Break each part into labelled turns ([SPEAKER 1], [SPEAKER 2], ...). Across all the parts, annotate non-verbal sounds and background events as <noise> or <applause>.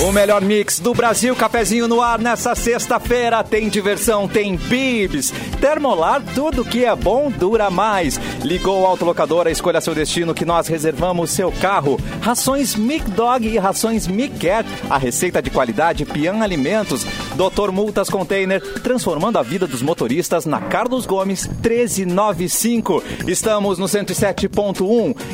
[SPEAKER 1] O melhor mix do Brasil, cafezinho no ar nessa sexta-feira. Tem diversão, tem bibs, termolar, tudo que é bom dura mais. Ligou o autolocador, escolha seu destino que nós reservamos seu carro. Rações Mic Dog e rações Mic Cat, a receita de qualidade Pian Alimentos. Doutor Multas Container, transformando a vida dos motoristas na Carlos Gomes 1395. Estamos no 107.1,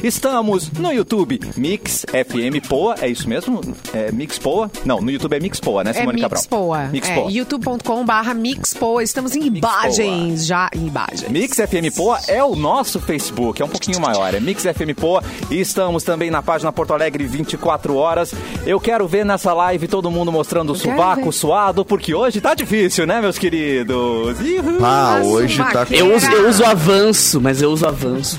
[SPEAKER 1] estamos no YouTube Mix FM Poa, é isso mesmo? É Mix Poa? Não, no YouTube é Mix Poa, né, Simone
[SPEAKER 2] é
[SPEAKER 1] Cabral?
[SPEAKER 2] Mixpoa.
[SPEAKER 1] Mixpoa.
[SPEAKER 2] É, youtube.com.br Mixpoa. Estamos em imagens já, em imagens.
[SPEAKER 1] Mix FM Poa é o nosso Facebook, é um pouquinho maior, é Mix FM Poa e estamos também na página Porto Alegre 24 horas. Eu quero ver nessa live todo mundo mostrando o
[SPEAKER 2] quero
[SPEAKER 1] subaco
[SPEAKER 2] ver.
[SPEAKER 1] suado, porque hoje tá difícil, né, meus queridos? Ihu.
[SPEAKER 3] Ah,
[SPEAKER 2] Nossa,
[SPEAKER 3] hoje tá com,
[SPEAKER 2] vaqueira.
[SPEAKER 4] Eu uso, eu uso avanço, mas eu uso avanço.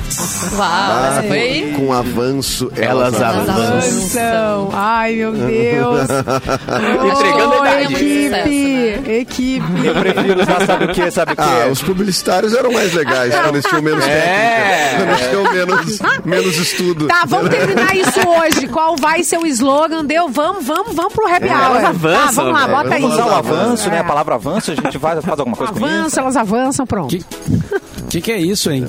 [SPEAKER 5] Uau,
[SPEAKER 3] ah,
[SPEAKER 5] essa foi.
[SPEAKER 3] com avanço.
[SPEAKER 4] Elas avançam.
[SPEAKER 2] Mansão. Ai, meu Deus.
[SPEAKER 4] Entregando a
[SPEAKER 2] Ô,
[SPEAKER 4] idade.
[SPEAKER 2] Equipe, equipe.
[SPEAKER 1] Eu prefiro usar sabe o que, sabe o que?
[SPEAKER 3] Ah,
[SPEAKER 4] É.
[SPEAKER 3] os publicitários eram mais legais, quando eles tinham menos
[SPEAKER 1] É.
[SPEAKER 3] técnica, quando eles tinham menos, menos estudo.
[SPEAKER 2] Tá, vamos terminar isso hoje. Qual vai ser o slogan? Deu, vamos, vamos, vamos pro happy hour.
[SPEAKER 4] elas avançam,
[SPEAKER 2] Tá, vamos lá,
[SPEAKER 4] velho.
[SPEAKER 2] bota aí.
[SPEAKER 1] Vamos usar o avanço, né?
[SPEAKER 2] É.
[SPEAKER 1] A palavra avanço, a gente vai, faz alguma coisa com isso.
[SPEAKER 2] Avança, elas avançam, pronto.
[SPEAKER 6] Que- que, que é isso, hein?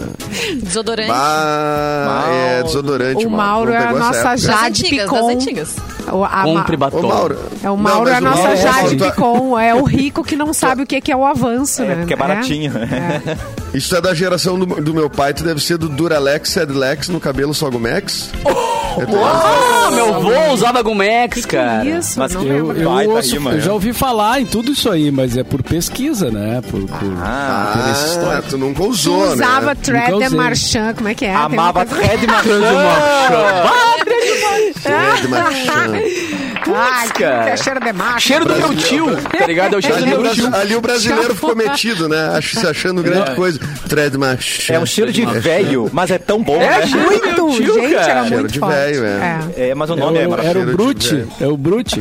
[SPEAKER 5] Desodorante.
[SPEAKER 3] Bah, é desodorante,
[SPEAKER 2] O Mauro
[SPEAKER 3] Não
[SPEAKER 2] é a
[SPEAKER 3] pegou
[SPEAKER 2] nossa
[SPEAKER 3] época.
[SPEAKER 2] já-
[SPEAKER 5] das
[SPEAKER 2] Jade
[SPEAKER 5] antigas,
[SPEAKER 2] Picon.
[SPEAKER 5] das antigas.
[SPEAKER 2] O, a,
[SPEAKER 4] Compre
[SPEAKER 2] ma-
[SPEAKER 3] Ô,
[SPEAKER 4] batom.
[SPEAKER 3] Mauro.
[SPEAKER 2] é o
[SPEAKER 3] Não,
[SPEAKER 2] Mauro,
[SPEAKER 3] mas
[SPEAKER 2] é a nossa
[SPEAKER 3] Mauro-
[SPEAKER 2] Jade
[SPEAKER 3] Mauro tá-
[SPEAKER 2] Picon. É o rico que não sabe o que que é o avanço, né?
[SPEAKER 1] É, porque é baratinho. <laughs>
[SPEAKER 3] Isso é da geração do, do meu pai, tu deve ser do Duralex, Sedlex, no cabelo É Sogomex.
[SPEAKER 2] Oh,
[SPEAKER 4] Ah, meu vô usava Gomex,
[SPEAKER 2] É.
[SPEAKER 4] cara.
[SPEAKER 2] Que isso,
[SPEAKER 1] Mas
[SPEAKER 2] não
[SPEAKER 1] eu-
[SPEAKER 2] lembro. Ah,
[SPEAKER 6] Eu, eu
[SPEAKER 3] tá
[SPEAKER 1] Baita
[SPEAKER 6] ouço-
[SPEAKER 1] rima,
[SPEAKER 6] eu
[SPEAKER 1] é.
[SPEAKER 6] já ouvi falar em tudo isso aí, mas é por pesquisa, né? Por, por,
[SPEAKER 1] Ah.
[SPEAKER 6] por esse
[SPEAKER 3] Ah,
[SPEAKER 6] histórico.
[SPEAKER 3] tu nunca
[SPEAKER 2] Tu
[SPEAKER 3] usou,
[SPEAKER 2] usava
[SPEAKER 3] né?
[SPEAKER 2] Thread
[SPEAKER 6] Nunca
[SPEAKER 2] de
[SPEAKER 6] usei.
[SPEAKER 2] Marchand, como é que é? Tem uma
[SPEAKER 1] Amava
[SPEAKER 2] coisa-
[SPEAKER 1] Fred
[SPEAKER 6] Ah!
[SPEAKER 1] Machado.
[SPEAKER 3] Fred Marchand.
[SPEAKER 2] <laughs> Ah, que
[SPEAKER 4] cara.
[SPEAKER 2] é cheiro de macho.
[SPEAKER 4] Cheiro do meu tio, tá ligado? É o cheiro do
[SPEAKER 3] Ali o,
[SPEAKER 4] meu tio.
[SPEAKER 3] brasi- ali o brasileiro ficou metido, né? Ach- se achando grande coisa. Thread Marchand.
[SPEAKER 1] É um cheiro de velho, mas é tão bom, né?
[SPEAKER 4] É,
[SPEAKER 2] Muito,
[SPEAKER 4] Meu tio,
[SPEAKER 2] gente, era
[SPEAKER 4] cara.
[SPEAKER 3] Cheiro
[SPEAKER 2] muito
[SPEAKER 3] de
[SPEAKER 2] forte.
[SPEAKER 3] velho, é.
[SPEAKER 1] É, mas o
[SPEAKER 6] É o-
[SPEAKER 1] nome é
[SPEAKER 6] era
[SPEAKER 1] maravilhoso.
[SPEAKER 3] cheiro de
[SPEAKER 6] o Brute,
[SPEAKER 3] velho.
[SPEAKER 6] é o
[SPEAKER 4] <laughs>
[SPEAKER 6] Brute.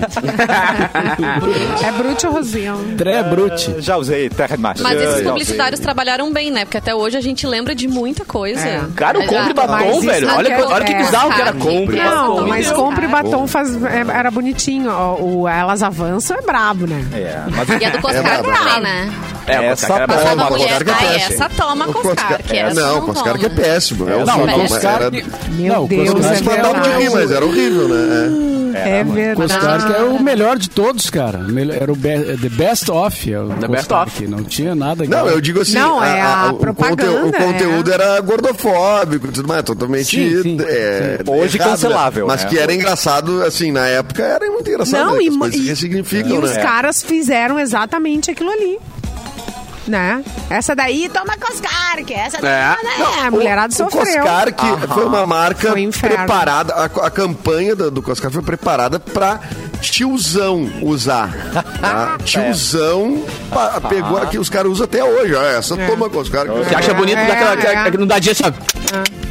[SPEAKER 2] É, é Brute ou Rosinho?
[SPEAKER 6] Tré Brute.
[SPEAKER 1] Já usei Terra de Machado.
[SPEAKER 5] Mas
[SPEAKER 3] É,
[SPEAKER 1] já
[SPEAKER 5] esses
[SPEAKER 1] usei.
[SPEAKER 5] publicitários trabalharam bem, né? Porque até hoje a gente lembra de muita coisa.
[SPEAKER 2] É.
[SPEAKER 4] Cara, o
[SPEAKER 5] Mas,
[SPEAKER 4] compre
[SPEAKER 5] ah,
[SPEAKER 2] mas
[SPEAKER 4] batom,
[SPEAKER 2] isso
[SPEAKER 4] velho.
[SPEAKER 2] não
[SPEAKER 4] Olha,
[SPEAKER 2] quer-
[SPEAKER 4] co- olha que
[SPEAKER 2] é.
[SPEAKER 4] bizarro que era compre batom.
[SPEAKER 2] Não, mas
[SPEAKER 4] entendeu?
[SPEAKER 2] compre batom faz, é, era bonitinho. ó, O, Elas Avançam é brabo, né?
[SPEAKER 1] É, mas
[SPEAKER 5] E a do Coscar
[SPEAKER 3] É,
[SPEAKER 5] também, né?
[SPEAKER 4] É, o
[SPEAKER 1] Essa
[SPEAKER 4] Coscar é
[SPEAKER 3] Toma,
[SPEAKER 5] Essa
[SPEAKER 4] batom.
[SPEAKER 5] uma
[SPEAKER 3] Coscar
[SPEAKER 5] mulher.
[SPEAKER 3] que é
[SPEAKER 1] assim,
[SPEAKER 5] Ah,
[SPEAKER 3] péssimo.
[SPEAKER 5] essa toma
[SPEAKER 3] O
[SPEAKER 5] Coscar, que
[SPEAKER 3] É,
[SPEAKER 5] essa
[SPEAKER 3] não,
[SPEAKER 2] assim,
[SPEAKER 5] não
[SPEAKER 3] Coscar que é
[SPEAKER 5] toma.
[SPEAKER 3] péssimo. É, o
[SPEAKER 6] Não,
[SPEAKER 3] Sodoma,
[SPEAKER 6] o Coscar...
[SPEAKER 3] era-
[SPEAKER 2] Meu
[SPEAKER 6] Não, o
[SPEAKER 2] Deus,
[SPEAKER 6] Coscar-
[SPEAKER 2] é
[SPEAKER 3] Mas pra dar um
[SPEAKER 2] verdade.
[SPEAKER 3] rir, mas era horrível, né?
[SPEAKER 2] É
[SPEAKER 6] O Coscar que
[SPEAKER 2] verdade.
[SPEAKER 6] era o melhor de todos, cara. Melhor- Era o be- The Best Off. é o
[SPEAKER 4] The
[SPEAKER 6] Coscar
[SPEAKER 4] Best Of.
[SPEAKER 6] que Não tinha nada.
[SPEAKER 3] É. Não, eu digo assim,
[SPEAKER 2] Não, é a
[SPEAKER 3] o,
[SPEAKER 2] propaganda,
[SPEAKER 3] conteúdo, o
[SPEAKER 2] é.
[SPEAKER 3] conteúdo era gordofóbico e tudo mais, totalmente
[SPEAKER 6] Sim, sim,
[SPEAKER 3] é,
[SPEAKER 6] sim.
[SPEAKER 1] Hoje
[SPEAKER 3] errado, né?
[SPEAKER 1] cancelável,
[SPEAKER 3] Mas
[SPEAKER 1] né?
[SPEAKER 3] que era engraçado, assim, na época era muito engraçado.
[SPEAKER 2] Não,
[SPEAKER 3] né?
[SPEAKER 2] e
[SPEAKER 3] As
[SPEAKER 2] mu-
[SPEAKER 3] coisas
[SPEAKER 2] e-
[SPEAKER 3] ressignificam,
[SPEAKER 2] E os
[SPEAKER 3] né?
[SPEAKER 2] caras fizeram exatamente aquilo ali. Né? Essa daí, toma Coscar, que essa daí.
[SPEAKER 4] É.
[SPEAKER 2] né? a mulherada
[SPEAKER 3] O
[SPEAKER 2] sofreu.
[SPEAKER 3] Coscar, que foi uma marca
[SPEAKER 2] Foi um inferno.
[SPEAKER 3] preparada, a, a campanha do, do Coscar foi preparada pra tiozão usar.
[SPEAKER 4] <laughs>
[SPEAKER 3] tá?
[SPEAKER 4] É.
[SPEAKER 3] Tiozão pa- pegou aqui, os caras usam até hoje. Ah, essa toma Coscar. que-
[SPEAKER 4] Você acha bonito
[SPEAKER 2] É,
[SPEAKER 4] daquela que-
[SPEAKER 2] é.
[SPEAKER 4] que não dá dia sabe?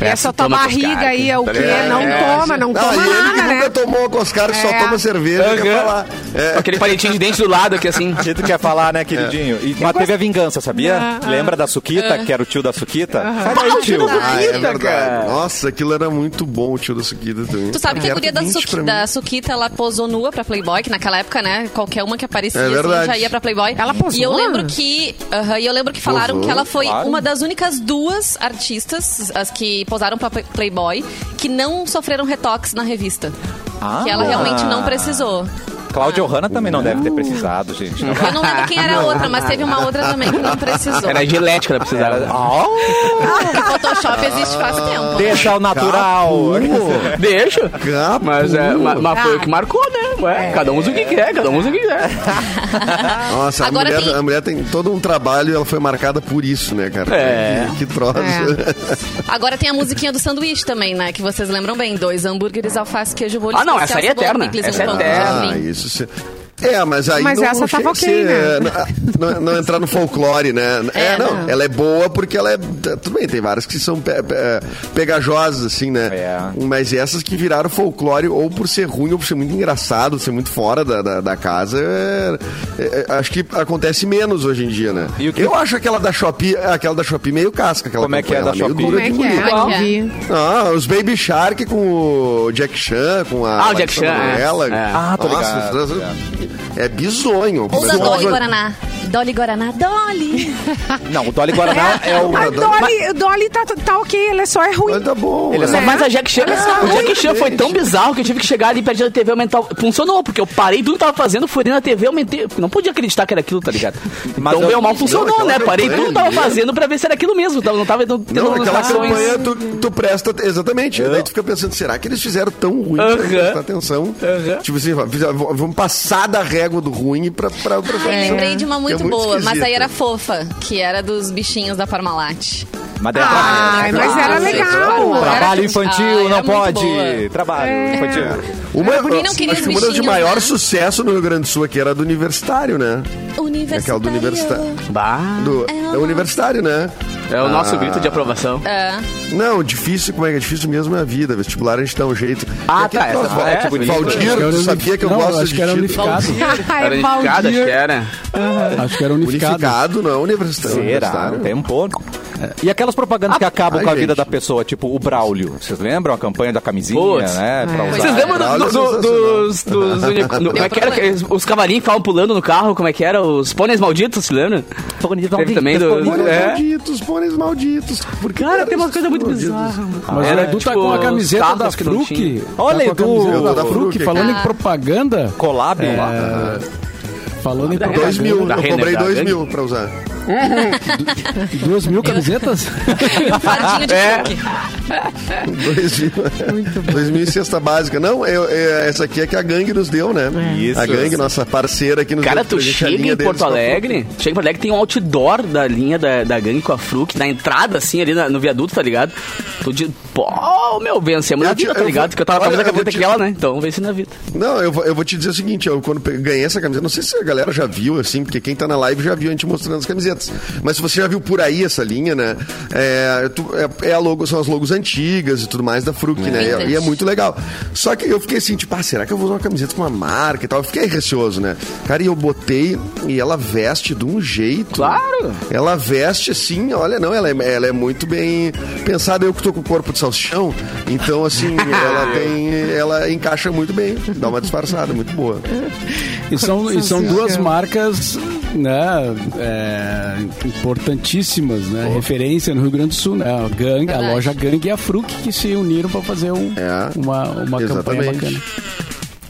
[SPEAKER 2] E essa tua
[SPEAKER 4] Toma Coscar,
[SPEAKER 2] barriga aí é o quê?
[SPEAKER 3] ligado?
[SPEAKER 2] Não
[SPEAKER 3] É,
[SPEAKER 2] toma, não
[SPEAKER 3] Não,
[SPEAKER 2] toma
[SPEAKER 3] e ele que
[SPEAKER 2] nada,
[SPEAKER 3] nunca
[SPEAKER 2] né?
[SPEAKER 3] tomou Coscar, só
[SPEAKER 2] É.
[SPEAKER 3] toma cerveja. quer
[SPEAKER 4] Aham.
[SPEAKER 3] falar. É.
[SPEAKER 4] Aquele palitinho de dente do lado aqui assim.
[SPEAKER 1] O <laughs> que tu quer falar, né, queridinho? E, mas teve a vingança, sabia? Lembra da Suquita, que era o tio da Suquita? Sai daí, tio.
[SPEAKER 3] Ah, é verdade.
[SPEAKER 4] cara.
[SPEAKER 3] Nossa, aquilo era muito bom, o tio da Suquita também.
[SPEAKER 5] Tu sabe que a
[SPEAKER 3] Era
[SPEAKER 5] guria da,
[SPEAKER 3] 20
[SPEAKER 5] Suqui,
[SPEAKER 3] É, pra mim.
[SPEAKER 5] da Suquita, ela posou nua pra Playboy, que naquela época, né, qualquer uma que aparecia
[SPEAKER 3] É
[SPEAKER 5] assim,
[SPEAKER 3] verdade.
[SPEAKER 5] já ia pra Playboy.
[SPEAKER 2] Ela posou?
[SPEAKER 5] E eu lembro que, aham, e eu lembro que falaram
[SPEAKER 3] Posou,
[SPEAKER 5] que ela foi
[SPEAKER 1] claro.
[SPEAKER 5] uma das únicas duas artistas, as que posaram pra Play- Playboy, que não sofreram retox na revista.
[SPEAKER 1] Ah.
[SPEAKER 5] que ela realmente não precisou.
[SPEAKER 1] Cláudio Hanna também não deve ter precisado, gente. Não.
[SPEAKER 5] Eu não lembro quem era a outra, mas teve uma outra também que não precisou.
[SPEAKER 4] Era gilete que ela precisava.
[SPEAKER 5] Porque Photoshop existe faz
[SPEAKER 3] Ah.
[SPEAKER 5] tempo. né?
[SPEAKER 1] Deixa o natural.
[SPEAKER 4] Deixa.
[SPEAKER 3] Capu.
[SPEAKER 4] Mas, é, ma- mas foi o que marcou, né?
[SPEAKER 3] É.
[SPEAKER 4] Ué, cada um usa o que quer, cada um usa o que quer.
[SPEAKER 3] Nossa, a
[SPEAKER 5] Agora
[SPEAKER 3] mulher,
[SPEAKER 5] tem-
[SPEAKER 3] a mulher tem todo um trabalho e ela foi marcada por isso, né, cara?
[SPEAKER 4] É.
[SPEAKER 3] Que, que troço. <laughs>
[SPEAKER 5] Agora tem a musiquinha do sanduíche também, né? Que vocês lembram bem. Dois hambúrgueres, alface, queijo, molho
[SPEAKER 4] Ah, não,
[SPEAKER 5] especial,
[SPEAKER 4] essa aí é
[SPEAKER 5] sabor
[SPEAKER 4] eterna.
[SPEAKER 5] picles,
[SPEAKER 4] Essa é
[SPEAKER 5] um pão,
[SPEAKER 4] eterna.
[SPEAKER 5] enfim.
[SPEAKER 3] Ah, isso se... É, mas aí
[SPEAKER 2] Mas
[SPEAKER 3] não,
[SPEAKER 2] essa
[SPEAKER 3] não
[SPEAKER 2] tava
[SPEAKER 3] chega a
[SPEAKER 2] ok,
[SPEAKER 3] ser,
[SPEAKER 2] né?
[SPEAKER 3] é, Não, não- não entrar no folclore, né? É,
[SPEAKER 5] É,
[SPEAKER 3] não,
[SPEAKER 5] não.
[SPEAKER 3] Ela é boa porque ela é. tá- Tudo bem, tem várias que são pe- pe- pegajosas, assim, né?
[SPEAKER 1] É.
[SPEAKER 3] Mas essas que viraram folclore, ou por ser ruim, ou por ser muito engraçado, ser muito fora da, da, da casa, é- é- é- acho que acontece menos hoje em dia, né?
[SPEAKER 1] E o que-
[SPEAKER 3] Eu acho aquela da Shopee, aquela da Shopee meio casca. Aquela
[SPEAKER 1] Como é que é
[SPEAKER 3] campanha,
[SPEAKER 1] da
[SPEAKER 3] ela meio
[SPEAKER 1] Shopee?
[SPEAKER 3] dura
[SPEAKER 2] Como é
[SPEAKER 3] de
[SPEAKER 2] que é?
[SPEAKER 3] engolir.
[SPEAKER 5] Como
[SPEAKER 2] Não
[SPEAKER 5] é que é?
[SPEAKER 2] vi.
[SPEAKER 3] Ah, os Baby Shark com o Jack Chan, com a.
[SPEAKER 4] Ah, o
[SPEAKER 3] Larissa
[SPEAKER 4] Jack Chan, é.
[SPEAKER 3] Manoela.
[SPEAKER 4] É.
[SPEAKER 1] Ah, tô
[SPEAKER 3] Nossa,
[SPEAKER 1] ligado,
[SPEAKER 3] essas-
[SPEAKER 1] tô ligado.
[SPEAKER 3] É bizonho.
[SPEAKER 5] Ou da
[SPEAKER 3] Mas-
[SPEAKER 5] Dolly Guaraná. Dolly Guaraná, Dolly!
[SPEAKER 1] Não, o Dolly Guaraná é o.
[SPEAKER 2] A Dolly, o Dolly tá, tá ok, ela só é ruim.
[SPEAKER 3] Mas tá bom.
[SPEAKER 1] Ele é
[SPEAKER 3] né?
[SPEAKER 1] só
[SPEAKER 4] Não, Mas a Jack Chan, o Jack Chan foi tão bizarro que eu tive que chegar ali perto da TV aumentar. Funcionou, porque eu parei tudo que tava fazendo, fui ali na TV, aumentei. Não podia acreditar que era aquilo, tá ligado?
[SPEAKER 1] Mas
[SPEAKER 4] então,
[SPEAKER 1] eu-
[SPEAKER 4] bem ou mal funcionou,
[SPEAKER 3] Não,
[SPEAKER 4] né?
[SPEAKER 3] aquela
[SPEAKER 4] Parei
[SPEAKER 3] campanha
[SPEAKER 4] tudo que tava
[SPEAKER 3] ali-
[SPEAKER 4] fazendo pra ver se era aquilo mesmo. tava- Não tava tendo
[SPEAKER 3] Não, aquela
[SPEAKER 4] noções.
[SPEAKER 3] campanha tu, tu presta. Exatamente. Daí tu fica pensando, será que eles fizeram tão ruim pra
[SPEAKER 4] Aham.
[SPEAKER 3] prestar atenção?
[SPEAKER 4] Aham.
[SPEAKER 3] Tipo assim, fizeram- vamos passar da régua do ruim pra. pra, pra
[SPEAKER 5] Ai, lembrei de uma muito,
[SPEAKER 3] É muito
[SPEAKER 5] boa, mas aí
[SPEAKER 3] esquisito.
[SPEAKER 5] era fofa, que era dos bichinhos da Parmalat.
[SPEAKER 1] Mas
[SPEAKER 4] Ah,
[SPEAKER 1] é
[SPEAKER 2] Ai, mas era
[SPEAKER 5] gente,
[SPEAKER 2] legal.
[SPEAKER 5] Parmalat.
[SPEAKER 1] Trabalho
[SPEAKER 5] Ah,
[SPEAKER 1] infantil, não
[SPEAKER 5] era muito
[SPEAKER 1] pode.
[SPEAKER 5] boa.
[SPEAKER 1] Trabalho infantil.
[SPEAKER 3] Uma,
[SPEAKER 5] bonito. Não queria
[SPEAKER 3] acho
[SPEAKER 5] os
[SPEAKER 3] que uma das de
[SPEAKER 5] bichinhos,
[SPEAKER 3] maior
[SPEAKER 5] né?
[SPEAKER 3] sucesso no Rio Grande do Sul aqui era a do universitário, né?
[SPEAKER 5] Universitário.
[SPEAKER 3] Aquela do universitário.
[SPEAKER 4] Bah.
[SPEAKER 3] Do, é o universitário, né?
[SPEAKER 4] É o nosso grito de aprovação.
[SPEAKER 5] É.
[SPEAKER 3] Não, difícil, como é que é difícil mesmo é a vida. Vestibular a gente dá um jeito.
[SPEAKER 4] Ah,
[SPEAKER 3] E aquele
[SPEAKER 4] tá, essa-
[SPEAKER 3] troço,
[SPEAKER 4] ah,
[SPEAKER 3] Valdir,
[SPEAKER 4] essa bonita.
[SPEAKER 6] Acho que era
[SPEAKER 3] Valdir, tu sabia que eu
[SPEAKER 6] unificado. Não,
[SPEAKER 3] gosto
[SPEAKER 6] acho que era
[SPEAKER 3] de título.
[SPEAKER 6] unificado.
[SPEAKER 2] <laughs> Ai,
[SPEAKER 4] Era unificado, acho que
[SPEAKER 2] Valdir.
[SPEAKER 4] era.
[SPEAKER 6] Acho que era unificado.
[SPEAKER 3] Unificado, não é universitário.
[SPEAKER 1] Será?
[SPEAKER 3] universitário.
[SPEAKER 1] Tem um ponto. E aquelas propagandas que acabam
[SPEAKER 3] Ai,
[SPEAKER 1] com a vida
[SPEAKER 3] gente.
[SPEAKER 1] da pessoa, tipo o Braulio. Vocês lembram a campanha da camisinha,
[SPEAKER 4] Putz.
[SPEAKER 1] né? pra usar?
[SPEAKER 4] Vocês lembram
[SPEAKER 3] Olha,
[SPEAKER 4] do- do- do-
[SPEAKER 3] sensacional.
[SPEAKER 4] dos. dos <laughs> uni- no- como é que era?
[SPEAKER 5] problema.
[SPEAKER 4] aqueles- Os cavalinhos que estavam pulando no carro, como é que era? Os pôneis malditos, se lembra? Teve também do.
[SPEAKER 3] Pôneis
[SPEAKER 4] é.
[SPEAKER 3] malditos, pôneis malditos. Por que
[SPEAKER 4] Cara,
[SPEAKER 3] eram
[SPEAKER 4] tem uma
[SPEAKER 3] esses
[SPEAKER 4] coisa muito
[SPEAKER 3] malditos?
[SPEAKER 4] bizarra, mano.
[SPEAKER 6] Mas
[SPEAKER 4] Era,
[SPEAKER 6] o Edu tá
[SPEAKER 4] tipo,
[SPEAKER 6] com a camiseta
[SPEAKER 4] carros
[SPEAKER 6] da
[SPEAKER 4] que não
[SPEAKER 6] Fruc.
[SPEAKER 4] tinha.
[SPEAKER 1] Olha,
[SPEAKER 6] tá com a
[SPEAKER 1] Edu.
[SPEAKER 6] camiseta da
[SPEAKER 3] Ah.
[SPEAKER 6] Fruc, falando em propaganda.
[SPEAKER 1] Collab?
[SPEAKER 6] Falando em propaganda.
[SPEAKER 3] Dois mil,
[SPEAKER 4] Da
[SPEAKER 3] eu
[SPEAKER 4] Renner,
[SPEAKER 3] comprei
[SPEAKER 4] da
[SPEAKER 3] dois
[SPEAKER 4] Gang.
[SPEAKER 3] mil pra usar. <laughs>
[SPEAKER 6] <laughs> Duas mil camisetas?
[SPEAKER 5] E um fardinho de
[SPEAKER 4] É.
[SPEAKER 5] truque.
[SPEAKER 3] Dois mil. Dois mil e cesta básica. Não, eu- eu- essa aqui é que a gangue nos deu, né?
[SPEAKER 1] Isso.
[SPEAKER 3] A gangue, nossa parceira aqui nos
[SPEAKER 4] Cara,
[SPEAKER 3] deu.
[SPEAKER 4] tu
[SPEAKER 3] pra gente, a
[SPEAKER 4] chega
[SPEAKER 3] linha
[SPEAKER 4] em
[SPEAKER 3] deles
[SPEAKER 4] Porto
[SPEAKER 3] com a fruta.
[SPEAKER 4] Alegre, chega em Porto Alegre, tem um outdoor da linha da, da gangue com a Fruc, na entrada, assim, ali na- no viaduto, tá ligado? Tu de. Pô, meu, vencemos na
[SPEAKER 3] Eu te-
[SPEAKER 4] vida, tá
[SPEAKER 3] eu
[SPEAKER 4] ligado?
[SPEAKER 3] vou-
[SPEAKER 4] Que eu tava com a
[SPEAKER 3] olha,
[SPEAKER 4] camisa
[SPEAKER 3] eu vou
[SPEAKER 4] camiseta
[SPEAKER 3] te-
[SPEAKER 4] que ela, né? Então venci na vida.
[SPEAKER 3] Não, eu vou, eu vou te dizer o seguinte, eu quando pe- ganhei essa camiseta, não sei se a galera já viu, assim, porque quem tá na live já viu a gente mostrando as camisetas. Mas se você já viu por aí essa linha, né? É, tu- é- é a logo, são as logos antigas e tudo mais da Fruc, né? E é- E, é muito legal. Só que eu fiquei assim, tipo, ah, será que eu vou usar uma camiseta com uma marca e tal? Eu fiquei receoso, né? Cara, e eu botei e ela veste de um jeito.
[SPEAKER 4] Claro!
[SPEAKER 3] Ela veste assim, olha, não, ela é, ela é muito bem pensada. Eu que tô com o corpo de salsichão, então
[SPEAKER 4] <laughs>
[SPEAKER 3] assim, ela tem. Ela encaixa muito bem. Dá uma disfarçada, muito boa.
[SPEAKER 6] E são, e são duas marcas né, é, importantíssimas, né? Referência no Rio Grande do Sul, né? A, Gang, a
[SPEAKER 5] Verdade.
[SPEAKER 6] loja Gang e a Fruc que se uniram para fazer um,
[SPEAKER 3] É,
[SPEAKER 6] uma, uma campanha
[SPEAKER 3] exatamente.
[SPEAKER 6] bacana.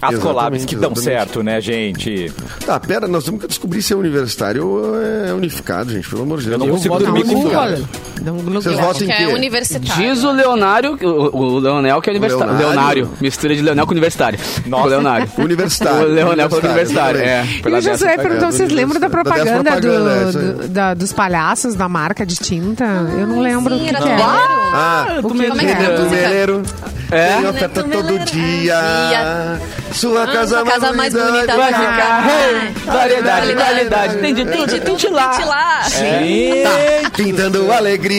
[SPEAKER 1] As collabs
[SPEAKER 3] Exatamente,
[SPEAKER 1] que dão
[SPEAKER 3] exatamente.
[SPEAKER 1] certo, né, gente?
[SPEAKER 3] Tá, pera, nós temos que descobrir se é universitário ou é unificado, gente. Pelo amor de Deus.
[SPEAKER 1] não consigo
[SPEAKER 6] voto
[SPEAKER 1] dormir
[SPEAKER 6] no
[SPEAKER 1] com
[SPEAKER 6] Lula.
[SPEAKER 1] cara.
[SPEAKER 3] Vocês
[SPEAKER 5] Eu acho
[SPEAKER 3] votam em
[SPEAKER 5] que é
[SPEAKER 3] quê?
[SPEAKER 5] universitário.
[SPEAKER 4] Diz o Leonário, o, o Leonel que é universitário.
[SPEAKER 3] Leonário.
[SPEAKER 4] Leonário. Mistura de Leonel com universitário.
[SPEAKER 1] Nossa.
[SPEAKER 4] O Leonário.
[SPEAKER 3] Universitário.
[SPEAKER 4] O Leonel com universitário, é.
[SPEAKER 3] exatamente.
[SPEAKER 2] E assim, o
[SPEAKER 4] Pela dessa.
[SPEAKER 2] Josué perguntou,
[SPEAKER 3] propaganda,
[SPEAKER 2] vocês
[SPEAKER 3] do
[SPEAKER 2] lembram da
[SPEAKER 3] Josué. Da
[SPEAKER 2] propaganda,
[SPEAKER 3] propaganda,
[SPEAKER 2] do-
[SPEAKER 3] é isso aí.
[SPEAKER 2] do- da- dos palhaços da marca de tinta? Eu não lembro o
[SPEAKER 5] Ah, Sim,
[SPEAKER 2] que, é.
[SPEAKER 5] era
[SPEAKER 2] que era.
[SPEAKER 5] tabeleiro.
[SPEAKER 3] Ah,
[SPEAKER 6] Eu tô
[SPEAKER 5] Como é que
[SPEAKER 3] Nenê
[SPEAKER 5] era a
[SPEAKER 6] medo.
[SPEAKER 5] música?
[SPEAKER 3] Tumeleiro,
[SPEAKER 4] É?
[SPEAKER 3] tem oferta
[SPEAKER 5] Nenê
[SPEAKER 3] todo
[SPEAKER 5] Tumeleiro.
[SPEAKER 3] dia. Sua casa,
[SPEAKER 5] Ah, sua casa mais bonita
[SPEAKER 4] Vai
[SPEAKER 5] Ah,
[SPEAKER 4] ficar. hey, variedade, qualidade. Tem de tudo, tem de lá. É,
[SPEAKER 5] Te lá.
[SPEAKER 3] É.
[SPEAKER 4] Tá,
[SPEAKER 1] Gente,
[SPEAKER 3] Pintando alegria.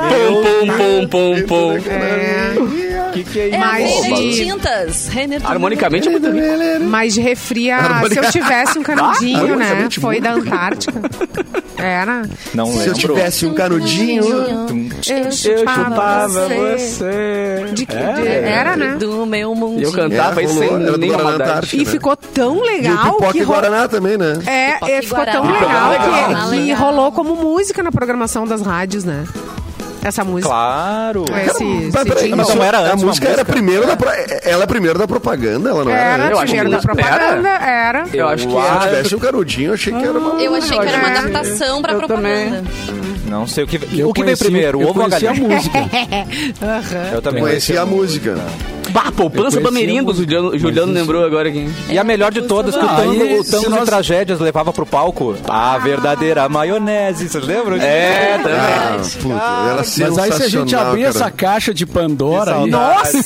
[SPEAKER 4] Pum, pum, pum, pum, pum.
[SPEAKER 1] o que, que é
[SPEAKER 5] É
[SPEAKER 1] isso?
[SPEAKER 5] a
[SPEAKER 2] Mas
[SPEAKER 5] Renner
[SPEAKER 2] de-
[SPEAKER 5] de tintas. Renner Tumeleiro.
[SPEAKER 4] Harmonicamente é muito rico.
[SPEAKER 2] Mas de refri a-
[SPEAKER 3] Harmonica-
[SPEAKER 2] se eu tivesse um canudinho, né?
[SPEAKER 3] Harmonicamente
[SPEAKER 2] Foi
[SPEAKER 3] muito.
[SPEAKER 2] da
[SPEAKER 3] <laughs>
[SPEAKER 2] Antártica. Era.
[SPEAKER 1] Não
[SPEAKER 3] Se eu
[SPEAKER 1] lembro.
[SPEAKER 3] tivesse um canudinho.
[SPEAKER 2] Eu
[SPEAKER 4] Eu chupava você.
[SPEAKER 2] De que, de- era, né?
[SPEAKER 5] Do meu
[SPEAKER 4] E eu
[SPEAKER 5] mundinho.
[SPEAKER 4] cantava
[SPEAKER 3] É,
[SPEAKER 4] isso
[SPEAKER 3] rolou, era
[SPEAKER 4] sem
[SPEAKER 3] do
[SPEAKER 4] nenhuma
[SPEAKER 3] Guaraná
[SPEAKER 4] maldade.
[SPEAKER 3] Antártica.
[SPEAKER 2] E
[SPEAKER 3] né?
[SPEAKER 2] ficou tão
[SPEAKER 3] E o
[SPEAKER 2] legal
[SPEAKER 3] pipoca
[SPEAKER 2] que
[SPEAKER 3] e
[SPEAKER 2] ro-
[SPEAKER 3] Guaraná também, né?
[SPEAKER 2] É, é, ficou tão
[SPEAKER 5] Pipoca e
[SPEAKER 2] legal,
[SPEAKER 5] Guaraná.
[SPEAKER 2] que, que
[SPEAKER 5] Legal.
[SPEAKER 2] rolou como música na programação das rádios, né? Essa música.
[SPEAKER 1] Claro.
[SPEAKER 2] Esse,
[SPEAKER 3] Mas
[SPEAKER 2] esse
[SPEAKER 3] peraí,
[SPEAKER 2] jingle.
[SPEAKER 1] Mas não era antes
[SPEAKER 3] a
[SPEAKER 1] uma
[SPEAKER 3] música
[SPEAKER 1] música?
[SPEAKER 3] era primeiro da pro- ela é primeiro da propaganda, ela não era.
[SPEAKER 2] Era,
[SPEAKER 4] Eu
[SPEAKER 3] antes?
[SPEAKER 4] acho
[SPEAKER 2] dinheiro
[SPEAKER 4] que
[SPEAKER 2] da
[SPEAKER 4] não era.
[SPEAKER 2] propaganda, era.
[SPEAKER 4] Eu acho que é.
[SPEAKER 3] Se eu
[SPEAKER 4] era.
[SPEAKER 3] tivesse um canudinho, eu achei que era uma
[SPEAKER 5] Ah, Eu achei que era uma
[SPEAKER 2] Eu
[SPEAKER 5] adaptação pra
[SPEAKER 4] eu
[SPEAKER 5] propaganda.
[SPEAKER 1] Não sei o que.
[SPEAKER 6] Eu
[SPEAKER 1] o que veio
[SPEAKER 6] conheci-
[SPEAKER 1] primeiro, o
[SPEAKER 3] <laughs>
[SPEAKER 6] eu
[SPEAKER 1] ovo ou a
[SPEAKER 6] conheci a
[SPEAKER 1] galinha?
[SPEAKER 6] música.
[SPEAKER 1] Eu também
[SPEAKER 3] conhecia a
[SPEAKER 1] música.
[SPEAKER 3] música.
[SPEAKER 4] Bah, poupança
[SPEAKER 6] Eu conheci
[SPEAKER 4] Bamerindo,
[SPEAKER 6] alguns-
[SPEAKER 4] Juliano,
[SPEAKER 3] um
[SPEAKER 4] Juliano
[SPEAKER 6] mas isso-
[SPEAKER 4] lembrou agora aqui.
[SPEAKER 1] E a melhor de todas, que o
[SPEAKER 6] Ah,
[SPEAKER 1] Thanos,
[SPEAKER 6] aí,
[SPEAKER 1] o Thanos
[SPEAKER 6] se
[SPEAKER 1] em
[SPEAKER 6] nós-
[SPEAKER 1] Tragédias levava pro palco. A verdadeira maionese, vocês lembram? É,
[SPEAKER 3] Ah, puta, era sensacional.
[SPEAKER 6] Mas aí se a gente abrir
[SPEAKER 3] cara.
[SPEAKER 6] essa caixa de
[SPEAKER 1] Que
[SPEAKER 6] Pandora... Aí,
[SPEAKER 1] saudade.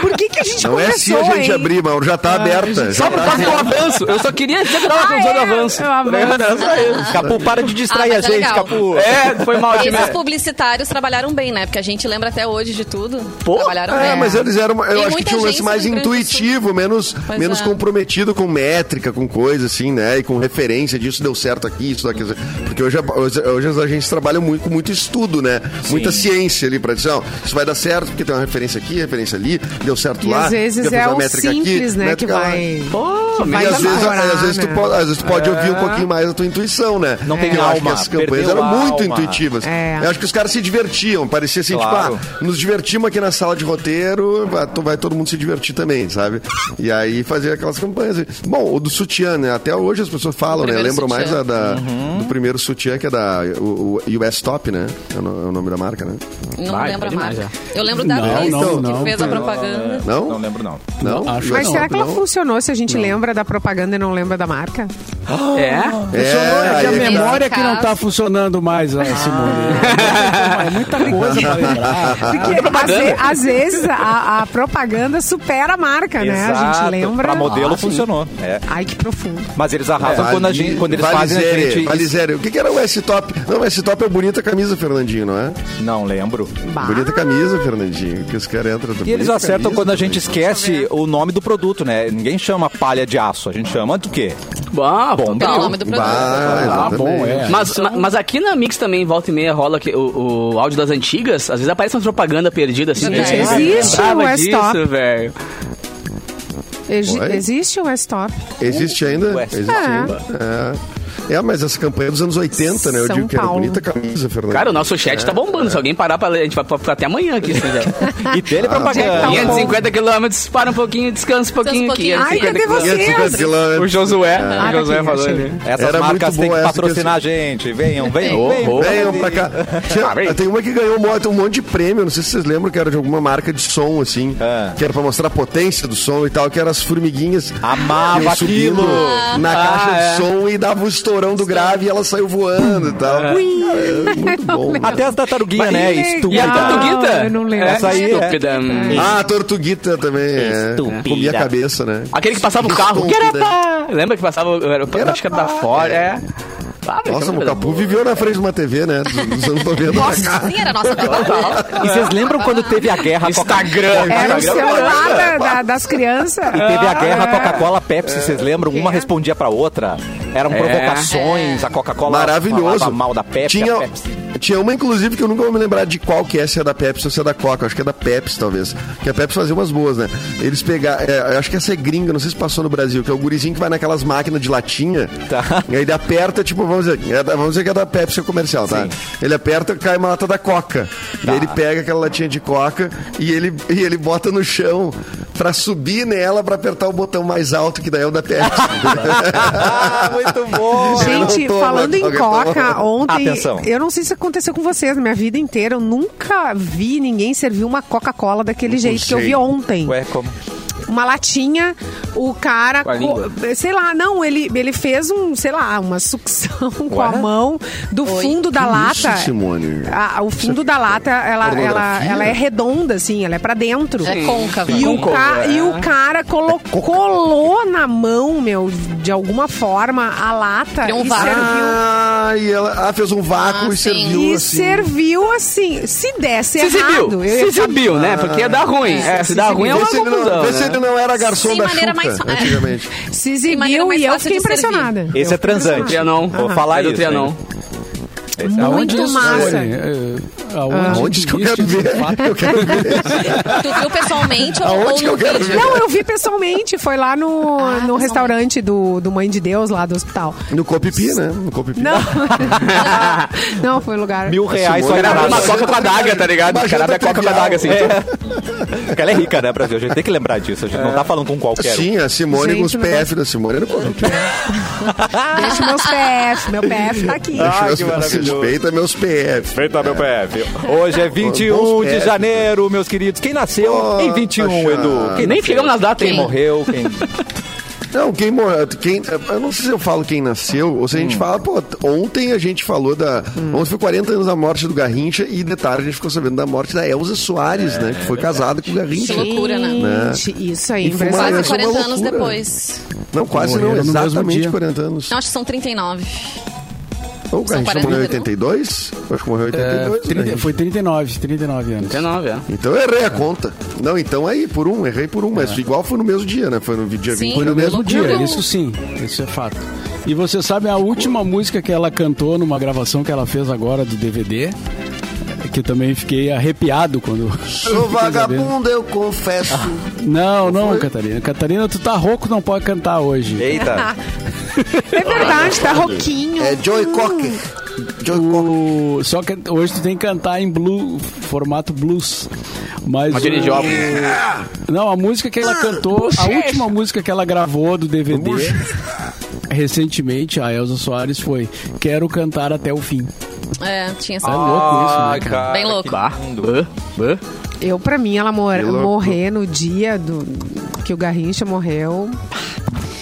[SPEAKER 2] Por que, que a gente
[SPEAKER 3] Não é se
[SPEAKER 2] começou,
[SPEAKER 3] a gente
[SPEAKER 2] hein?
[SPEAKER 3] abrir, Mauro, já tá aberta.
[SPEAKER 4] Só
[SPEAKER 3] Já
[SPEAKER 4] por
[SPEAKER 3] tá
[SPEAKER 4] causa do avanço. Eu só queria dizer que tava com
[SPEAKER 2] Ah,
[SPEAKER 4] o
[SPEAKER 2] é?
[SPEAKER 4] avanço.
[SPEAKER 2] É o avanço.
[SPEAKER 4] Era só isso.
[SPEAKER 1] Capu, para de distrair
[SPEAKER 5] Ah,
[SPEAKER 1] a
[SPEAKER 5] mas é
[SPEAKER 1] gente,
[SPEAKER 5] legal.
[SPEAKER 1] Capu.
[SPEAKER 4] É, foi mal. time.
[SPEAKER 5] Esses publicitários trabalharam bem, né? Porque a gente lembra até hoje de tudo.
[SPEAKER 4] Pô,
[SPEAKER 5] trabalharam
[SPEAKER 3] É,
[SPEAKER 5] bem.
[SPEAKER 3] mas eles eram. Eu
[SPEAKER 5] Tem
[SPEAKER 3] acho que
[SPEAKER 5] muita
[SPEAKER 3] tinha um lance
[SPEAKER 5] agência
[SPEAKER 3] mais
[SPEAKER 5] no Rio Grande do
[SPEAKER 3] intuitivo, menos,
[SPEAKER 5] Pois
[SPEAKER 3] menos
[SPEAKER 5] é.
[SPEAKER 3] comprometido com métrica, com coisa assim, né? E com referência disso deu certo aqui, isso daqui. isso daqui. Porque hoje, a- hoje, hoje as agências trabalham muito com muito estudo, né? Muita ciência ali pra dizer, ó, isso vai dar certo, porque tem uma referência aqui, referência ali, deu certo
[SPEAKER 2] E
[SPEAKER 3] lá.
[SPEAKER 2] às vezes
[SPEAKER 3] deu
[SPEAKER 2] é
[SPEAKER 3] uma
[SPEAKER 2] o
[SPEAKER 3] métrica
[SPEAKER 2] simples, né, que
[SPEAKER 3] métrica lá.
[SPEAKER 2] vai... que
[SPEAKER 3] E
[SPEAKER 2] vai
[SPEAKER 3] às vezes,
[SPEAKER 2] elaborar,
[SPEAKER 3] às vezes tu
[SPEAKER 2] né?
[SPEAKER 3] pode, às vezes tu pode ouvir um pouquinho mais a tua intuição, né?
[SPEAKER 1] Não tem
[SPEAKER 3] Porque eu acho
[SPEAKER 1] alma,
[SPEAKER 3] que essas campanhas
[SPEAKER 1] perdeu
[SPEAKER 3] eram
[SPEAKER 1] a
[SPEAKER 3] muito
[SPEAKER 1] alma.
[SPEAKER 3] intuitivas.
[SPEAKER 2] É.
[SPEAKER 3] Eu acho que os caras se divertiam, parecia assim,
[SPEAKER 1] Claro.
[SPEAKER 3] tipo, ah, nos divertimos aqui na sala de roteiro, vai, to- vai todo mundo se divertir também, sabe? E aí fazia aquelas campanhas. Bom, o do sutiã, né? Até hoje as pessoas falam, né?
[SPEAKER 5] primeiro
[SPEAKER 3] Lembram mais
[SPEAKER 5] sutiã.
[SPEAKER 3] da, da-
[SPEAKER 1] Uhum.
[SPEAKER 3] do primeiro sutiã, que é da o, o US Top, né? É o no- é o nome da marca, né?
[SPEAKER 5] Não
[SPEAKER 4] Vai,
[SPEAKER 5] lembro a
[SPEAKER 4] foi demais,
[SPEAKER 5] marca. Eu lembro da
[SPEAKER 6] Não,
[SPEAKER 5] Reis,
[SPEAKER 6] não,
[SPEAKER 5] que
[SPEAKER 6] não,
[SPEAKER 5] fez a
[SPEAKER 6] não,
[SPEAKER 5] propaganda.
[SPEAKER 3] Não?
[SPEAKER 1] Não lembro, não.
[SPEAKER 3] Não?
[SPEAKER 6] Acho
[SPEAKER 2] Mas
[SPEAKER 6] não.
[SPEAKER 2] será que ela funcionou se a gente lembra da propaganda e não lembra da marca?
[SPEAKER 4] É?
[SPEAKER 6] Funcionou, é que a
[SPEAKER 3] aí é que tá.
[SPEAKER 6] memória que não tá
[SPEAKER 5] caso.
[SPEAKER 6] funcionando mais, a Simone. É muita coisa pra
[SPEAKER 3] Ah,
[SPEAKER 6] lembrar.
[SPEAKER 2] Porque às, ve- às vezes a, a propaganda supera a marca, né? A gente
[SPEAKER 1] Exato.
[SPEAKER 2] lembra.
[SPEAKER 1] Pra modelo
[SPEAKER 4] Ah, sim.
[SPEAKER 1] funcionou. É.
[SPEAKER 2] Ai, que profundo.
[SPEAKER 1] Mas eles arrasam quando, a gente, quando eles fazem a gente.
[SPEAKER 3] É. Valizere. O que, que era o S-Top? Não, o S-Top é bonita camisa, Fernandinho, não é?
[SPEAKER 1] Não lembro.
[SPEAKER 2] Bah.
[SPEAKER 3] Bonita camisa, Fernandinho, que os caras entram
[SPEAKER 1] E eles acertam quando a
[SPEAKER 3] né?
[SPEAKER 1] gente esquece o nome do produto, né? Ninguém chama palha de aço, a gente chama do quê?
[SPEAKER 4] Bah,
[SPEAKER 1] Bom,
[SPEAKER 5] Tem tá, o
[SPEAKER 1] Não.
[SPEAKER 5] nome do produto.
[SPEAKER 3] Ah,
[SPEAKER 6] Ah,
[SPEAKER 1] tá
[SPEAKER 6] bom, é.
[SPEAKER 4] Mas, ma- mas aqui na Mix também, volta e meia, rola que o, o áudio das antigas. Às vezes aparece uma propaganda perdida, assim.
[SPEAKER 5] Gente,
[SPEAKER 4] velho.
[SPEAKER 2] existe um
[SPEAKER 4] Eu
[SPEAKER 2] o
[SPEAKER 4] lembrava
[SPEAKER 2] S-Top.
[SPEAKER 4] disso, velho.
[SPEAKER 2] Exi-
[SPEAKER 3] Oi?
[SPEAKER 2] Existe um o S-Top?
[SPEAKER 1] é.
[SPEAKER 3] Existe ainda?
[SPEAKER 1] West.
[SPEAKER 3] Existe ainda. É. É, mas essa campanha é dos anos 80, né? Eu
[SPEAKER 2] São
[SPEAKER 3] digo que era
[SPEAKER 2] Paulo.
[SPEAKER 3] bonita camisa, Fernando.
[SPEAKER 4] Cara, o nosso chat tá bombando. Se alguém parar pra ler, a gente vai ficar até amanhã aqui. se quiser.
[SPEAKER 1] E dele é
[SPEAKER 2] Jack
[SPEAKER 1] propaganda.
[SPEAKER 2] Daniel.
[SPEAKER 4] 550 quilômetros, para um pouquinho, descansa um pouquinho.
[SPEAKER 5] Descansa um pouquinho.
[SPEAKER 2] Ai,
[SPEAKER 4] 550
[SPEAKER 2] cadê
[SPEAKER 4] quilômetros.
[SPEAKER 2] vocês?
[SPEAKER 3] 550
[SPEAKER 4] O
[SPEAKER 3] quilômetros.
[SPEAKER 4] Josué,
[SPEAKER 2] Ah,
[SPEAKER 4] o Josué
[SPEAKER 2] tá aqui,
[SPEAKER 4] falou
[SPEAKER 2] achei.
[SPEAKER 4] ali.
[SPEAKER 1] Essas
[SPEAKER 3] Era
[SPEAKER 1] marcas
[SPEAKER 3] muito
[SPEAKER 1] têm
[SPEAKER 3] boa
[SPEAKER 1] que
[SPEAKER 3] essa
[SPEAKER 1] patrocinar a gente. Venham, venham, venham.
[SPEAKER 3] Venham pra cá. Tinha-
[SPEAKER 1] Ah,
[SPEAKER 3] tem uma que ganhou um monte, um monte de prêmio, não sei se vocês lembram, que era de alguma marca de som, assim,
[SPEAKER 1] Ah.
[SPEAKER 3] que era pra mostrar a potência do som e tal, que eram as formiguinhas.
[SPEAKER 1] Amava
[SPEAKER 3] que iam subindo
[SPEAKER 1] aquilo.
[SPEAKER 3] Na
[SPEAKER 1] Ah,
[SPEAKER 3] caixa
[SPEAKER 1] é.
[SPEAKER 3] de som e dava um estourão do grave e ela saiu voando e tal. É, muito bom. né?
[SPEAKER 1] Até as tartaruguinhas, né?
[SPEAKER 2] Que
[SPEAKER 1] Estúpida.
[SPEAKER 4] E a
[SPEAKER 2] legal.
[SPEAKER 4] Tortuguita?
[SPEAKER 2] eu não lembro.
[SPEAKER 1] Essa aí é.
[SPEAKER 4] Estúpida.
[SPEAKER 3] Ah, a tortuguita também. É.
[SPEAKER 1] Estúpida.
[SPEAKER 3] Comia a cabeça, né?
[SPEAKER 1] Ah,
[SPEAKER 4] Aquele que passava o carro.
[SPEAKER 3] Estúpida.
[SPEAKER 4] Guerapá! Lembra que passava. Era, acho que era da fora, é. Ah, velho,
[SPEAKER 3] Nossa,
[SPEAKER 1] é
[SPEAKER 4] que
[SPEAKER 3] o
[SPEAKER 4] coisa
[SPEAKER 3] Capu
[SPEAKER 4] boa.
[SPEAKER 3] viveu na frente de uma TV, né? Dos dos anos 90.
[SPEAKER 5] Nossa, sim, era nossa propaganda.
[SPEAKER 1] E vocês lembram quando teve a guerra
[SPEAKER 4] Instagram.
[SPEAKER 1] Coca-
[SPEAKER 3] um
[SPEAKER 2] Era o
[SPEAKER 1] Instagram?
[SPEAKER 2] celular né? da- da- das crianças.
[SPEAKER 1] Teve a
[SPEAKER 3] Ah,
[SPEAKER 1] guerra
[SPEAKER 3] é.
[SPEAKER 1] Coca-Cola Pepsi, vocês lembram? Uma respondia pra outra. Eram provocações, a Coca-Cola
[SPEAKER 3] É. Maravilhoso.
[SPEAKER 1] falava mal da Pepsi,
[SPEAKER 3] Tinha,
[SPEAKER 1] a Pepsi.
[SPEAKER 3] tinha uma, inclusive, que eu nunca vou me lembrar de qual que é, se é da Pepsi ou se é da Coca. Acho que é da Pepsi, talvez. Que a Pepsi fazia umas boas, né? Eles pegaram... É, eu acho que essa é gringa, não sei se passou no Brasil, que é o gurizinho que vai naquelas máquinas de latinha.
[SPEAKER 1] Tá.
[SPEAKER 3] E aí ele aperta, tipo, vamos dizer, é da- vamos dizer que é da Pepsi ou comercial, tá?
[SPEAKER 1] Sim. Tá.
[SPEAKER 3] Ele aperta, cai uma lata da Coca. E aí ele pega aquela latinha de Coca e ele, e ele bota no chão pra subir nela pra apertar o botão mais alto, que daí é o da
[SPEAKER 1] <laughs>
[SPEAKER 3] Pepsi.
[SPEAKER 1] Ah, muito bom!
[SPEAKER 2] Gente,
[SPEAKER 3] Eu não tô,
[SPEAKER 2] falando
[SPEAKER 3] mas
[SPEAKER 2] em
[SPEAKER 3] alguém toma.
[SPEAKER 2] coca, ontem.
[SPEAKER 1] Atenção.
[SPEAKER 2] Eu não sei se aconteceu com vocês, na minha vida inteira eu nunca vi ninguém servir uma Coca-Cola daquele jeito que eu
[SPEAKER 3] sei.
[SPEAKER 2] vi ontem.
[SPEAKER 1] Ué, como?
[SPEAKER 2] Uma latinha, o cara.
[SPEAKER 4] Com a
[SPEAKER 2] co-
[SPEAKER 4] língua.
[SPEAKER 2] sei lá, não, ele, ele fez um, sei lá, uma sucção <laughs> com a
[SPEAKER 1] Ué?
[SPEAKER 2] mão do fundo da
[SPEAKER 3] Isso,
[SPEAKER 2] lata.
[SPEAKER 3] Simone.
[SPEAKER 2] A- o fundo da lata, ela, ela,
[SPEAKER 3] pornografia?
[SPEAKER 2] ela é redonda, assim, ela é pra dentro.
[SPEAKER 5] É côncava.
[SPEAKER 2] E o,
[SPEAKER 4] Côncava,
[SPEAKER 2] ca-
[SPEAKER 4] é.
[SPEAKER 2] e o cara colo- colou na mão, meu, de alguma forma, a lata
[SPEAKER 5] Criou um
[SPEAKER 2] e
[SPEAKER 5] vácuo.
[SPEAKER 2] serviu.
[SPEAKER 3] Ah, e ela ah, fez um vácuo
[SPEAKER 5] Ah,
[SPEAKER 3] e
[SPEAKER 5] sim.
[SPEAKER 3] serviu
[SPEAKER 2] E
[SPEAKER 3] assim.
[SPEAKER 2] serviu assim. Se desse
[SPEAKER 4] Se se
[SPEAKER 2] errado, eu
[SPEAKER 4] viu,
[SPEAKER 2] ia
[SPEAKER 4] se se viu, né? Porque ia dar ruim. É, se dá ruim é
[SPEAKER 3] Vê
[SPEAKER 4] uma
[SPEAKER 3] se, ele não,
[SPEAKER 4] confusão.
[SPEAKER 3] vê se
[SPEAKER 4] né?
[SPEAKER 3] ele não era garçom
[SPEAKER 5] Sim,
[SPEAKER 3] da
[SPEAKER 5] maneira
[SPEAKER 3] Xuca,
[SPEAKER 5] mais- é.
[SPEAKER 3] antigamente.
[SPEAKER 5] maneira
[SPEAKER 2] se exibiu
[SPEAKER 5] mais
[SPEAKER 2] e eu
[SPEAKER 5] fácil
[SPEAKER 2] fiquei
[SPEAKER 5] de servir.
[SPEAKER 2] impressionada. Eu
[SPEAKER 1] Esse é
[SPEAKER 2] fiquei
[SPEAKER 1] transante.
[SPEAKER 2] impressionada.
[SPEAKER 4] Trianon.
[SPEAKER 1] Vou falar
[SPEAKER 4] é do
[SPEAKER 1] isso,
[SPEAKER 4] Trianon.
[SPEAKER 1] Esse é
[SPEAKER 2] Muito
[SPEAKER 1] onde-
[SPEAKER 2] massa.
[SPEAKER 6] Olha, é, Aonde,
[SPEAKER 3] Aonde Ah, que eu quero
[SPEAKER 6] existe esse
[SPEAKER 3] ver? <laughs>
[SPEAKER 6] fato?
[SPEAKER 3] Eu quero ver.
[SPEAKER 5] Tu viu pessoalmente ou,
[SPEAKER 3] Aonde
[SPEAKER 5] ou
[SPEAKER 3] que eu
[SPEAKER 5] no
[SPEAKER 3] quero
[SPEAKER 5] vídeo?
[SPEAKER 3] ver?
[SPEAKER 2] Não, eu vi pessoalmente. Foi lá no, no
[SPEAKER 5] Ah, pessoalmente.
[SPEAKER 2] restaurante do, do Mãe de Deus, lá do hospital.
[SPEAKER 3] No Copipi, né? No Copipi. <laughs>
[SPEAKER 2] Não. não, foi lugar.
[SPEAKER 1] Mil reais só
[SPEAKER 3] Simone
[SPEAKER 1] em
[SPEAKER 3] era
[SPEAKER 1] nada.
[SPEAKER 4] Uma coca com a daga, tá ligado?
[SPEAKER 3] Uma janta
[SPEAKER 4] Caralho, é coca com a
[SPEAKER 3] trivial.
[SPEAKER 4] daga, assim.
[SPEAKER 1] É. <laughs> Porque ela é rica, né, Brasil? A gente tem que lembrar disso. A gente não tá falando com qualquer um.
[SPEAKER 3] Ah, Sim, a Simone com os
[SPEAKER 2] Gente, não
[SPEAKER 3] PF da Simone é era corrupta.
[SPEAKER 2] Ah, Deixa meus PF. Meu PF tá aqui.
[SPEAKER 1] Ah,
[SPEAKER 3] Meus-
[SPEAKER 1] que maravilhoso.
[SPEAKER 3] Respeita meus PF.
[SPEAKER 1] Feita, meu PF. Hoje é 21
[SPEAKER 3] Bons
[SPEAKER 1] de
[SPEAKER 3] PF.
[SPEAKER 1] janeiro, meus queridos. Quem nasceu
[SPEAKER 3] Nossa,
[SPEAKER 1] em 21,
[SPEAKER 3] chato.
[SPEAKER 1] Edu? Quem
[SPEAKER 4] Nem
[SPEAKER 1] nasceu?
[SPEAKER 4] chegamos nas datas,
[SPEAKER 1] Quem
[SPEAKER 4] hein?
[SPEAKER 1] morreu,
[SPEAKER 4] <laughs>
[SPEAKER 1] quem...
[SPEAKER 3] Não, quem morreu. Quem, eu não sei se eu falo quem nasceu ou se a gente fala, pô, ontem a gente falou da. Ontem foi 40 anos da morte do Garrincha e de tarde a gente ficou sabendo da morte da Elza Soares, né? Que foi casada com o Garrincha.
[SPEAKER 5] Que loucura, né?
[SPEAKER 2] Gente, isso aí,
[SPEAKER 3] E fumar
[SPEAKER 2] impressionante.
[SPEAKER 3] é
[SPEAKER 5] Quase
[SPEAKER 3] só uma
[SPEAKER 5] 40 anos
[SPEAKER 3] loucura.
[SPEAKER 5] depois.
[SPEAKER 3] Não, quase não,
[SPEAKER 6] Morreram no mesmo
[SPEAKER 3] exatamente
[SPEAKER 6] dia.
[SPEAKER 3] 40 anos.
[SPEAKER 5] Não, acho que são 39.
[SPEAKER 3] Ou o Garrincha
[SPEAKER 5] 40,
[SPEAKER 3] morreu em
[SPEAKER 5] não?
[SPEAKER 3] 82? Acho que morreu em 82.
[SPEAKER 6] É,
[SPEAKER 3] né?
[SPEAKER 6] 30, foi 39, 39 anos.
[SPEAKER 4] 19, é.
[SPEAKER 3] Então eu errei a conta. Não, então aí, por um, errei por um, mas igual foi no mesmo dia, né? Foi no dia
[SPEAKER 5] Sim.
[SPEAKER 3] 20.
[SPEAKER 6] Foi no
[SPEAKER 5] Loucura.
[SPEAKER 6] mesmo dia, isso sim, isso é fato. E você sabe a última música que ela cantou numa gravação que ela fez agora do DVD? Que eu também fiquei arrepiado quando. <laughs>
[SPEAKER 3] Sou vagabundo, eu confesso.
[SPEAKER 6] Não, não, Catarina. Catarina, tu tá rouco, não pode cantar hoje.
[SPEAKER 1] Eita.
[SPEAKER 2] É verdade, tá roquinho.
[SPEAKER 3] É Joy Cocker. Joy Cocker.
[SPEAKER 6] O- Só que hoje tu tem que cantar em blue, formato blues. Mas.
[SPEAKER 4] Mas ele
[SPEAKER 6] o-
[SPEAKER 4] de óculos.
[SPEAKER 6] Não, a música que
[SPEAKER 3] Ah,
[SPEAKER 6] ela cantou, a última música que ela gravou do DVD recentemente, a Elza Soares, foi Quero Cantar Até o Fim.
[SPEAKER 5] É, tinha essa.
[SPEAKER 6] É
[SPEAKER 3] Ah,
[SPEAKER 6] louco isso, né, cara?
[SPEAKER 5] Bem louco.
[SPEAKER 4] Bah, bah, bah.
[SPEAKER 2] Eu, pra mim, ela mor-
[SPEAKER 3] Que louco.
[SPEAKER 2] morrer no dia do que o Garrincha morreu.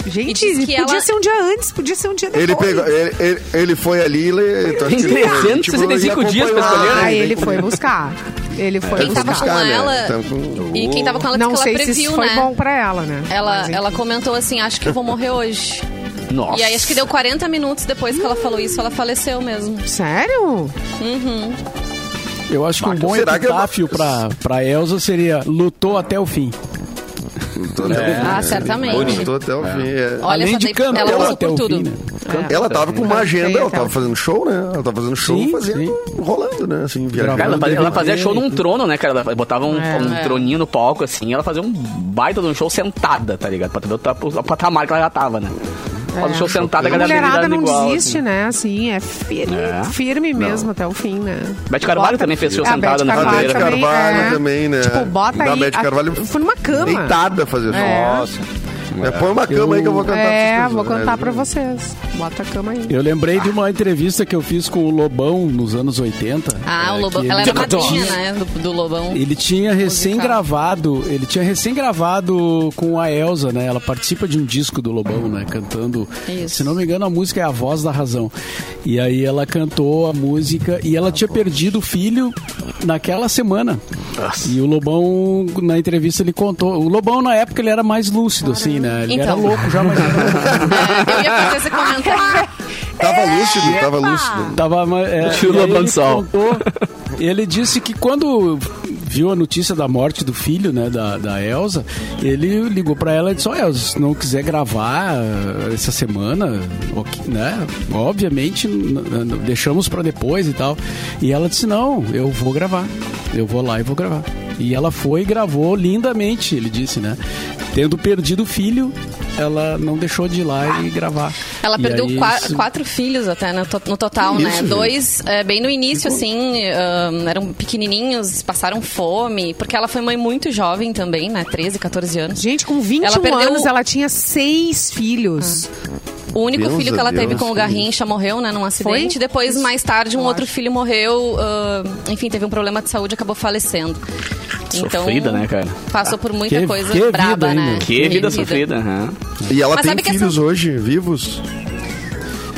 [SPEAKER 2] Gente,
[SPEAKER 5] diz que
[SPEAKER 2] podia
[SPEAKER 5] ela-
[SPEAKER 2] ser um dia antes, podia ser um dia depois.
[SPEAKER 3] Ele, pegou, ele, ele, ele foi ali e le- então, acho que ele.
[SPEAKER 4] 365
[SPEAKER 3] ele
[SPEAKER 4] dias
[SPEAKER 3] acompanhou,
[SPEAKER 4] pra escolher,
[SPEAKER 3] né?
[SPEAKER 2] Ah,
[SPEAKER 3] Nem É.
[SPEAKER 2] ele
[SPEAKER 3] com-
[SPEAKER 2] foi buscar. Ele foi
[SPEAKER 5] Quem
[SPEAKER 3] Ele foi
[SPEAKER 5] tava
[SPEAKER 2] buscar.
[SPEAKER 5] com
[SPEAKER 3] buscar, né?
[SPEAKER 5] ela
[SPEAKER 3] Então, com-
[SPEAKER 5] e quem tava com ela disse
[SPEAKER 2] Não
[SPEAKER 5] que
[SPEAKER 2] sei
[SPEAKER 5] ela
[SPEAKER 2] se
[SPEAKER 5] previu,
[SPEAKER 2] isso foi
[SPEAKER 5] né?
[SPEAKER 2] bom pra ela, né?
[SPEAKER 5] Ela,
[SPEAKER 2] Mas, enfim.
[SPEAKER 5] ela comentou assim, acho que eu vou morrer hoje.
[SPEAKER 4] Nossa.
[SPEAKER 5] E aí acho que deu 40 minutos depois que ela falou isso, ela faleceu mesmo.
[SPEAKER 2] Sério?
[SPEAKER 6] Eu acho que um bom
[SPEAKER 3] será que eu-
[SPEAKER 6] epitáfio pra, pra Elza seria Lutou até o fim.
[SPEAKER 3] Tô até-
[SPEAKER 5] Ah, certamente.
[SPEAKER 3] Tô até o fim. é.
[SPEAKER 5] Olha,
[SPEAKER 6] Além
[SPEAKER 5] só
[SPEAKER 6] de
[SPEAKER 5] tem-
[SPEAKER 6] cantar
[SPEAKER 5] ela passou
[SPEAKER 6] até
[SPEAKER 5] por
[SPEAKER 6] o
[SPEAKER 5] tudo.
[SPEAKER 6] fim. né?
[SPEAKER 3] Ela tava com uma agenda, ela tava fazendo show, né? Ela tava fazendo show,
[SPEAKER 6] Sim,
[SPEAKER 3] fazendo, rolando, né? Assim,
[SPEAKER 4] Cara, ela,
[SPEAKER 3] viajando.
[SPEAKER 4] fazia, ela fazia show num trono, né, cara? Ela botava um,
[SPEAKER 2] É.
[SPEAKER 4] um
[SPEAKER 5] É.
[SPEAKER 4] troninho no palco, assim, e ela fazia um baita de um show sentada, tá ligado? Pra tu ver o ta- o patamar que ela já tava, né?
[SPEAKER 5] É.
[SPEAKER 4] Faz um show sentada, a
[SPEAKER 2] A
[SPEAKER 4] galera
[SPEAKER 2] mulherada
[SPEAKER 4] virando
[SPEAKER 2] não
[SPEAKER 4] igual.
[SPEAKER 2] desiste,
[SPEAKER 4] assim.
[SPEAKER 2] né? Assim, é firme,
[SPEAKER 4] É.
[SPEAKER 2] firme mesmo até o fim, né?
[SPEAKER 4] Beth Carvalho também fez show
[SPEAKER 2] É, a
[SPEAKER 5] Ah,
[SPEAKER 4] sentada
[SPEAKER 2] Beth
[SPEAKER 4] na
[SPEAKER 3] A
[SPEAKER 2] Carvalho
[SPEAKER 3] Beth
[SPEAKER 4] cadeira.
[SPEAKER 2] também,
[SPEAKER 3] Carvalho
[SPEAKER 2] é.
[SPEAKER 3] também, né?
[SPEAKER 2] Tipo, bota
[SPEAKER 3] Da
[SPEAKER 2] aí
[SPEAKER 3] Beth
[SPEAKER 2] a-
[SPEAKER 3] Carvalho
[SPEAKER 2] Foi numa cama.
[SPEAKER 3] deitada fazer show.
[SPEAKER 2] É.
[SPEAKER 1] Nossa.
[SPEAKER 3] É, põe uma cama aí que eu vou cantar pra
[SPEAKER 2] É,
[SPEAKER 3] vocês,
[SPEAKER 2] vou
[SPEAKER 3] né?
[SPEAKER 2] contar pra vocês. Bota a cama aí.
[SPEAKER 6] Eu lembrei de uma entrevista que eu fiz com o Lobão nos anos 80.
[SPEAKER 5] Ah,
[SPEAKER 6] é,
[SPEAKER 5] o Lobão.
[SPEAKER 6] que
[SPEAKER 5] Ela
[SPEAKER 6] ele-
[SPEAKER 5] era madrinha, né? Do, do Lobão.
[SPEAKER 6] Ele tinha recém gravado, ele tinha recém gravado com a Elsa, né? Ela participa de um disco do Lobão, né? Cantando,
[SPEAKER 5] Isso.
[SPEAKER 6] se não me engano, a música é A Voz da Razão. E aí ela cantou a música e ela tinha perdido o filho naquela semana. E o Lobão na entrevista ele contou, o Lobão na época ele era mais lúcido assim, né? Ele era
[SPEAKER 5] Então.
[SPEAKER 6] louco já, mas
[SPEAKER 5] É, eu ia fazer esse comentário.
[SPEAKER 3] Tava lúcido, tava lúcido.
[SPEAKER 6] Tava, ma- é,
[SPEAKER 4] Tio
[SPEAKER 6] e aí
[SPEAKER 4] Lobão
[SPEAKER 6] ele
[SPEAKER 4] de Sol.
[SPEAKER 6] contou- Ele disse que quando viu a notícia da morte do filho, né, da, da Elsa, ele ligou pra ela e disse: "Ó, Elsa, se não quiser gravar eh, essa semana, ok, né, obviamente n- n- deixamos pra depois e tal". E ela disse: "Não, eu vou gravar. Eu vou lá e vou gravar". E ela foi e gravou lindamente, ele disse, né? Tendo perdido o filho, ela não deixou de ir lá e gravar.
[SPEAKER 5] <laughs> Ela
[SPEAKER 6] E
[SPEAKER 5] perdeu
[SPEAKER 6] aí
[SPEAKER 5] qua-
[SPEAKER 6] isso-
[SPEAKER 5] quatro filhos até no, to- no total, né?
[SPEAKER 3] Isso, gente.
[SPEAKER 5] Dois, é, bem no início, assim, ahn, eram pequenininhos, passaram fome. Porque ela foi mãe muito jovem também, né? 13, 14 anos.
[SPEAKER 2] Gente, com 21
[SPEAKER 5] Ela perdeu
[SPEAKER 2] anos,
[SPEAKER 5] o- Ah,
[SPEAKER 2] ela tinha seis filhos.
[SPEAKER 5] O único
[SPEAKER 3] Deus
[SPEAKER 5] filho que
[SPEAKER 3] a
[SPEAKER 5] ela teve
[SPEAKER 3] Deus,
[SPEAKER 5] com o
[SPEAKER 3] que
[SPEAKER 5] Garrincha morreu, né? Num acidente.
[SPEAKER 2] Foi?
[SPEAKER 5] Depois,
[SPEAKER 2] Isso,
[SPEAKER 5] mais tarde, um
[SPEAKER 2] eu
[SPEAKER 5] outro
[SPEAKER 2] acho.
[SPEAKER 5] filho morreu. ahn, enfim, teve um problema de saúde e acabou falecendo. Então,
[SPEAKER 4] Sofrida, né, cara?
[SPEAKER 5] Passou por muita
[SPEAKER 6] Que-
[SPEAKER 5] coisa
[SPEAKER 6] que
[SPEAKER 5] braba,
[SPEAKER 6] vida, hein,
[SPEAKER 5] né?
[SPEAKER 6] meu?
[SPEAKER 4] Que vida sofrida, aham.
[SPEAKER 3] E ela
[SPEAKER 5] Mas
[SPEAKER 3] tem
[SPEAKER 5] sabe que
[SPEAKER 3] filhos
[SPEAKER 5] essa-
[SPEAKER 3] hoje, vivos.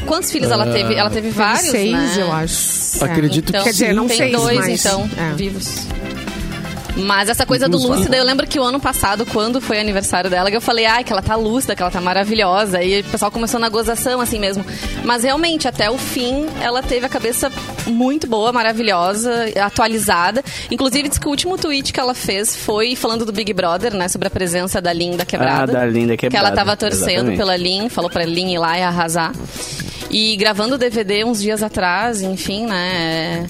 [SPEAKER 5] Quantos filhos ela teve? Ela teve vários,
[SPEAKER 2] Ah. seis,
[SPEAKER 5] né?
[SPEAKER 2] eu acho.
[SPEAKER 6] Acredito
[SPEAKER 5] Então,
[SPEAKER 2] Quer dizer, não
[SPEAKER 5] tem
[SPEAKER 2] seis,
[SPEAKER 5] dois,
[SPEAKER 2] mas...
[SPEAKER 5] então,
[SPEAKER 2] É.
[SPEAKER 5] vivos. Mas essa coisa do lúcida, eu lembro que o ano passado, quando foi aniversário dela, que eu falei, ai, que ela tá lúcida, que ela tá maravilhosa. E o pessoal começou na gozação, assim mesmo. Mas realmente, até o fim, ela teve a cabeça muito boa, maravilhosa, atualizada. Inclusive, diz que o último tweet que ela fez foi falando do Big Brother, né? Sobre a presença da Linda Quebrada.
[SPEAKER 4] Ah, da Linda
[SPEAKER 5] Que
[SPEAKER 4] Quebrada,
[SPEAKER 5] ela tava torcendo
[SPEAKER 4] exatamente.
[SPEAKER 5] pela Lin, falou pra Lin ir lá e arrasar. E gravando o DVD uns dias atrás, enfim, né?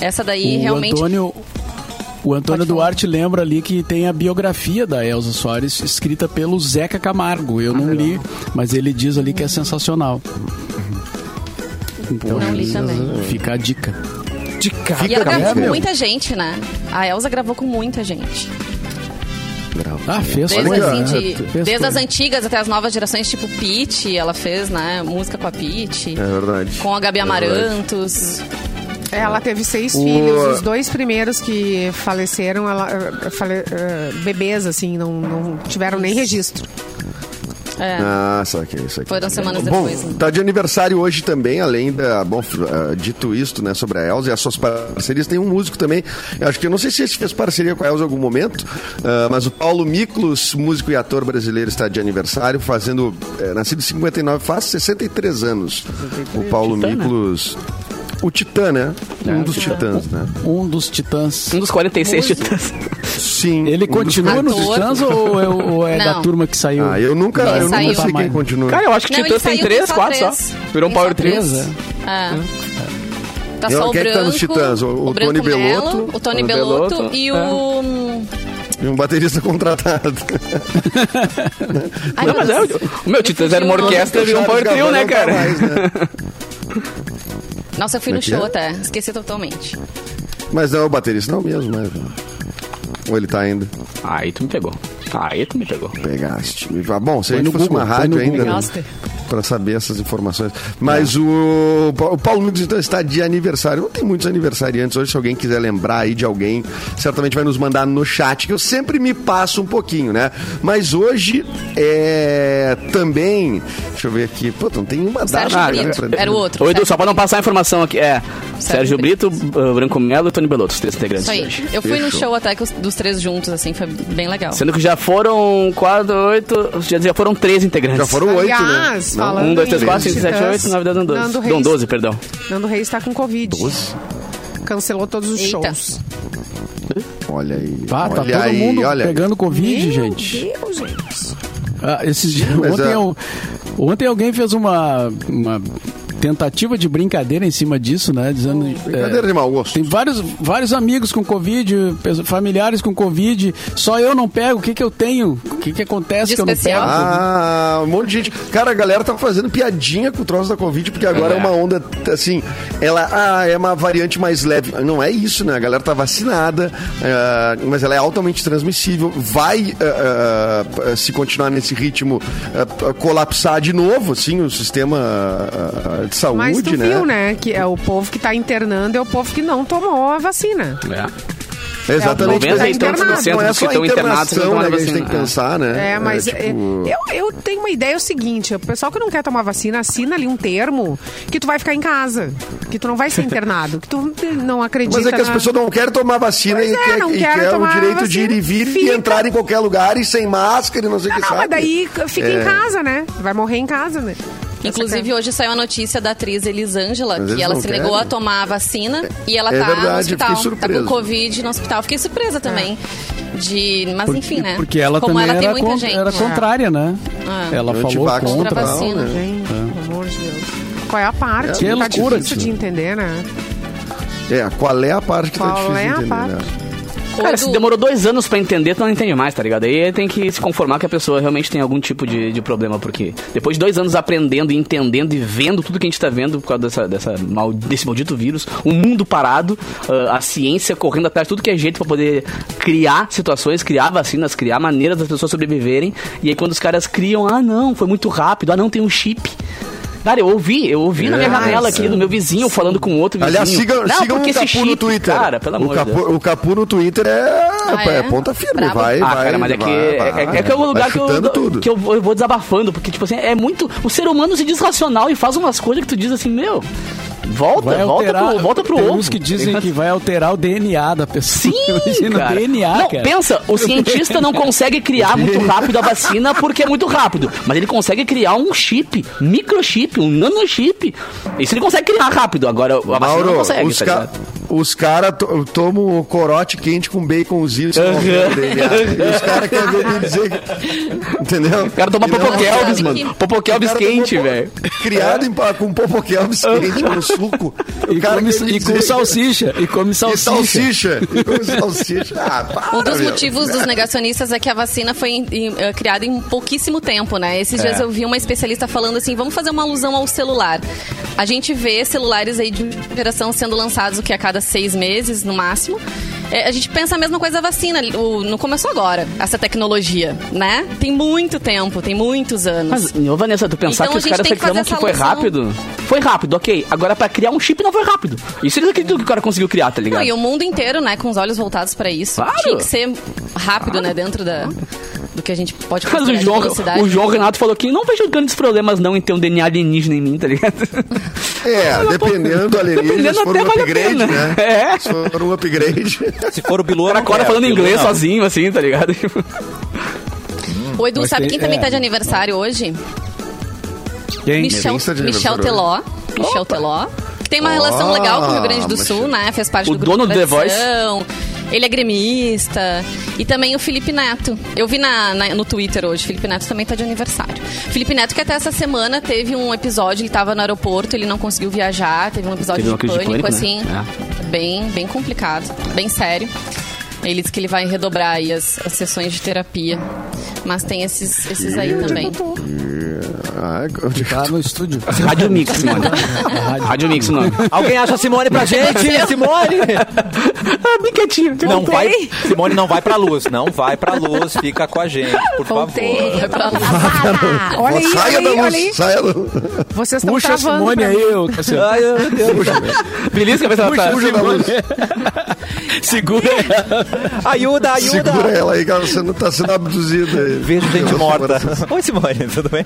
[SPEAKER 5] é- Essa daí
[SPEAKER 6] o
[SPEAKER 5] realmente.
[SPEAKER 6] Antônio, o Antônio
[SPEAKER 5] Pode falar.
[SPEAKER 6] Duarte lembra ali que tem a biografia da Elza Soares escrita pelo Zeca Camargo. Eu
[SPEAKER 3] Ah,
[SPEAKER 6] não li, mas ele diz ali que é sensacional. Então,
[SPEAKER 5] Não li também.
[SPEAKER 6] fica a dica.
[SPEAKER 1] de cara.
[SPEAKER 5] E ela
[SPEAKER 3] Fica
[SPEAKER 5] gravou
[SPEAKER 3] mesmo.
[SPEAKER 5] com muita gente, né? A Elsa gravou com muita gente.
[SPEAKER 6] Ah, fez
[SPEAKER 5] Desde,
[SPEAKER 6] coisa,
[SPEAKER 5] assim,
[SPEAKER 6] né?
[SPEAKER 5] de-
[SPEAKER 6] Fez
[SPEAKER 5] desde as
[SPEAKER 6] coisa.
[SPEAKER 5] antigas até as novas gerações, tipo Pete, ela fez, né? Música com a Pete.
[SPEAKER 3] É verdade.
[SPEAKER 5] Com a Gabi
[SPEAKER 3] É verdade.
[SPEAKER 5] Amarantos.
[SPEAKER 2] Ela teve seis
[SPEAKER 3] O-
[SPEAKER 2] filhos, os dois primeiros que faleceram, ela, eh, fale, eh, bebês, assim, não, não tiveram nem registro.
[SPEAKER 5] É.
[SPEAKER 3] Ah, saquei, saquei.
[SPEAKER 5] Foram semanas
[SPEAKER 3] Bom,
[SPEAKER 5] depois, né?
[SPEAKER 3] Tá de aniversário hoje também, além da. Bom, f- ah, dito isto, né, sobre a Elza e as suas parcerias, tem um músico também. Eu acho que eu não sei se esse fez parceria com a Elza em algum momento, ah, mas o Paulo Miklos, músico e ator brasileiro, está de aniversário, fazendo. eh, nascido em 59, faz 63 anos. O Paulo
[SPEAKER 4] Titã, né?
[SPEAKER 3] Miklos. O Titã, né? um dos titãs, né?
[SPEAKER 6] Um dos titãs.
[SPEAKER 4] Um dos 46 titãs.
[SPEAKER 5] Uhum.
[SPEAKER 3] Sim.
[SPEAKER 6] Ele
[SPEAKER 3] um dos
[SPEAKER 6] continua
[SPEAKER 5] Ator.
[SPEAKER 6] nos Titãs ou é, ou é
[SPEAKER 5] Não.
[SPEAKER 6] da turma que saiu?
[SPEAKER 3] Ah, eu nunca,
[SPEAKER 5] Ele
[SPEAKER 3] eu nunca
[SPEAKER 5] saiu.
[SPEAKER 3] sei quem
[SPEAKER 6] Tamanho.
[SPEAKER 3] continua.
[SPEAKER 4] Cara, eu acho que
[SPEAKER 5] Não, ele
[SPEAKER 4] titãs tem
[SPEAKER 5] saiu com
[SPEAKER 4] 3,
[SPEAKER 5] só
[SPEAKER 4] 4 só.
[SPEAKER 5] três.
[SPEAKER 4] Virou
[SPEAKER 5] Tem
[SPEAKER 4] um
[SPEAKER 5] só
[SPEAKER 4] Power
[SPEAKER 5] três.
[SPEAKER 4] 3.
[SPEAKER 5] É. Tá
[SPEAKER 3] E
[SPEAKER 5] só
[SPEAKER 3] olha
[SPEAKER 5] o
[SPEAKER 3] quem é que
[SPEAKER 5] branco,
[SPEAKER 3] tá nos Titãs? O- o
[SPEAKER 5] branco
[SPEAKER 3] Tony
[SPEAKER 5] Mello,
[SPEAKER 3] Bellotto,
[SPEAKER 5] o Tony
[SPEAKER 4] Tony
[SPEAKER 5] Belotto,
[SPEAKER 4] Bellotto,
[SPEAKER 5] e
[SPEAKER 4] é.
[SPEAKER 5] o
[SPEAKER 3] E um baterista <laughs> contratado.
[SPEAKER 5] Ai,
[SPEAKER 4] Não, mas é,
[SPEAKER 5] Deus.
[SPEAKER 4] o meu
[SPEAKER 5] Me
[SPEAKER 4] Titãs
[SPEAKER 5] fugiu
[SPEAKER 4] era uma
[SPEAKER 5] o nome.
[SPEAKER 4] orquestra e um Power Trio, né,
[SPEAKER 3] Não tá
[SPEAKER 4] cara?
[SPEAKER 3] mais,
[SPEAKER 6] <laughs>
[SPEAKER 3] né?
[SPEAKER 5] Nossa, eu fui no
[SPEAKER 3] Como é que
[SPEAKER 5] show
[SPEAKER 3] é?
[SPEAKER 5] até, esqueci totalmente.
[SPEAKER 3] Mas não, o baterista não mesmo, né? Ou ele tá ainda?
[SPEAKER 4] Aí tu me pegou. Aí tu me pegou.
[SPEAKER 3] Pegaste. Ah, bom, se a
[SPEAKER 6] Foi
[SPEAKER 3] gente
[SPEAKER 6] no
[SPEAKER 3] fosse
[SPEAKER 6] Google,
[SPEAKER 3] uma
[SPEAKER 6] foi
[SPEAKER 3] rádio
[SPEAKER 6] no
[SPEAKER 3] ainda,
[SPEAKER 6] Google.
[SPEAKER 3] né?
[SPEAKER 2] Nossa.
[SPEAKER 3] Pra saber essas informações. Mas o, Pa- o Paulo Nunes, então, está de aniversário. Não tem muitos aniversariantes hoje. Se alguém quiser lembrar aí de alguém, certamente vai nos mandar no chat, que eu sempre me passo um pouquinho, né? Mas hoje é também. Deixa eu ver aqui. Pô, não tem uma
[SPEAKER 5] Sérgio
[SPEAKER 3] data. né,
[SPEAKER 5] Brito,
[SPEAKER 3] pra-
[SPEAKER 5] era o outro.
[SPEAKER 4] Ah, Ô, Edu, só
[SPEAKER 5] Sérgio
[SPEAKER 4] pra não passar a informação aqui. É, Sérgio Brito, uh, Branco Melo e Tony Belotto, os três integrantes.
[SPEAKER 5] Isso aí.
[SPEAKER 4] hoje.
[SPEAKER 5] Eu fui no
[SPEAKER 3] Fechou.
[SPEAKER 5] show até que os- dos três juntos, assim, foi bem legal.
[SPEAKER 4] Sendo que já foram 4, 8, já, já foram 3 integrantes.
[SPEAKER 3] Já foram oito, né?
[SPEAKER 2] Aliás,
[SPEAKER 3] Não,
[SPEAKER 2] falando
[SPEAKER 4] 1, 2, 3,
[SPEAKER 2] em
[SPEAKER 4] 4, 5, 6, 7,
[SPEAKER 2] Titãs,
[SPEAKER 4] 8, 9, 10, 11, 12.
[SPEAKER 2] Nando Reis,
[SPEAKER 4] Não, 12, perdão.
[SPEAKER 2] Nando Reis tá com Covid.
[SPEAKER 3] doze?
[SPEAKER 2] Cancelou todos os
[SPEAKER 5] Eita.
[SPEAKER 2] shows.
[SPEAKER 3] Olha aí.
[SPEAKER 6] Pá, tá
[SPEAKER 3] olha
[SPEAKER 6] todo
[SPEAKER 3] aí,
[SPEAKER 6] mundo
[SPEAKER 3] olha aí.
[SPEAKER 6] pegando Covid,
[SPEAKER 2] Meu
[SPEAKER 6] gente.
[SPEAKER 2] Deus, gente.
[SPEAKER 6] Ah, esses dias-
[SPEAKER 3] Mas
[SPEAKER 6] ontem,
[SPEAKER 3] é-
[SPEAKER 6] eu- ontem alguém fez uma, uma tentativa de brincadeira em cima disso, né? Dizendo. é,
[SPEAKER 3] Brincadeira de mau gosto.
[SPEAKER 6] Tem vários, vários amigos com Covid, peso- familiares com Covid. Só eu não pego. O que, que eu tenho? O que, que acontece
[SPEAKER 5] De
[SPEAKER 6] que eu não
[SPEAKER 5] especial?
[SPEAKER 6] pego?
[SPEAKER 3] Ah, um monte de gente. Cara, a galera tá fazendo piadinha com o troço da Covid, porque agora é, uma onda, assim, ela ah, é uma variante mais leve. Não é isso, né? A galera tá vacinada, ah, mas ela é altamente transmissível. Vai, ah, ah, se continuar nesse ritmo, ah, colapsar de novo, assim, o sistema ah, ah, de saúde,
[SPEAKER 2] Mas tu
[SPEAKER 3] né?
[SPEAKER 2] viu, né? Que é o povo que tá internando é o povo que não tomou a vacina.
[SPEAKER 4] É.
[SPEAKER 3] Exatamente.
[SPEAKER 2] Tá
[SPEAKER 4] 90 e
[SPEAKER 2] internado,
[SPEAKER 4] tantos por
[SPEAKER 3] Não
[SPEAKER 4] cento
[SPEAKER 3] é
[SPEAKER 4] dos que
[SPEAKER 3] só
[SPEAKER 4] estão internados então, não
[SPEAKER 3] internação, né,
[SPEAKER 4] tomaram
[SPEAKER 3] que a gente tem que
[SPEAKER 4] vacina.
[SPEAKER 3] pensar, né?
[SPEAKER 2] É, mas
[SPEAKER 3] tipo,
[SPEAKER 2] é, eu, eu tenho uma ideia, é o seguinte, o pessoal que não quer tomar vacina, assina ali um termo que tu vai ficar em casa, que tu não vai
[SPEAKER 3] <laughs>
[SPEAKER 2] ser internado, que tu não acredita
[SPEAKER 3] Mas é que as
[SPEAKER 2] na-
[SPEAKER 3] pessoas não querem tomar vacina
[SPEAKER 2] Pois
[SPEAKER 3] e
[SPEAKER 2] é,
[SPEAKER 3] quer,
[SPEAKER 2] não
[SPEAKER 3] e
[SPEAKER 2] querem
[SPEAKER 3] quer o
[SPEAKER 2] tomar
[SPEAKER 3] direito de ir
[SPEAKER 2] vacina.
[SPEAKER 3] e vir e
[SPEAKER 2] Fica.
[SPEAKER 3] entrar em qualquer lugar e sem máscara e não sei o que
[SPEAKER 2] Ah, Não,
[SPEAKER 3] sabe.
[SPEAKER 2] mas daí fica
[SPEAKER 3] É.
[SPEAKER 2] em casa, né? Vai morrer em casa, né?
[SPEAKER 5] Inclusive, hoje saiu a notícia da atriz Elisângela,
[SPEAKER 3] Mas eles
[SPEAKER 5] que ela
[SPEAKER 3] não
[SPEAKER 5] se negou
[SPEAKER 3] querem.
[SPEAKER 5] a tomar a vacina e ela
[SPEAKER 3] É
[SPEAKER 5] tá no
[SPEAKER 3] verdade, eu fiquei
[SPEAKER 5] hospital. Tá
[SPEAKER 3] surpreso.
[SPEAKER 5] com Covid no hospital. Fiquei surpresa também. De... Mas enfim, né?
[SPEAKER 6] Porque ela
[SPEAKER 5] Como
[SPEAKER 6] também
[SPEAKER 5] ela tem
[SPEAKER 6] era,
[SPEAKER 5] muita
[SPEAKER 6] con-
[SPEAKER 5] gente.
[SPEAKER 6] era
[SPEAKER 5] né?
[SPEAKER 6] contrária, né?
[SPEAKER 5] Ah.
[SPEAKER 6] Ela falou
[SPEAKER 3] Antivax
[SPEAKER 6] contra.
[SPEAKER 5] total, vacina.
[SPEAKER 3] né?
[SPEAKER 2] Gente, pelo amor de Deus. Qual é a parte?
[SPEAKER 6] É, que
[SPEAKER 2] tá
[SPEAKER 6] loucura,
[SPEAKER 2] difícil
[SPEAKER 6] tio.
[SPEAKER 2] de entender, né?
[SPEAKER 3] É, qual é a parte que tá
[SPEAKER 2] Qual
[SPEAKER 3] difícil
[SPEAKER 2] é a
[SPEAKER 3] de entender,
[SPEAKER 2] parte?
[SPEAKER 3] né?
[SPEAKER 5] Ô,
[SPEAKER 4] Cara,
[SPEAKER 5] Edu,
[SPEAKER 4] se demorou dois anos pra entender, tu não entende mais, tá ligado? Aí tem que se conformar que a pessoa realmente tem algum tipo de, de problema, porque depois de dois anos aprendendo, e entendendo e vendo tudo que a gente tá vendo por causa dessa, dessa mal- desse maldito vírus, o mundo parado, ah, a ciência correndo atrás de tudo que é jeito pra poder criar situações, criar vacinas, criar maneiras das pessoas sobreviverem. E aí quando os caras criam, ah não, foi muito rápido, ah não, tem um chip. Cara, eu ouvi, eu ouvi na minha
[SPEAKER 3] Nossa.
[SPEAKER 4] janela aqui do meu vizinho falando com outro vizinho.
[SPEAKER 3] É, Aliás, sigam,
[SPEAKER 4] não,
[SPEAKER 3] sigam o
[SPEAKER 4] porque esse
[SPEAKER 3] Capu no
[SPEAKER 4] chip,
[SPEAKER 3] Twitter.
[SPEAKER 4] Cara, pelo amor
[SPEAKER 3] o,
[SPEAKER 4] de Deus.
[SPEAKER 3] Capu, o Capu no Twitter é,
[SPEAKER 5] Ah, é?
[SPEAKER 3] é ponta firme.
[SPEAKER 5] Bravo.
[SPEAKER 3] Vai,
[SPEAKER 4] Ah,
[SPEAKER 3] vai.
[SPEAKER 4] cara, mas é que,
[SPEAKER 3] vai,
[SPEAKER 4] é,
[SPEAKER 3] vai,
[SPEAKER 4] é que é o
[SPEAKER 3] vai
[SPEAKER 4] lugar que, eu,
[SPEAKER 3] chutando tudo.
[SPEAKER 4] que eu, vou- eu vou desabafando, porque, tipo assim, é muito. O ser humano se diz racional e faz umas coisas que tu diz assim, meu. Volta,
[SPEAKER 6] Vai
[SPEAKER 4] volta
[SPEAKER 6] alterar,
[SPEAKER 4] pro, volta pro
[SPEAKER 6] tem
[SPEAKER 4] ovo.
[SPEAKER 6] uns que dizem que vai alterar o DNA da pessoa.
[SPEAKER 4] <laughs> Sim,
[SPEAKER 6] <laughs> Imagina,
[SPEAKER 4] cara.
[SPEAKER 6] o DNA,
[SPEAKER 4] não,
[SPEAKER 6] cara.
[SPEAKER 4] pensa, o cientista não consegue criar muito rápido a vacina porque é muito rápido, mas ele consegue criar um chip, microchip, um nanochip. Isso ele consegue criar rápido, agora a vacina não
[SPEAKER 3] Mauro,
[SPEAKER 4] consegue,
[SPEAKER 3] os,
[SPEAKER 4] tá
[SPEAKER 3] ca-
[SPEAKER 4] ligado?
[SPEAKER 3] os caras tomam o um corote quente com baconzinho. isso não
[SPEAKER 4] Aham.
[SPEAKER 3] é o DNA. E os caras querem me dizer
[SPEAKER 4] <laughs>
[SPEAKER 3] que... Entendeu?
[SPEAKER 4] O cara toma
[SPEAKER 3] E não-
[SPEAKER 4] Popokelbis,
[SPEAKER 5] sabe
[SPEAKER 4] mano.
[SPEAKER 5] que-
[SPEAKER 4] Popokelbis
[SPEAKER 3] O cara
[SPEAKER 4] quente,
[SPEAKER 3] tomou-
[SPEAKER 4] velho.
[SPEAKER 3] Criado em, pa- com um Popokelbis quente, com suco. O
[SPEAKER 6] E,
[SPEAKER 3] cara
[SPEAKER 6] come,
[SPEAKER 3] quer me
[SPEAKER 6] e
[SPEAKER 3] dizer
[SPEAKER 6] com
[SPEAKER 3] que-
[SPEAKER 6] salsicha. E come
[SPEAKER 3] E
[SPEAKER 6] salsicha.
[SPEAKER 3] salsicha. E com salsicha. Ah, para,
[SPEAKER 5] Um dos
[SPEAKER 3] meu.
[SPEAKER 5] motivos dos negacionistas é que a vacina foi em- em- eh,
[SPEAKER 4] É.
[SPEAKER 5] criada em pouquíssimo tempo, né? Esses dias eu vi uma especialista falando assim: vamos fazer uma alusão ao celular. A gente vê celulares aí de geração sendo lançados o que a cada seis meses, no máximo. É, a gente pensa a mesma coisa da vacina. O, não começou agora, essa tecnologia, né? Tem muito tempo, tem muitos anos.
[SPEAKER 4] Mas, ô Vanessa, tu pensar
[SPEAKER 5] Então, a
[SPEAKER 4] que os
[SPEAKER 5] gente
[SPEAKER 4] caras
[SPEAKER 5] tem que fazer
[SPEAKER 4] reclamam que
[SPEAKER 5] essa
[SPEAKER 4] foi
[SPEAKER 5] alusão.
[SPEAKER 4] rápido? Foi rápido, ok. Agora, pra criar um chip não foi rápido. Isso eles acreditam que o cara conseguiu criar, tá ligado?
[SPEAKER 5] Não, e o mundo inteiro, né, com os olhos voltados pra isso.
[SPEAKER 4] Claro.
[SPEAKER 5] Tinha que ser rápido, né, dentro da, do que a gente pode
[SPEAKER 4] <laughs> Mas
[SPEAKER 5] considerar
[SPEAKER 4] o
[SPEAKER 5] de
[SPEAKER 4] João,
[SPEAKER 5] é velocidade.
[SPEAKER 4] o João Renato falou que não vejo grandes problemas não em ter um DNA alienígena em mim, tá ligado?
[SPEAKER 3] É, dependendo do alienígena,
[SPEAKER 4] Dependendo
[SPEAKER 3] se for
[SPEAKER 4] até
[SPEAKER 3] um
[SPEAKER 4] vale a
[SPEAKER 3] upgrade,
[SPEAKER 4] pena.
[SPEAKER 3] né?
[SPEAKER 4] É.
[SPEAKER 3] Se for um upgrade. <laughs>
[SPEAKER 1] Se for o Bilu,
[SPEAKER 4] <laughs> O cara acorda falando inglês sozinho, assim, tá ligado?
[SPEAKER 5] O Edu,
[SPEAKER 6] Mas
[SPEAKER 5] sabe
[SPEAKER 6] tem-
[SPEAKER 5] quem também
[SPEAKER 6] é.
[SPEAKER 5] tá de aniversário hoje?
[SPEAKER 6] Quem?
[SPEAKER 5] Michel,
[SPEAKER 3] está é de
[SPEAKER 5] Michel
[SPEAKER 3] aniversário
[SPEAKER 5] Teló. Michel Teló. Que tem uma relação
[SPEAKER 3] Ah,
[SPEAKER 5] legal com o Rio Grande do
[SPEAKER 3] mas-
[SPEAKER 5] Sul, né? Fez parte
[SPEAKER 4] O
[SPEAKER 5] do grupo
[SPEAKER 4] dono do The Voice.
[SPEAKER 5] Tradição. Ele é gremista. E também o Felipe Neto. Eu vi na, na- no Twitter hoje. Felipe Neto também tá de aniversário. Felipe Neto, que até essa semana teve um episódio, ele tava no aeroporto, ele não conseguiu viajar, teve um episódio
[SPEAKER 4] Teve uma
[SPEAKER 5] de,
[SPEAKER 4] crise de
[SPEAKER 5] pânico, assim.
[SPEAKER 4] pânico, né?
[SPEAKER 5] Bem, bem complicado, bem sério. Ele disse que ele vai redobrar aí as, as sessões de terapia. Mas tem esses, esses aí também.
[SPEAKER 3] Ah, onde-
[SPEAKER 6] Tá no estúdio. <laughs>
[SPEAKER 4] <laughs> Rádio <laughs> Mix, mano. Rádio Mix, não.
[SPEAKER 1] Alguém acha a Simone pra gente? Simone!
[SPEAKER 4] <laughs> Ah, bem quietinho.
[SPEAKER 1] Não vai, Simone não vai pra luz, não vai pra luz, fica com a gente, por favor.
[SPEAKER 5] Vai pra lá.
[SPEAKER 2] Ah, olha aí,
[SPEAKER 3] saia
[SPEAKER 2] olha
[SPEAKER 3] da
[SPEAKER 2] aí,
[SPEAKER 3] luz,
[SPEAKER 2] olha aí.
[SPEAKER 3] saia da luz.
[SPEAKER 2] Vocês estão
[SPEAKER 1] Tá
[SPEAKER 6] Puxa a
[SPEAKER 2] travando.
[SPEAKER 6] Simone
[SPEAKER 2] pra mim.
[SPEAKER 6] aí, eu. Cassiano.
[SPEAKER 1] Ai, meu Deus.
[SPEAKER 4] Feliz que a pessoa tá...
[SPEAKER 3] Fuja da luz.
[SPEAKER 4] Segura.
[SPEAKER 1] Ajuda, ajuda!
[SPEAKER 3] Segura ela aí, cara, você não tá sendo abduzida. aí.
[SPEAKER 1] Vejo gente
[SPEAKER 3] Eu-
[SPEAKER 1] morta. Oi, Simone, tudo bem?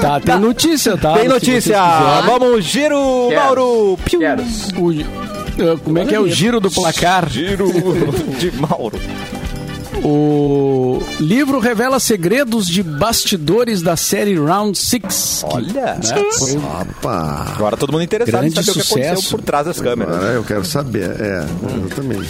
[SPEAKER 6] Tá, tem notícia, tá?
[SPEAKER 1] Tem
[SPEAKER 6] Se
[SPEAKER 1] notícia!
[SPEAKER 6] vocês
[SPEAKER 1] Vamos, giro, Mauro! Piu.
[SPEAKER 6] quiserem. O- eh, Como é que é o giro do placar?
[SPEAKER 1] Giro <laughs> de Mauro.
[SPEAKER 6] O livro revela segredos de bastidores da série Round 6.
[SPEAKER 1] Olha.
[SPEAKER 6] Foi um
[SPEAKER 3] Opa!
[SPEAKER 1] Agora todo mundo interessado em
[SPEAKER 6] Grande
[SPEAKER 1] saber o que aconteceu
[SPEAKER 6] sucesso.
[SPEAKER 1] por trás das câmeras.
[SPEAKER 3] Agora eu quero saber. É, exatamente.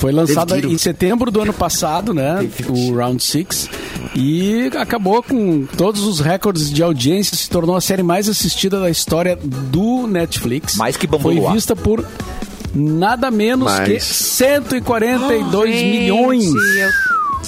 [SPEAKER 6] Foi lançado
[SPEAKER 3] Teve tiro.
[SPEAKER 6] em setembro do ano passado, né? O Round 6. E acabou com todos os recordes de audiência. Se tornou a série mais assistida da história do Netflix.
[SPEAKER 1] Mais que Bambu
[SPEAKER 6] Foi
[SPEAKER 1] Luar.
[SPEAKER 6] vista por nada menos
[SPEAKER 3] Mais.
[SPEAKER 6] que 142
[SPEAKER 2] Gente,
[SPEAKER 6] milhões.
[SPEAKER 2] eu-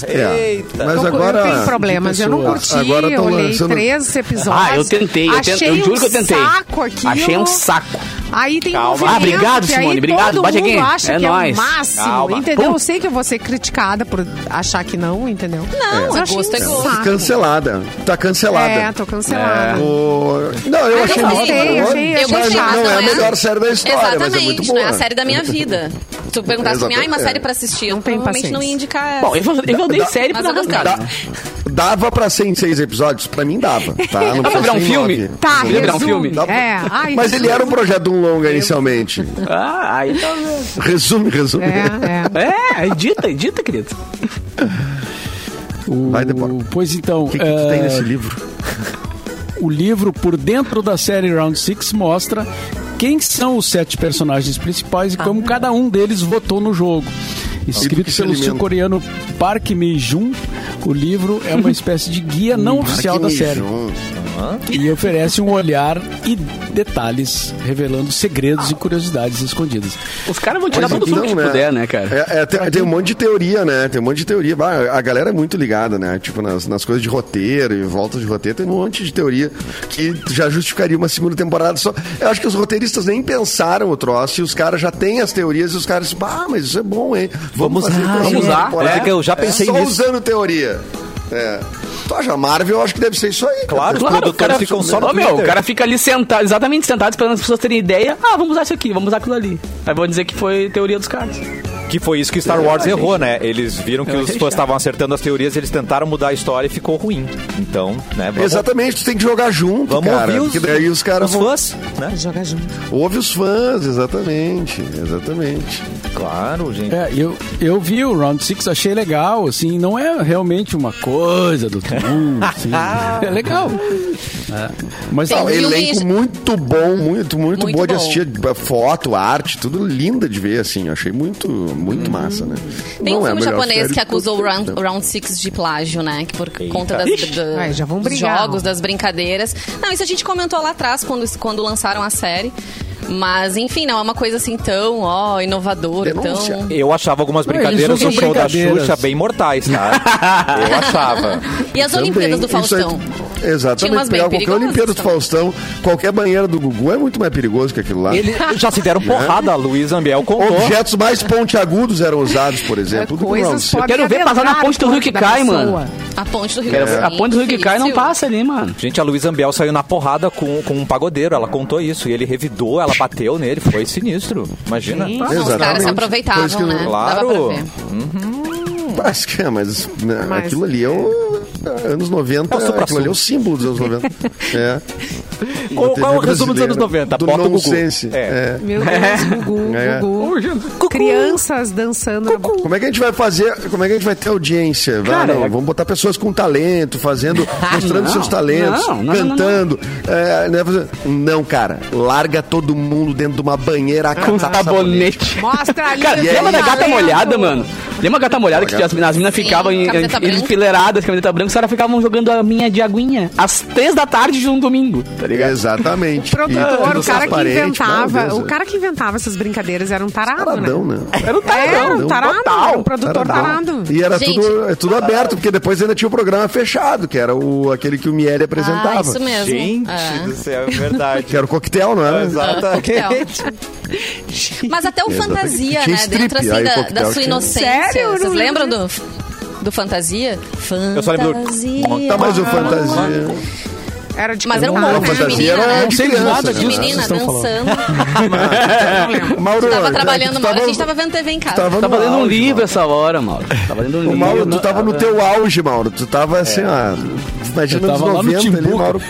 [SPEAKER 3] É,
[SPEAKER 1] Eita.
[SPEAKER 3] Mas
[SPEAKER 2] eu, eu tenho
[SPEAKER 3] agora.
[SPEAKER 2] problemas, eu não
[SPEAKER 6] pessoas.
[SPEAKER 2] curti,
[SPEAKER 3] Agora
[SPEAKER 2] eu
[SPEAKER 3] tão
[SPEAKER 2] olhei
[SPEAKER 3] lançando-
[SPEAKER 2] 13 episódios.
[SPEAKER 4] Ah, eu tentei. Eu, tentei, eu
[SPEAKER 2] Achei
[SPEAKER 4] juro
[SPEAKER 2] um
[SPEAKER 4] que eu tentei.
[SPEAKER 2] saco aquilo.
[SPEAKER 4] Achei um saco.
[SPEAKER 2] Aí tem
[SPEAKER 1] Calma.
[SPEAKER 2] movimento,
[SPEAKER 4] Ah, obrigado,
[SPEAKER 2] que aí
[SPEAKER 4] Simone, obrigado,
[SPEAKER 2] Todo
[SPEAKER 4] bate
[SPEAKER 2] mundo
[SPEAKER 4] aqui.
[SPEAKER 2] acha
[SPEAKER 4] É
[SPEAKER 2] que
[SPEAKER 4] nóis.
[SPEAKER 2] é o máximo,
[SPEAKER 1] Calma.
[SPEAKER 2] entendeu?
[SPEAKER 1] Pum.
[SPEAKER 2] Eu sei que eu vou ser criticada por achar que não, entendeu?
[SPEAKER 5] Não,
[SPEAKER 2] Mas eu
[SPEAKER 5] é
[SPEAKER 2] achei
[SPEAKER 5] gosto, é
[SPEAKER 2] um
[SPEAKER 5] gosto.
[SPEAKER 2] saco.
[SPEAKER 3] Cancelada. Tá cancelada.
[SPEAKER 2] É, tô cancelada.
[SPEAKER 3] O- Não, eu
[SPEAKER 5] eu
[SPEAKER 3] achei muito
[SPEAKER 5] gostei,
[SPEAKER 3] boa,
[SPEAKER 5] eu
[SPEAKER 2] achei-
[SPEAKER 5] Eu
[SPEAKER 2] achei
[SPEAKER 5] gostei,
[SPEAKER 2] chato. né?
[SPEAKER 5] mas
[SPEAKER 3] não,
[SPEAKER 5] não
[SPEAKER 3] é a
[SPEAKER 5] é.
[SPEAKER 3] melhor série da história,
[SPEAKER 5] Exatamente,
[SPEAKER 3] mas é muito
[SPEAKER 5] não
[SPEAKER 3] boa. é.
[SPEAKER 5] é a série da minha vida. Se tu perguntasse pra mim, ai, uma
[SPEAKER 3] Exatamente.
[SPEAKER 5] série pra assistir, eu
[SPEAKER 2] Não tem
[SPEAKER 5] provavelmente
[SPEAKER 2] paciência.
[SPEAKER 5] não ia indicar essa.
[SPEAKER 4] Bom, eu, eu odeio série pra
[SPEAKER 5] mas
[SPEAKER 4] não
[SPEAKER 5] eu
[SPEAKER 4] gostar.
[SPEAKER 5] gostava.
[SPEAKER 3] Dá- dava pra ser em seis episódios? Pra mim dava,
[SPEAKER 2] <laughs>
[SPEAKER 3] tá? Não
[SPEAKER 4] Dá pra
[SPEAKER 3] precisa
[SPEAKER 4] virar um
[SPEAKER 3] ser em
[SPEAKER 4] filme?
[SPEAKER 3] nove.
[SPEAKER 2] Tá,
[SPEAKER 4] Podia virar um
[SPEAKER 2] resume.
[SPEAKER 4] filme?
[SPEAKER 3] Dá pra-
[SPEAKER 2] É, ai,
[SPEAKER 3] Mas ele era um projeto de um longa
[SPEAKER 2] <laughs>
[SPEAKER 3] inicialmente.
[SPEAKER 4] Ah, aí...
[SPEAKER 3] Resume, resume. <laughs>
[SPEAKER 2] É, é.
[SPEAKER 4] É, edita, edita, querido.
[SPEAKER 6] O-
[SPEAKER 3] Vai, Débora.
[SPEAKER 6] Pois então,
[SPEAKER 3] O que, que tu tem
[SPEAKER 6] eh,
[SPEAKER 4] É,
[SPEAKER 3] nesse livro?
[SPEAKER 6] o livro por dentro da série Round 6 mostra quem são os sete personagens principais e como cada um deles votou no jogo.
[SPEAKER 3] do
[SPEAKER 6] Escrito
[SPEAKER 3] que se
[SPEAKER 6] pelo
[SPEAKER 3] alimenta.
[SPEAKER 6] sul-coreano Park Mi-jun, o livro é uma espécie de guia não
[SPEAKER 3] Ah,
[SPEAKER 6] oficial da série e oferece um olhar e detalhes revelando segredos e curiosidades escondidas.
[SPEAKER 4] Os caras vão tirar
[SPEAKER 3] Mas
[SPEAKER 4] todo o suco
[SPEAKER 3] então,
[SPEAKER 4] que
[SPEAKER 3] né?
[SPEAKER 4] puder, né, cara?
[SPEAKER 3] É, é, tem, tem um monte de teoria, né? Tem um monte de teoria. Bah, a galera é muito ligada, né? Tipo, nas, nas coisas de roteiro e volta de roteiro, tem um monte de teoria que já justificaria uma segunda temporada. Só, eu acho que os roteiristas nem pensaram o troço e os caras já têm as teorias e os caras, ah, mas isso é bom, hein?
[SPEAKER 1] Vamos lá,
[SPEAKER 3] fazer
[SPEAKER 1] vamos
[SPEAKER 3] uma
[SPEAKER 1] lá.
[SPEAKER 3] temporada."
[SPEAKER 1] É que eu já pensei
[SPEAKER 3] Só
[SPEAKER 1] nisso.
[SPEAKER 3] usando teoria. É. Tu acha, a Marvel, eu acho que deve ser isso aí.
[SPEAKER 1] Claro, os
[SPEAKER 4] Claro, o
[SPEAKER 1] produtores
[SPEAKER 4] cara,
[SPEAKER 1] ficam só no
[SPEAKER 4] Ô, meu,
[SPEAKER 1] Twitter.
[SPEAKER 4] o cara fica ali sentado, exatamente sentado, esperando as pessoas terem ideia. Ah, vamos usar isso aqui, vamos usar aquilo ali. Aí vão dizer que foi teoria dos caras.
[SPEAKER 1] Que foi isso que Star Wars errou, né? Eles viram que
[SPEAKER 4] Eu
[SPEAKER 1] os
[SPEAKER 4] achei
[SPEAKER 1] fãs
[SPEAKER 4] chato.
[SPEAKER 1] estavam acertando as teorias, eles tentaram mudar a história e ficou ruim. Então, né? Vamos,
[SPEAKER 3] Exatamente, tu tem que jogar junto,
[SPEAKER 1] vamos
[SPEAKER 3] cara.
[SPEAKER 1] ouvir
[SPEAKER 3] porque daí os caras
[SPEAKER 1] os
[SPEAKER 3] vão...
[SPEAKER 1] fãs, né?
[SPEAKER 2] Joga junto.
[SPEAKER 3] Ouve os fãs, exatamente. Exatamente.
[SPEAKER 1] Claro, gente.
[SPEAKER 6] É, eu, eu vi o Round 6, achei legal, assim, não é realmente uma coisa do outro mundo, assim, é legal. É. Mas
[SPEAKER 5] Tem
[SPEAKER 3] Não,
[SPEAKER 5] filme-
[SPEAKER 3] elenco muito bom, muito, muito,
[SPEAKER 5] Muito
[SPEAKER 3] boa de
[SPEAKER 5] bom.
[SPEAKER 3] assistir. Foto, arte, tudo linda de ver, assim. Eu achei muito, muito massa, né?
[SPEAKER 5] Tem um
[SPEAKER 3] Não é a
[SPEAKER 5] filme
[SPEAKER 3] melhor
[SPEAKER 5] japonês
[SPEAKER 3] série
[SPEAKER 5] que acusou o
[SPEAKER 3] de
[SPEAKER 5] Round,
[SPEAKER 3] todos os
[SPEAKER 5] Round Six de plágio, né? Que por
[SPEAKER 1] Eita.
[SPEAKER 5] conta das,
[SPEAKER 4] Ixi.
[SPEAKER 5] da-
[SPEAKER 2] Ai, já vão
[SPEAKER 5] dos
[SPEAKER 2] brigar.
[SPEAKER 5] jogos, das brincadeiras. Não, isso a gente comentou lá atrás, quando, quando lançaram a série. Mas, enfim, não é uma coisa assim tão, ó, inovadora,
[SPEAKER 3] Denúncia.
[SPEAKER 5] tão...
[SPEAKER 1] Eu achava algumas
[SPEAKER 6] Não,
[SPEAKER 1] brincadeiras
[SPEAKER 6] eles
[SPEAKER 1] do
[SPEAKER 6] usam
[SPEAKER 1] show da
[SPEAKER 6] brincadeiras.
[SPEAKER 1] Xuxa bem mortais, tá? Eu achava.
[SPEAKER 5] E as Olimpíadas do
[SPEAKER 3] Também, isso é aí,
[SPEAKER 5] Faustão?
[SPEAKER 3] tu- exatamente.
[SPEAKER 5] umas bem
[SPEAKER 3] pegar
[SPEAKER 5] perigosas
[SPEAKER 3] qualquer
[SPEAKER 5] então.
[SPEAKER 3] Olimpíada do
[SPEAKER 5] também.
[SPEAKER 3] Faustão, qualquer banheiro do Gugu é muito mais perigoso que aquilo lá.
[SPEAKER 1] Ele, já se deram porrada, a Luiz Ambiel contou.
[SPEAKER 3] <laughs> Objetos mais pontiagudos eram usados, por exemplo. do que não.
[SPEAKER 2] É Coisas podem
[SPEAKER 4] quero ver passar na
[SPEAKER 2] adentrar
[SPEAKER 4] ponte do
[SPEAKER 2] o
[SPEAKER 4] Rio
[SPEAKER 2] corpo
[SPEAKER 4] que
[SPEAKER 2] da
[SPEAKER 4] cai,
[SPEAKER 2] pessoa.
[SPEAKER 4] mano.
[SPEAKER 5] A ponte do Rio
[SPEAKER 4] Cara,
[SPEAKER 5] Grande,
[SPEAKER 4] A ponte do Rio que cai não
[SPEAKER 5] Felício.
[SPEAKER 4] passa ali, mano.
[SPEAKER 1] Gente, a Luísa Ambiel saiu na porrada com, com um pagodeiro. Ela contou isso. E ele revidou, ela bateu nele. Foi sinistro. Imagina.
[SPEAKER 5] Ah,
[SPEAKER 1] Ah,
[SPEAKER 5] não, Os caras
[SPEAKER 3] Exatamente.
[SPEAKER 5] se
[SPEAKER 3] Por isso que
[SPEAKER 5] aproveitavam,
[SPEAKER 3] eu-
[SPEAKER 5] né?
[SPEAKER 1] Claro.
[SPEAKER 5] Dava pra ver.
[SPEAKER 3] Mas, que- mas, né,
[SPEAKER 2] Mas-
[SPEAKER 3] aquilo ali é o. Anos 90,
[SPEAKER 1] É o supra-sumo.
[SPEAKER 3] aquilo ali é o símbolo dos anos
[SPEAKER 4] <laughs>
[SPEAKER 3] 90. é.
[SPEAKER 1] Qual,
[SPEAKER 3] Da
[SPEAKER 1] qual é o
[SPEAKER 3] TV
[SPEAKER 1] resumo dos
[SPEAKER 3] brasileira.
[SPEAKER 1] anos 90?
[SPEAKER 3] Do
[SPEAKER 1] Bota o Gugu.
[SPEAKER 3] nonsense.
[SPEAKER 1] É.
[SPEAKER 3] É.
[SPEAKER 2] Meu Deus, Gugu,
[SPEAKER 3] É.
[SPEAKER 2] Gugu. Crianças dançando. na bo-
[SPEAKER 3] Como é que a gente vai fazer? Como é que a gente vai ter audiência? Vai,
[SPEAKER 4] Cara,
[SPEAKER 3] não,
[SPEAKER 4] é-
[SPEAKER 3] vamos botar pessoas com talento,
[SPEAKER 4] <laughs>
[SPEAKER 3] fazendo, mostrando
[SPEAKER 4] não,
[SPEAKER 3] seus talentos,
[SPEAKER 4] não, não, não,
[SPEAKER 3] cantando. é, né, fazendo- Não, cara, larga todo mundo dentro de uma banheira
[SPEAKER 4] Com
[SPEAKER 3] catar
[SPEAKER 4] sabonete.
[SPEAKER 2] Mostra ali.
[SPEAKER 4] Cara,
[SPEAKER 2] o
[SPEAKER 3] aí?
[SPEAKER 4] lembra da gata
[SPEAKER 2] talento.
[SPEAKER 4] molhada, mano? Lembra da gata molhada que as, as minas ficavam em,
[SPEAKER 5] camiseta
[SPEAKER 4] em-
[SPEAKER 5] branca.
[SPEAKER 4] enfileiradas, camiseta branca, os caras ficavam jogando a minha de aguinha às três da tarde de um domingo, tá ligado?
[SPEAKER 3] Exatamente.
[SPEAKER 2] O produtor,
[SPEAKER 3] E-
[SPEAKER 2] o cara que
[SPEAKER 3] transparente, meu
[SPEAKER 2] inventava,
[SPEAKER 3] Deus,
[SPEAKER 2] o cara que inventava essas brincadeiras era um tarado,
[SPEAKER 3] Taradão,
[SPEAKER 2] né?
[SPEAKER 3] né?
[SPEAKER 4] Era um
[SPEAKER 2] É, Era um
[SPEAKER 4] taradão.
[SPEAKER 3] tá.
[SPEAKER 2] tarado,
[SPEAKER 4] total.
[SPEAKER 2] era um produtor tarado.
[SPEAKER 3] E era
[SPEAKER 5] Gente.
[SPEAKER 3] tudo, é tudo aberto, porque depois ainda tinha o programa fechado, que era o, aquele que o Miele apresentava.
[SPEAKER 5] Ah, isso mesmo.
[SPEAKER 1] Gente
[SPEAKER 5] É.
[SPEAKER 1] do céu, é verdade.
[SPEAKER 3] Que era o coquetel, não era? <laughs>
[SPEAKER 1] Exatamente.
[SPEAKER 5] Então. Mas até o
[SPEAKER 3] Exatamente.
[SPEAKER 5] fantasia,
[SPEAKER 3] Tinha
[SPEAKER 5] né?
[SPEAKER 3] strip,
[SPEAKER 5] Dentro assim
[SPEAKER 3] aí,
[SPEAKER 5] da,
[SPEAKER 3] coquetel,
[SPEAKER 5] da sua
[SPEAKER 3] tinha.
[SPEAKER 5] inocência.
[SPEAKER 2] Sério? Eu
[SPEAKER 5] Vocês
[SPEAKER 2] não lembro
[SPEAKER 5] lembram do, do fantasia?
[SPEAKER 1] Eu só lembro do-
[SPEAKER 5] Fantasia.
[SPEAKER 3] Tá, mas o fantasia.
[SPEAKER 2] Era de
[SPEAKER 5] Mas era um
[SPEAKER 2] cantar,
[SPEAKER 5] monte
[SPEAKER 3] Não,
[SPEAKER 5] né?
[SPEAKER 2] né?
[SPEAKER 3] fantasia
[SPEAKER 5] Menina,
[SPEAKER 3] era
[SPEAKER 5] né?
[SPEAKER 3] de
[SPEAKER 6] Sem
[SPEAKER 3] criança,
[SPEAKER 6] nada
[SPEAKER 3] né?
[SPEAKER 6] disso. vocês
[SPEAKER 5] Menina
[SPEAKER 6] estão falando?
[SPEAKER 5] dançando.
[SPEAKER 3] <laughs> Mauro,
[SPEAKER 5] Tava
[SPEAKER 3] tu
[SPEAKER 5] trabalhando,
[SPEAKER 3] tava-
[SPEAKER 5] Mauro. A gente tava vendo TV em casa.
[SPEAKER 3] tava no
[SPEAKER 4] Tava lendo um
[SPEAKER 3] auge,
[SPEAKER 4] livro
[SPEAKER 3] Mauro.
[SPEAKER 4] essa hora, Mauro. Tava lendo um
[SPEAKER 3] O
[SPEAKER 4] livro.
[SPEAKER 3] Mauro, tu tava no teu auge, Mauro. Tu tava assim, ah, imagina
[SPEAKER 6] É. Eu tava lá
[SPEAKER 3] nos
[SPEAKER 6] no
[SPEAKER 3] 90 ali,
[SPEAKER 6] Timbuca.
[SPEAKER 3] Mauro.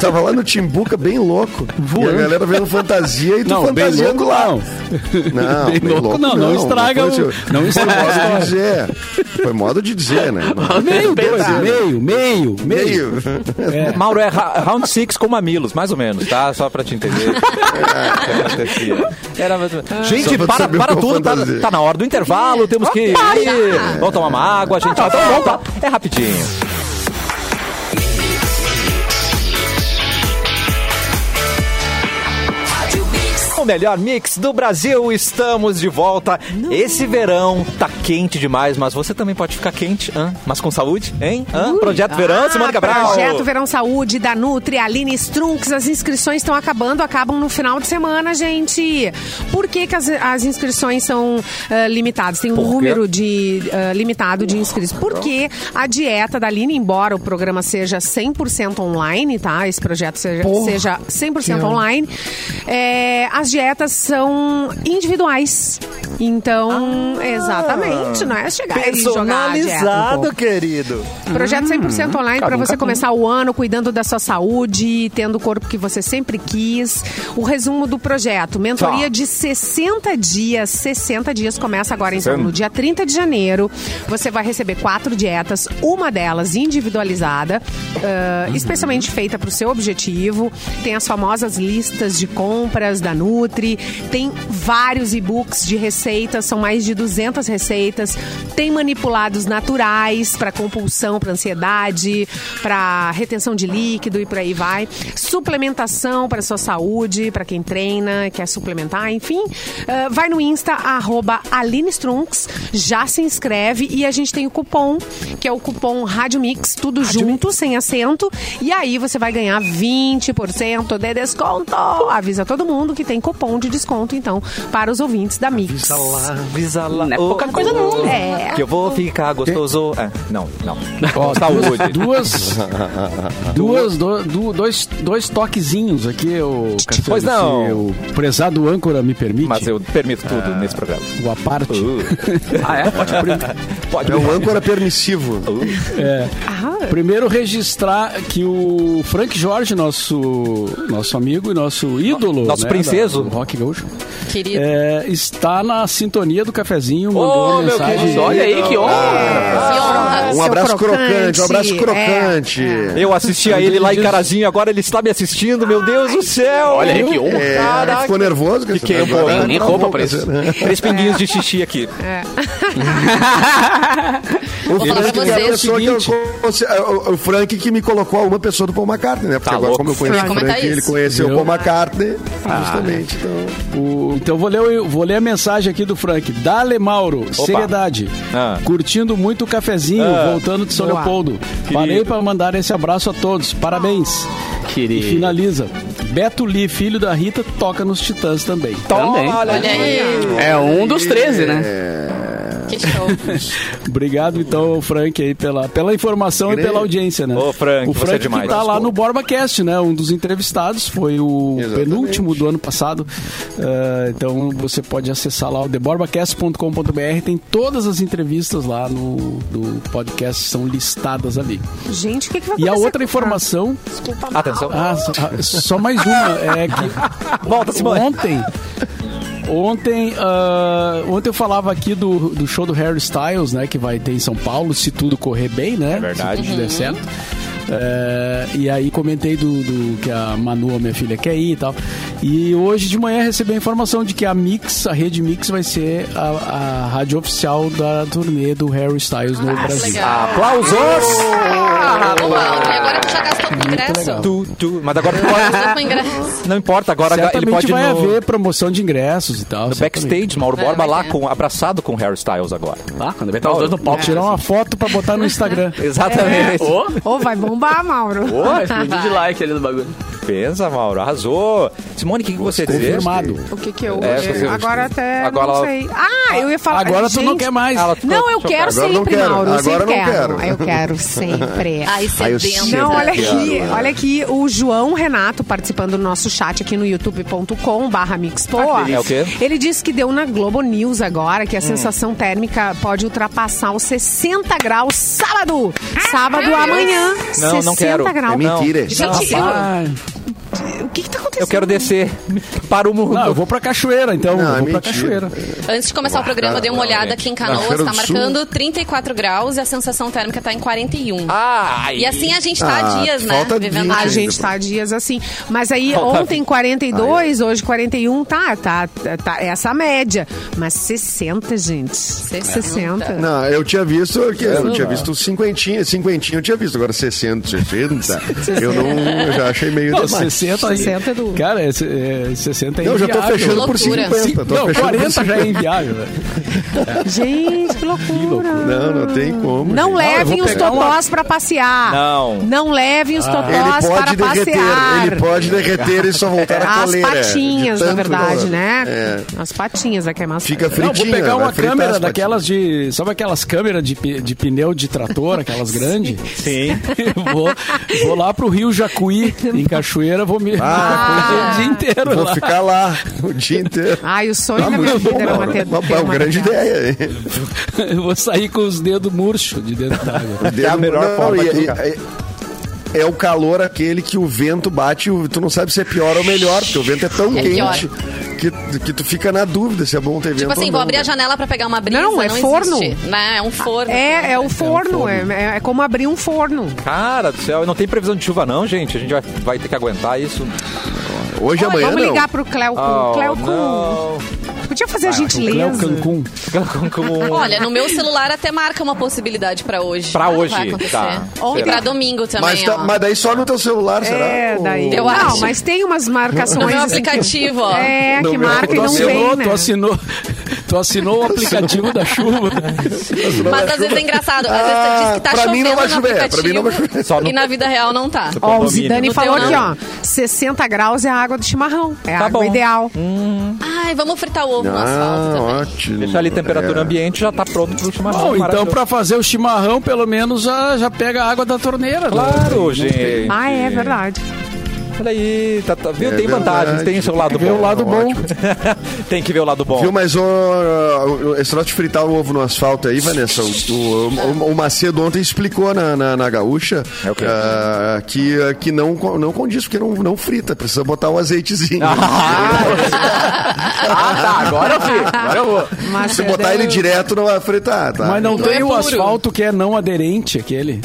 [SPEAKER 3] Tava lá no Timbuca, bem louco. E a galera vendo fantasia e tu
[SPEAKER 6] Não, bem
[SPEAKER 3] fantasiando
[SPEAKER 6] louco
[SPEAKER 3] lá.
[SPEAKER 6] não.
[SPEAKER 3] Não,
[SPEAKER 6] <laughs> Bem louco não, não estraga
[SPEAKER 3] foi
[SPEAKER 6] o-
[SPEAKER 3] assim,
[SPEAKER 6] não estraga
[SPEAKER 3] Foi
[SPEAKER 6] a
[SPEAKER 3] modo
[SPEAKER 6] história.
[SPEAKER 3] de dizer. Foi modo de dizer, né?
[SPEAKER 6] <laughs> Meio, dois,
[SPEAKER 3] Pesado.
[SPEAKER 6] meio, meio, meio.
[SPEAKER 3] Meio.
[SPEAKER 1] Mauro, é ra- round six com mamilos, mais ou menos, tá? Só pra te entender. Era mais ou menos.
[SPEAKER 3] É, Só
[SPEAKER 1] Gente,
[SPEAKER 3] pra
[SPEAKER 1] para,
[SPEAKER 3] saber
[SPEAKER 1] para
[SPEAKER 3] qual
[SPEAKER 1] tudo. Tá,
[SPEAKER 3] fantasia.
[SPEAKER 1] tá na hora do intervalo, temos que ir. Vamos tomar uma água, gente.
[SPEAKER 3] Tá,
[SPEAKER 1] Ah, então volta. É rapidinho. O melhor mix do Brasil, estamos de volta. Esse verão tá quente demais, mas você também pode ficar quente, hã? mas com saúde, hein? Hã? Projeto
[SPEAKER 3] Ah,
[SPEAKER 1] Verão, Simone Cabral.
[SPEAKER 2] Ah, Projeto Verão Saúde, da Nutri, Aline Strunks. As inscrições estão acabando, acabam no final de semana, gente. Por que, que as, as inscrições são ah, limitadas? Tem um
[SPEAKER 1] quê?
[SPEAKER 2] número de, ah, limitado de inscritos. Porque a dieta da Aline, embora o programa seja 100% online, tá? Esse projeto seja, seja 100% online, é, as dietas são individuais. Então, exatamente, não é chegar e jogar a dieta no povo.
[SPEAKER 1] querido.
[SPEAKER 2] Projeto 100% online para você começar o ano cuidando da sua saúde, tendo o corpo que você sempre quis. O resumo do projeto: mentoria
[SPEAKER 1] Tá.
[SPEAKER 2] de 60 dias. 60 dias começa agora, então, no dia 30 de janeiro. Você vai receber quatro dietas, uma delas individualizada, ah, especialmente feita para o seu objetivo. Tem as famosas listas de compras da Nutri, tem vários e-books de receitas, são mais de 200 receitas. Tem manipulados naturais para compulsão, para ansiedade, para retenção de líquido e por aí vai. Suplementação para sua saúde, para quem treina, quer suplementar, enfim. Ah, vai no Insta, arroba Aline Strunks, já se inscreve e a gente tem o cupom, que é o cupom Rádio Mix, tudo junto, sem acento. E aí você vai ganhar 20% de desconto. Avisa todo mundo que tem cupom de desconto, então, para os ouvintes da Mix.
[SPEAKER 1] Avisa lá.
[SPEAKER 4] Não é pouca
[SPEAKER 1] Ô,
[SPEAKER 4] coisa não.
[SPEAKER 2] É.
[SPEAKER 1] né? Que eu vou ficar gostoso. Ah, não, não. Com saúde.
[SPEAKER 6] Duas. duas do- du- dois, dois toquezinhos aqui, o Cassiano,
[SPEAKER 1] Pois não.
[SPEAKER 6] se o prezado âncora me permite.
[SPEAKER 1] Mas eu permito tudo nesse programa.
[SPEAKER 6] O a parte.
[SPEAKER 1] Uh.
[SPEAKER 4] Ah, é? Pode abrir.
[SPEAKER 1] <laughs> Pode
[SPEAKER 3] É um âncora permissivo.
[SPEAKER 2] Ah,
[SPEAKER 6] Primeiro registrar que o Frank Jorge, nosso, nosso amigo e nosso ídolo.
[SPEAKER 1] Nosso
[SPEAKER 6] né,
[SPEAKER 1] princeso.
[SPEAKER 6] da- do Rock Gaúcho.
[SPEAKER 5] Querido.
[SPEAKER 6] é, está na sintonia do cafezinho, mandou
[SPEAKER 4] Ô,
[SPEAKER 6] uma
[SPEAKER 4] meu
[SPEAKER 6] mensagem.
[SPEAKER 4] querido, olha aí que honra.
[SPEAKER 5] Que honra.
[SPEAKER 3] Um
[SPEAKER 2] seu
[SPEAKER 3] abraço crocante, um abraço
[SPEAKER 2] é.
[SPEAKER 3] crocante.
[SPEAKER 6] É.
[SPEAKER 1] Eu assisti a ele lá em Carazinho, agora ele está me assistindo, meu Deus do céu!
[SPEAKER 4] Olha aí que honra.
[SPEAKER 3] É,
[SPEAKER 1] Caraca.
[SPEAKER 3] ficou nervoso? cara?
[SPEAKER 6] é,
[SPEAKER 1] Fiquei um
[SPEAKER 3] Agora
[SPEAKER 1] pouquinho,
[SPEAKER 3] tá
[SPEAKER 4] nem
[SPEAKER 3] na
[SPEAKER 4] roupa
[SPEAKER 3] boca,
[SPEAKER 4] pra isso.
[SPEAKER 3] né?
[SPEAKER 1] Três pinguinhos de xixi aqui.
[SPEAKER 5] Vou falar pra
[SPEAKER 3] que é a
[SPEAKER 5] vocês.
[SPEAKER 3] pessoa que eu
[SPEAKER 6] seguinte.
[SPEAKER 3] conheci- o- o Frank que me colocou uma pessoa do Paul McCartney, né? Porque
[SPEAKER 4] Tá
[SPEAKER 3] agora,
[SPEAKER 4] louco.
[SPEAKER 3] como eu conheço
[SPEAKER 5] Vai
[SPEAKER 3] o
[SPEAKER 5] comentar
[SPEAKER 3] Frank, ele
[SPEAKER 5] isso.
[SPEAKER 3] conheceu o
[SPEAKER 6] Viu? Ah,
[SPEAKER 3] Paul McCartney, justamente. Então.
[SPEAKER 6] O- então vou ler, o- vou ler a mensagem aqui do Frank. Dale Mauro, seriedade.
[SPEAKER 1] Ah.
[SPEAKER 6] Curtindo muito o cafezinho,
[SPEAKER 1] Ah.
[SPEAKER 6] voltando de São
[SPEAKER 2] Boa.
[SPEAKER 6] Leopoldo. Parei para mandar esse abraço a todos. Parabéns.
[SPEAKER 3] né?
[SPEAKER 6] E
[SPEAKER 4] Querido.
[SPEAKER 6] finaliza. Beto Lee, filho da Rita, toca nos Titãs também.
[SPEAKER 4] Também.
[SPEAKER 1] Olha
[SPEAKER 5] Olha
[SPEAKER 1] aí.
[SPEAKER 5] aí,
[SPEAKER 4] É um dos 13, né?
[SPEAKER 3] É.
[SPEAKER 5] que show.
[SPEAKER 6] Obrigado, então, Frank, aí, pela, pela informação e
[SPEAKER 3] Grande.
[SPEAKER 6] pela audiência, né?
[SPEAKER 1] Ô, Frank,
[SPEAKER 6] o
[SPEAKER 1] você é
[SPEAKER 6] Frank
[SPEAKER 1] demais.
[SPEAKER 6] que tá lá no BorbaCast, né? Um dos entrevistados, foi o
[SPEAKER 3] Exatamente.
[SPEAKER 6] penúltimo do ano passado. Ah, então você pode acessar lá o theborbacast.com.br, tem todas as entrevistas lá no do podcast, são listadas ali.
[SPEAKER 2] Gente, o que, que vai
[SPEAKER 6] E a
[SPEAKER 2] acontecer
[SPEAKER 6] outra
[SPEAKER 2] com o Fran?
[SPEAKER 6] informação,
[SPEAKER 2] Desculpa,
[SPEAKER 1] Atenção.
[SPEAKER 6] ah, só- só mais uma, é que
[SPEAKER 1] Volta, Simone.
[SPEAKER 6] Ontem. Ontem, ah, ontem eu falava aqui do, do show do Harry Styles, né? Que vai ter em São Paulo, se tudo correr bem, né? É
[SPEAKER 1] verdade.
[SPEAKER 6] Se tudo
[SPEAKER 5] Uhum.
[SPEAKER 6] der certo. É, e aí comentei do, do que a Manu, a minha filha, quer ir e tal. E hoje de manhã recebi a informação de que a Mix, a rede Mix, vai ser a, a rádio oficial da turnê do Harry Styles no
[SPEAKER 5] Ah, que
[SPEAKER 6] Brasil.
[SPEAKER 5] legal. Tá,
[SPEAKER 1] Aplausos!
[SPEAKER 5] Boa, Aldo. E agora tu já gastou com o ingresso.
[SPEAKER 6] legal.
[SPEAKER 1] Tu, tu. Mas agora ele pode.
[SPEAKER 5] Gastou com o ingresso.
[SPEAKER 1] Não importa, agora ele
[SPEAKER 6] Certamente
[SPEAKER 1] pode ir
[SPEAKER 6] vai
[SPEAKER 1] no,
[SPEAKER 6] haver promoção de ingressos e tal.
[SPEAKER 1] no
[SPEAKER 6] certamente.
[SPEAKER 1] backstage, Mauro
[SPEAKER 5] Vai,
[SPEAKER 1] Borba
[SPEAKER 5] vai
[SPEAKER 1] lá
[SPEAKER 5] ter.
[SPEAKER 1] com, abraçado com o Harry Styles agora. É.
[SPEAKER 4] Tá, quando vai estar os dois no
[SPEAKER 6] Vou
[SPEAKER 4] palco. É.
[SPEAKER 6] tirar uma foto pra botar no <laughs> Instagram.
[SPEAKER 1] Exatamente.
[SPEAKER 4] Tá Ô,
[SPEAKER 2] Ô, vai bombar, Mauro.
[SPEAKER 4] ô, explodiu de like ali no bagulho.
[SPEAKER 1] Pensa, Mauro, arrasou. Simone, o que, que você ia dizer?
[SPEAKER 6] Confirmado.
[SPEAKER 2] O que que eu...
[SPEAKER 1] É, você-
[SPEAKER 2] agora até
[SPEAKER 1] Agora
[SPEAKER 2] não
[SPEAKER 1] ela-
[SPEAKER 2] sei. Ah, eu ia falar...
[SPEAKER 6] Agora tu não
[SPEAKER 2] Gente,
[SPEAKER 6] quer mais.
[SPEAKER 1] Ela ficou
[SPEAKER 2] Não, eu
[SPEAKER 1] chocada.
[SPEAKER 2] quero
[SPEAKER 3] Agora não
[SPEAKER 2] sempre,
[SPEAKER 3] quero.
[SPEAKER 2] Mauro. eu
[SPEAKER 3] Agora
[SPEAKER 2] sempre
[SPEAKER 3] não
[SPEAKER 2] quero.
[SPEAKER 3] quero.
[SPEAKER 2] Eu quero sempre.
[SPEAKER 5] Ai,
[SPEAKER 3] Aí
[SPEAKER 5] sedento.
[SPEAKER 3] eu sinto.
[SPEAKER 2] Não, olha aqui,
[SPEAKER 3] Claro, né?
[SPEAKER 2] olha aqui o João Renato participando do nosso chat aqui no youtube.com barra Mixpoa.
[SPEAKER 1] delícia. É o quê?
[SPEAKER 2] Ele disse que deu na Globo News agora que a sensação térmica pode ultrapassar os 60 graus sábado. Sábado amanhã,
[SPEAKER 1] Não,
[SPEAKER 2] 60
[SPEAKER 1] não quero.
[SPEAKER 3] É
[SPEAKER 2] graus.
[SPEAKER 1] Não.
[SPEAKER 3] mentira.
[SPEAKER 5] Gente, eu-
[SPEAKER 6] Ah,
[SPEAKER 2] o que que tá acontecendo?
[SPEAKER 1] Eu quero descer para o mundo.
[SPEAKER 6] Não, eu vou pra cachoeira, então.
[SPEAKER 3] Não,
[SPEAKER 6] eu
[SPEAKER 3] é
[SPEAKER 6] vou pra
[SPEAKER 3] mentira.
[SPEAKER 6] cachoeira.
[SPEAKER 5] Antes de começar o programa, eu dei uma olhada aqui em Canoas,
[SPEAKER 3] Feira
[SPEAKER 5] tá
[SPEAKER 3] do Sul.
[SPEAKER 5] marcando 34 graus e a sensação térmica tá em 41.
[SPEAKER 1] Ai.
[SPEAKER 5] E assim
[SPEAKER 2] é-
[SPEAKER 5] a gente tá há
[SPEAKER 3] Ah,
[SPEAKER 5] dias, né?
[SPEAKER 3] falta
[SPEAKER 5] Vivendo
[SPEAKER 3] 20.
[SPEAKER 2] A
[SPEAKER 5] a gente.
[SPEAKER 2] gente tá há dias assim. Mas aí
[SPEAKER 3] tá
[SPEAKER 1] Falta-
[SPEAKER 2] ontem 42, hoje 41, tá, tá, tá, tá essa a média. Mas 60, gente. 60.
[SPEAKER 3] Não, eu tinha visto, que- eu tinha visto cinquentinha, cinquentinha eu tinha visto, agora 60, 60, eu não, eu já achei meio
[SPEAKER 6] Não,
[SPEAKER 3] demais.
[SPEAKER 6] 60, aí-
[SPEAKER 2] 60 é do-
[SPEAKER 6] Cara, é, é, 60 é
[SPEAKER 3] Eu já tô
[SPEAKER 6] inviável.
[SPEAKER 3] fechando por
[SPEAKER 5] Loucura.
[SPEAKER 3] 50, tô
[SPEAKER 6] Não,
[SPEAKER 3] fechando
[SPEAKER 6] 40
[SPEAKER 3] por
[SPEAKER 6] já é inviável. né?
[SPEAKER 3] <laughs>
[SPEAKER 2] Gente, que loucura.
[SPEAKER 3] Não, não tem como.
[SPEAKER 2] Não
[SPEAKER 3] gente.
[SPEAKER 2] levem
[SPEAKER 6] vou
[SPEAKER 2] os
[SPEAKER 6] pegar
[SPEAKER 2] totós para passear.
[SPEAKER 1] Não.
[SPEAKER 2] Não levem os
[SPEAKER 6] é
[SPEAKER 2] totós
[SPEAKER 3] Ah. Ele
[SPEAKER 2] para
[SPEAKER 3] pode derreter,
[SPEAKER 2] passear.
[SPEAKER 3] ele pode derreter e só voltar a
[SPEAKER 2] As
[SPEAKER 3] coleira.
[SPEAKER 2] patinhas,
[SPEAKER 3] de
[SPEAKER 2] na
[SPEAKER 3] tanto
[SPEAKER 2] verdade,
[SPEAKER 3] calor.
[SPEAKER 2] né?
[SPEAKER 3] É.
[SPEAKER 2] As patinhas, é a queimação.
[SPEAKER 3] Fica
[SPEAKER 6] Não,
[SPEAKER 3] fritinha.
[SPEAKER 6] vou pegar
[SPEAKER 3] vai
[SPEAKER 6] uma
[SPEAKER 3] fritar
[SPEAKER 6] câmera
[SPEAKER 3] as
[SPEAKER 6] daquelas de. Sabe aquelas câmeras de, pi- de pneu de trator, aquelas grandes? Sim. <laughs> vou, vou lá pro Rio Jacuí, em Cachoeira, vou me.
[SPEAKER 3] Ah.
[SPEAKER 6] <laughs> o dia inteiro
[SPEAKER 3] patinhas.
[SPEAKER 6] lá.
[SPEAKER 3] Vou ficar lá o dia inteiro.
[SPEAKER 2] Ai, o sonho
[SPEAKER 3] Ah,
[SPEAKER 2] da minha
[SPEAKER 3] muito
[SPEAKER 2] vida
[SPEAKER 3] bom,
[SPEAKER 2] era uma,
[SPEAKER 3] Mauro.
[SPEAKER 2] ter,
[SPEAKER 3] Uma-
[SPEAKER 2] ter
[SPEAKER 3] uma
[SPEAKER 2] uma
[SPEAKER 3] grande <laughs>
[SPEAKER 2] terraça.
[SPEAKER 3] ideia. hein?
[SPEAKER 6] Eu vou sair com os dedos murchos de dentro d'água.
[SPEAKER 3] Dedo-
[SPEAKER 1] a melhor forma
[SPEAKER 3] e-
[SPEAKER 1] de
[SPEAKER 3] e-
[SPEAKER 1] ficar.
[SPEAKER 3] é- É o calor aquele que o vento bate e o- tu não sabe se é pior ou melhor, porque o vento é tão
[SPEAKER 5] É
[SPEAKER 3] quente que, que tu fica na dúvida se é bom ter vento
[SPEAKER 5] Tipo assim,
[SPEAKER 3] ou
[SPEAKER 5] vou
[SPEAKER 3] não,
[SPEAKER 5] abrir a
[SPEAKER 3] né?
[SPEAKER 5] janela pra pegar uma brisa.
[SPEAKER 2] Não, é forno.
[SPEAKER 5] existe, né? É um forno.
[SPEAKER 2] É, é o forno, é, é- é como abrir um forno.
[SPEAKER 1] Cara do céu, e não tem previsão de chuva não, gente. A gente vai, vai ter que aguentar isso.
[SPEAKER 3] Hoje,
[SPEAKER 2] Olha,
[SPEAKER 3] amanhã
[SPEAKER 2] vamos
[SPEAKER 3] não. Ah,
[SPEAKER 2] ligar pro Cleo Kuhn.
[SPEAKER 1] Oh,
[SPEAKER 2] Cleo Kuhn,
[SPEAKER 1] não.
[SPEAKER 2] podia fazer a
[SPEAKER 6] Cléo
[SPEAKER 2] gentileza.
[SPEAKER 6] Cancún.
[SPEAKER 1] Com-
[SPEAKER 2] <laughs>
[SPEAKER 1] com-
[SPEAKER 5] Olha, no meu celular até marca uma possibilidade pra hoje.
[SPEAKER 1] Pra
[SPEAKER 5] Mas não
[SPEAKER 1] hoje,
[SPEAKER 5] Vai acontecer.
[SPEAKER 1] tá.
[SPEAKER 5] E
[SPEAKER 1] Será?
[SPEAKER 5] pra domingo também,
[SPEAKER 3] Mas, tá-
[SPEAKER 5] ó.
[SPEAKER 3] mas daí só no teu celular, será?
[SPEAKER 2] É,
[SPEAKER 3] Ou-
[SPEAKER 2] daí.
[SPEAKER 5] Eu
[SPEAKER 2] não,
[SPEAKER 5] acho.
[SPEAKER 2] mas tem umas marcações.
[SPEAKER 5] No meu
[SPEAKER 2] assim que-
[SPEAKER 5] aplicativo, ó.
[SPEAKER 2] É,
[SPEAKER 3] No
[SPEAKER 2] que
[SPEAKER 3] meu-
[SPEAKER 2] marca e
[SPEAKER 3] tu
[SPEAKER 2] não
[SPEAKER 6] assinou,
[SPEAKER 2] vem, né?
[SPEAKER 6] tu assinou, tu assinou o aplicativo da chuva.
[SPEAKER 2] É,
[SPEAKER 5] Mas às vezes é engraçado. Às vezes
[SPEAKER 3] Ah,
[SPEAKER 5] diz que tá
[SPEAKER 3] pra mim
[SPEAKER 5] chovendo
[SPEAKER 3] não vai
[SPEAKER 5] no
[SPEAKER 3] chover, pra mim não vai
[SPEAKER 5] aplicativo
[SPEAKER 3] chover.
[SPEAKER 1] Só no-
[SPEAKER 5] <laughs> E na vida real não tá.
[SPEAKER 2] Ó, o
[SPEAKER 6] né?
[SPEAKER 1] condomínio.
[SPEAKER 2] Zidane
[SPEAKER 5] No
[SPEAKER 2] falou
[SPEAKER 5] teu
[SPEAKER 2] aqui, ó.
[SPEAKER 5] não.
[SPEAKER 2] 60 graus é a água do chimarrão. É a
[SPEAKER 1] Tá
[SPEAKER 2] água
[SPEAKER 1] bom.
[SPEAKER 2] ideal.
[SPEAKER 6] Hum.
[SPEAKER 5] Ai, vamos fritar o ovo no asfalto
[SPEAKER 3] Ah,
[SPEAKER 5] também.
[SPEAKER 3] ótimo.
[SPEAKER 1] Deixar ali temperatura
[SPEAKER 3] É.
[SPEAKER 1] ambiente, já tá pronto pro
[SPEAKER 2] é
[SPEAKER 1] chimarrão.
[SPEAKER 6] Bom, então
[SPEAKER 1] Maravilhoso.
[SPEAKER 6] pra fazer o chimarrão, pelo menos ah, já, já pega a água da torneira. né?
[SPEAKER 1] Claro, gente.
[SPEAKER 2] Ah, é verdade.
[SPEAKER 1] Olha aí, tá- tá- viu?
[SPEAKER 3] É
[SPEAKER 1] tem vantagens,
[SPEAKER 3] verdade.
[SPEAKER 1] tem o seu lado
[SPEAKER 6] Vê
[SPEAKER 1] bom.
[SPEAKER 6] o lado bom.
[SPEAKER 1] <laughs> tem que ver o lado bom.
[SPEAKER 3] Viu, mas ô, ô, esse troço de fritar o ovo no asfalto aí, Vanessa, o, o, o- o Macedo ontem explicou na, na, na Gaúcha
[SPEAKER 1] É o quê?
[SPEAKER 3] ah, que, ah, que não, co- não condiz, porque não, não frita, precisa botar
[SPEAKER 1] <laughs>
[SPEAKER 3] um azeitezinho. <laughs>
[SPEAKER 1] Ah, tá, agora eu vi. Agora eu vou.
[SPEAKER 2] Mas
[SPEAKER 3] Se botar ele direto, não vai fritar, tá?
[SPEAKER 6] Mas não
[SPEAKER 2] Então
[SPEAKER 5] Não
[SPEAKER 6] tem
[SPEAKER 5] é
[SPEAKER 6] o
[SPEAKER 5] puro.
[SPEAKER 6] asfalto que é não aderente, aquele.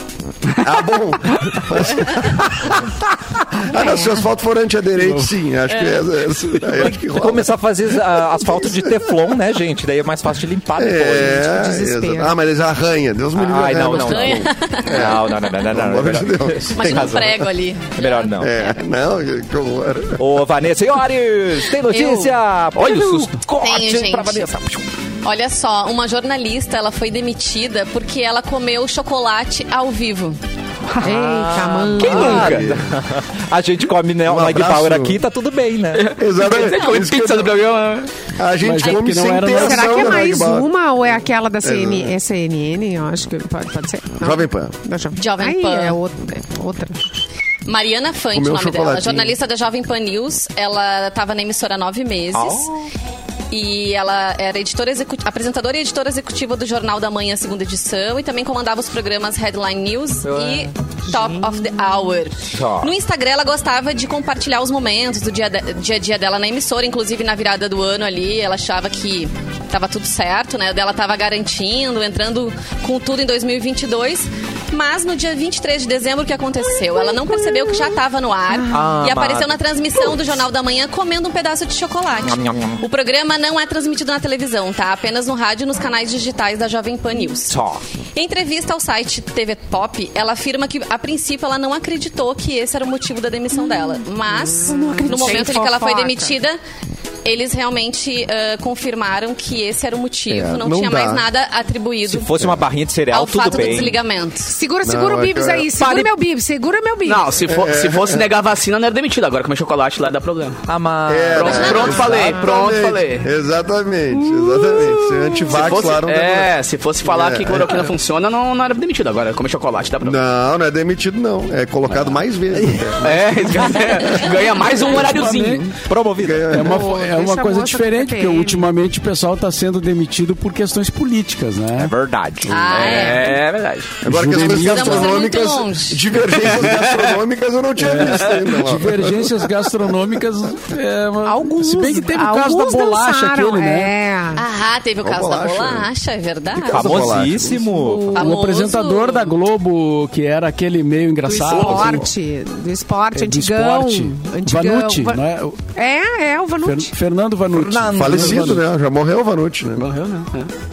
[SPEAKER 3] Ah,
[SPEAKER 2] <laughs>
[SPEAKER 3] bom. Mas- ah, não, se o asfalto for antiaderente, sim. Acho que é, é, é, acho que rola.
[SPEAKER 1] Começar a fazer ah, asfalto de teflon, né, gente? Daí é mais fácil de limpar depois.
[SPEAKER 3] É,
[SPEAKER 2] desespero.
[SPEAKER 3] exato. ah, mas eles arranham. Deus me livre.
[SPEAKER 1] Ai, não,
[SPEAKER 3] arranha,
[SPEAKER 1] não, não.
[SPEAKER 3] mas-
[SPEAKER 1] Não, não, não, não, não, não,
[SPEAKER 3] Pelo
[SPEAKER 1] não,
[SPEAKER 3] amor de
[SPEAKER 1] melhor-
[SPEAKER 3] Deus.
[SPEAKER 1] Tem
[SPEAKER 5] Imagina um
[SPEAKER 1] razão.
[SPEAKER 5] prego ali.
[SPEAKER 1] Melhor não.
[SPEAKER 3] É, não, que horror.
[SPEAKER 1] Ô, Vanessa Iores, tem notícia? Olha o susto. Corte
[SPEAKER 5] Tenho, gente.
[SPEAKER 1] pra Vanessa.
[SPEAKER 5] Olha só, uma jornalista, ela foi demitida porque ela comeu chocolate ao vivo.
[SPEAKER 2] Eita, mano.
[SPEAKER 1] Quem nunca? A gente come né,
[SPEAKER 3] Um
[SPEAKER 1] Mag
[SPEAKER 3] abraço.
[SPEAKER 1] Power aqui, tá tudo bem, né?
[SPEAKER 3] Exatamente.
[SPEAKER 4] Você come
[SPEAKER 3] Isso é que eu-
[SPEAKER 4] pizza do né? programa.
[SPEAKER 3] A gente
[SPEAKER 6] Mas é
[SPEAKER 3] come
[SPEAKER 6] porque não
[SPEAKER 3] sem
[SPEAKER 6] era
[SPEAKER 3] ter
[SPEAKER 6] normal.
[SPEAKER 2] Será
[SPEAKER 3] ação
[SPEAKER 2] que é
[SPEAKER 3] da
[SPEAKER 2] mais
[SPEAKER 3] Magbar.
[SPEAKER 2] uma ou é aquela da CN,
[SPEAKER 6] né?
[SPEAKER 2] é CNN? Eu acho que pode, pode ser. Não.
[SPEAKER 3] Jovem Pan.
[SPEAKER 2] Da Jovem,
[SPEAKER 5] Jovem
[SPEAKER 2] Ai,
[SPEAKER 5] Pan.
[SPEAKER 2] É outra. é outra.
[SPEAKER 5] Mariana Fante, o
[SPEAKER 3] Comeu um
[SPEAKER 5] nome dela.
[SPEAKER 3] chocolatinho.
[SPEAKER 5] Jornalista da Jovem Pan News. Ela estava na emissora há nove meses.
[SPEAKER 3] Oh.
[SPEAKER 5] E ela era editora execu- apresentadora e editora executiva do Jornal da Manhã, segunda edição, e também comandava os programas Headline News e Top of the Hour.
[SPEAKER 1] Tá.
[SPEAKER 5] No Instagram, ela gostava de compartilhar os momentos do dia, de- dia a dia dela na emissora, inclusive na virada do ano ali, ela achava que tava tudo certo, né? Ela tava garantindo, entrando com tudo em 2022. Mas no dia 23 de dezembro, o que aconteceu? Ela não percebeu que já estava no ar
[SPEAKER 1] Ah,
[SPEAKER 5] e apareceu
[SPEAKER 1] amado.
[SPEAKER 5] na transmissão do Jornal da Manhã comendo um pedaço de chocolate. O programa não é transmitido na televisão, tá? Apenas no rádio e nos canais digitais da Jovem Pan News.
[SPEAKER 1] Só.
[SPEAKER 5] Em entrevista ao site TV Pop, ela afirma que, a princípio, ela não acreditou que esse era o motivo da demissão dela. Mas, no momento em que ela foi
[SPEAKER 2] fofoca.
[SPEAKER 5] demitida, eles realmente ah, confirmaram que esse era o motivo.
[SPEAKER 3] É,
[SPEAKER 5] não,
[SPEAKER 3] não
[SPEAKER 5] tinha
[SPEAKER 3] dá.
[SPEAKER 5] mais nada atribuído
[SPEAKER 1] Se fosse uma barrinha de cereal,
[SPEAKER 5] ao
[SPEAKER 1] tudo
[SPEAKER 5] fato do
[SPEAKER 1] bem.
[SPEAKER 5] desligamento.
[SPEAKER 2] Segura, segura
[SPEAKER 3] Não,
[SPEAKER 2] o
[SPEAKER 3] é
[SPEAKER 2] Bibs
[SPEAKER 3] que-
[SPEAKER 2] aí. Segura
[SPEAKER 4] Pare-
[SPEAKER 2] meu Bibs, segura meu Bibs.
[SPEAKER 4] Não, se, for-
[SPEAKER 3] É.
[SPEAKER 4] se fosse negar a vacina, não era demitido. Agora comer chocolate lá dá problema.
[SPEAKER 1] Ah, mas...
[SPEAKER 3] É,
[SPEAKER 4] Pronto,
[SPEAKER 3] né?
[SPEAKER 4] pronto, falei, pronto,
[SPEAKER 3] Exatamente,
[SPEAKER 4] falei.
[SPEAKER 3] Exatamente, exatamente. Se
[SPEAKER 4] Se
[SPEAKER 3] antivax
[SPEAKER 4] fosse,
[SPEAKER 3] lá não dá problema.
[SPEAKER 4] é, se fosse falar
[SPEAKER 3] É,
[SPEAKER 4] que cloroquina funciona, não, não era demitido. Agora comer chocolate dá problema. <laughs>
[SPEAKER 3] Não, não é demitido, não. É colocado mais vezes.
[SPEAKER 4] É, ganha- ganha mais um horáriozinho.
[SPEAKER 1] Promovido.
[SPEAKER 6] É uma,
[SPEAKER 2] Pô,
[SPEAKER 6] é
[SPEAKER 2] deixa
[SPEAKER 6] uma
[SPEAKER 2] a
[SPEAKER 6] coisa
[SPEAKER 2] moça do
[SPEAKER 6] diferente, porque
[SPEAKER 2] TPM.
[SPEAKER 6] ultimamente o pessoal está sendo demitido por questões políticas, né?
[SPEAKER 1] Verdade.
[SPEAKER 5] Ah, é.
[SPEAKER 4] É, é verdade.
[SPEAKER 3] Agora que as coisas
[SPEAKER 6] Precisamos
[SPEAKER 5] ir muito
[SPEAKER 3] gastronômicas,
[SPEAKER 5] longe.
[SPEAKER 2] <laughs>
[SPEAKER 3] divergências gastronômicas eu não tinha
[SPEAKER 2] É.
[SPEAKER 3] visto ainda. ó.
[SPEAKER 6] Divergências gastronômicas. é, uma-
[SPEAKER 2] Alguns.
[SPEAKER 6] Se bem que teve o caso da
[SPEAKER 2] alguns
[SPEAKER 6] bolacha
[SPEAKER 2] dançaram,
[SPEAKER 6] aquele, né?
[SPEAKER 2] É.
[SPEAKER 5] Ah, teve o
[SPEAKER 3] Ó,
[SPEAKER 5] caso
[SPEAKER 3] bolacha.
[SPEAKER 5] da bolacha, é verdade.
[SPEAKER 3] Que caso-
[SPEAKER 1] Famosíssimo.
[SPEAKER 6] O
[SPEAKER 5] Famoso.
[SPEAKER 6] apresentador da Globo, que era aquele meio
[SPEAKER 2] Do
[SPEAKER 6] engraçado. assim,
[SPEAKER 2] esporte, do esporte,
[SPEAKER 6] é, do
[SPEAKER 2] antigão.
[SPEAKER 6] esporte.
[SPEAKER 2] antigão.
[SPEAKER 6] Vanucci,
[SPEAKER 2] Va-
[SPEAKER 6] não é? O
[SPEAKER 2] É, é, o
[SPEAKER 6] Fer-
[SPEAKER 2] Vanucci.
[SPEAKER 6] Fernando Vanucci.
[SPEAKER 1] Fernando.
[SPEAKER 3] Falecido, né? Já morreu o Vanucci, né?
[SPEAKER 6] Morreu, né? É.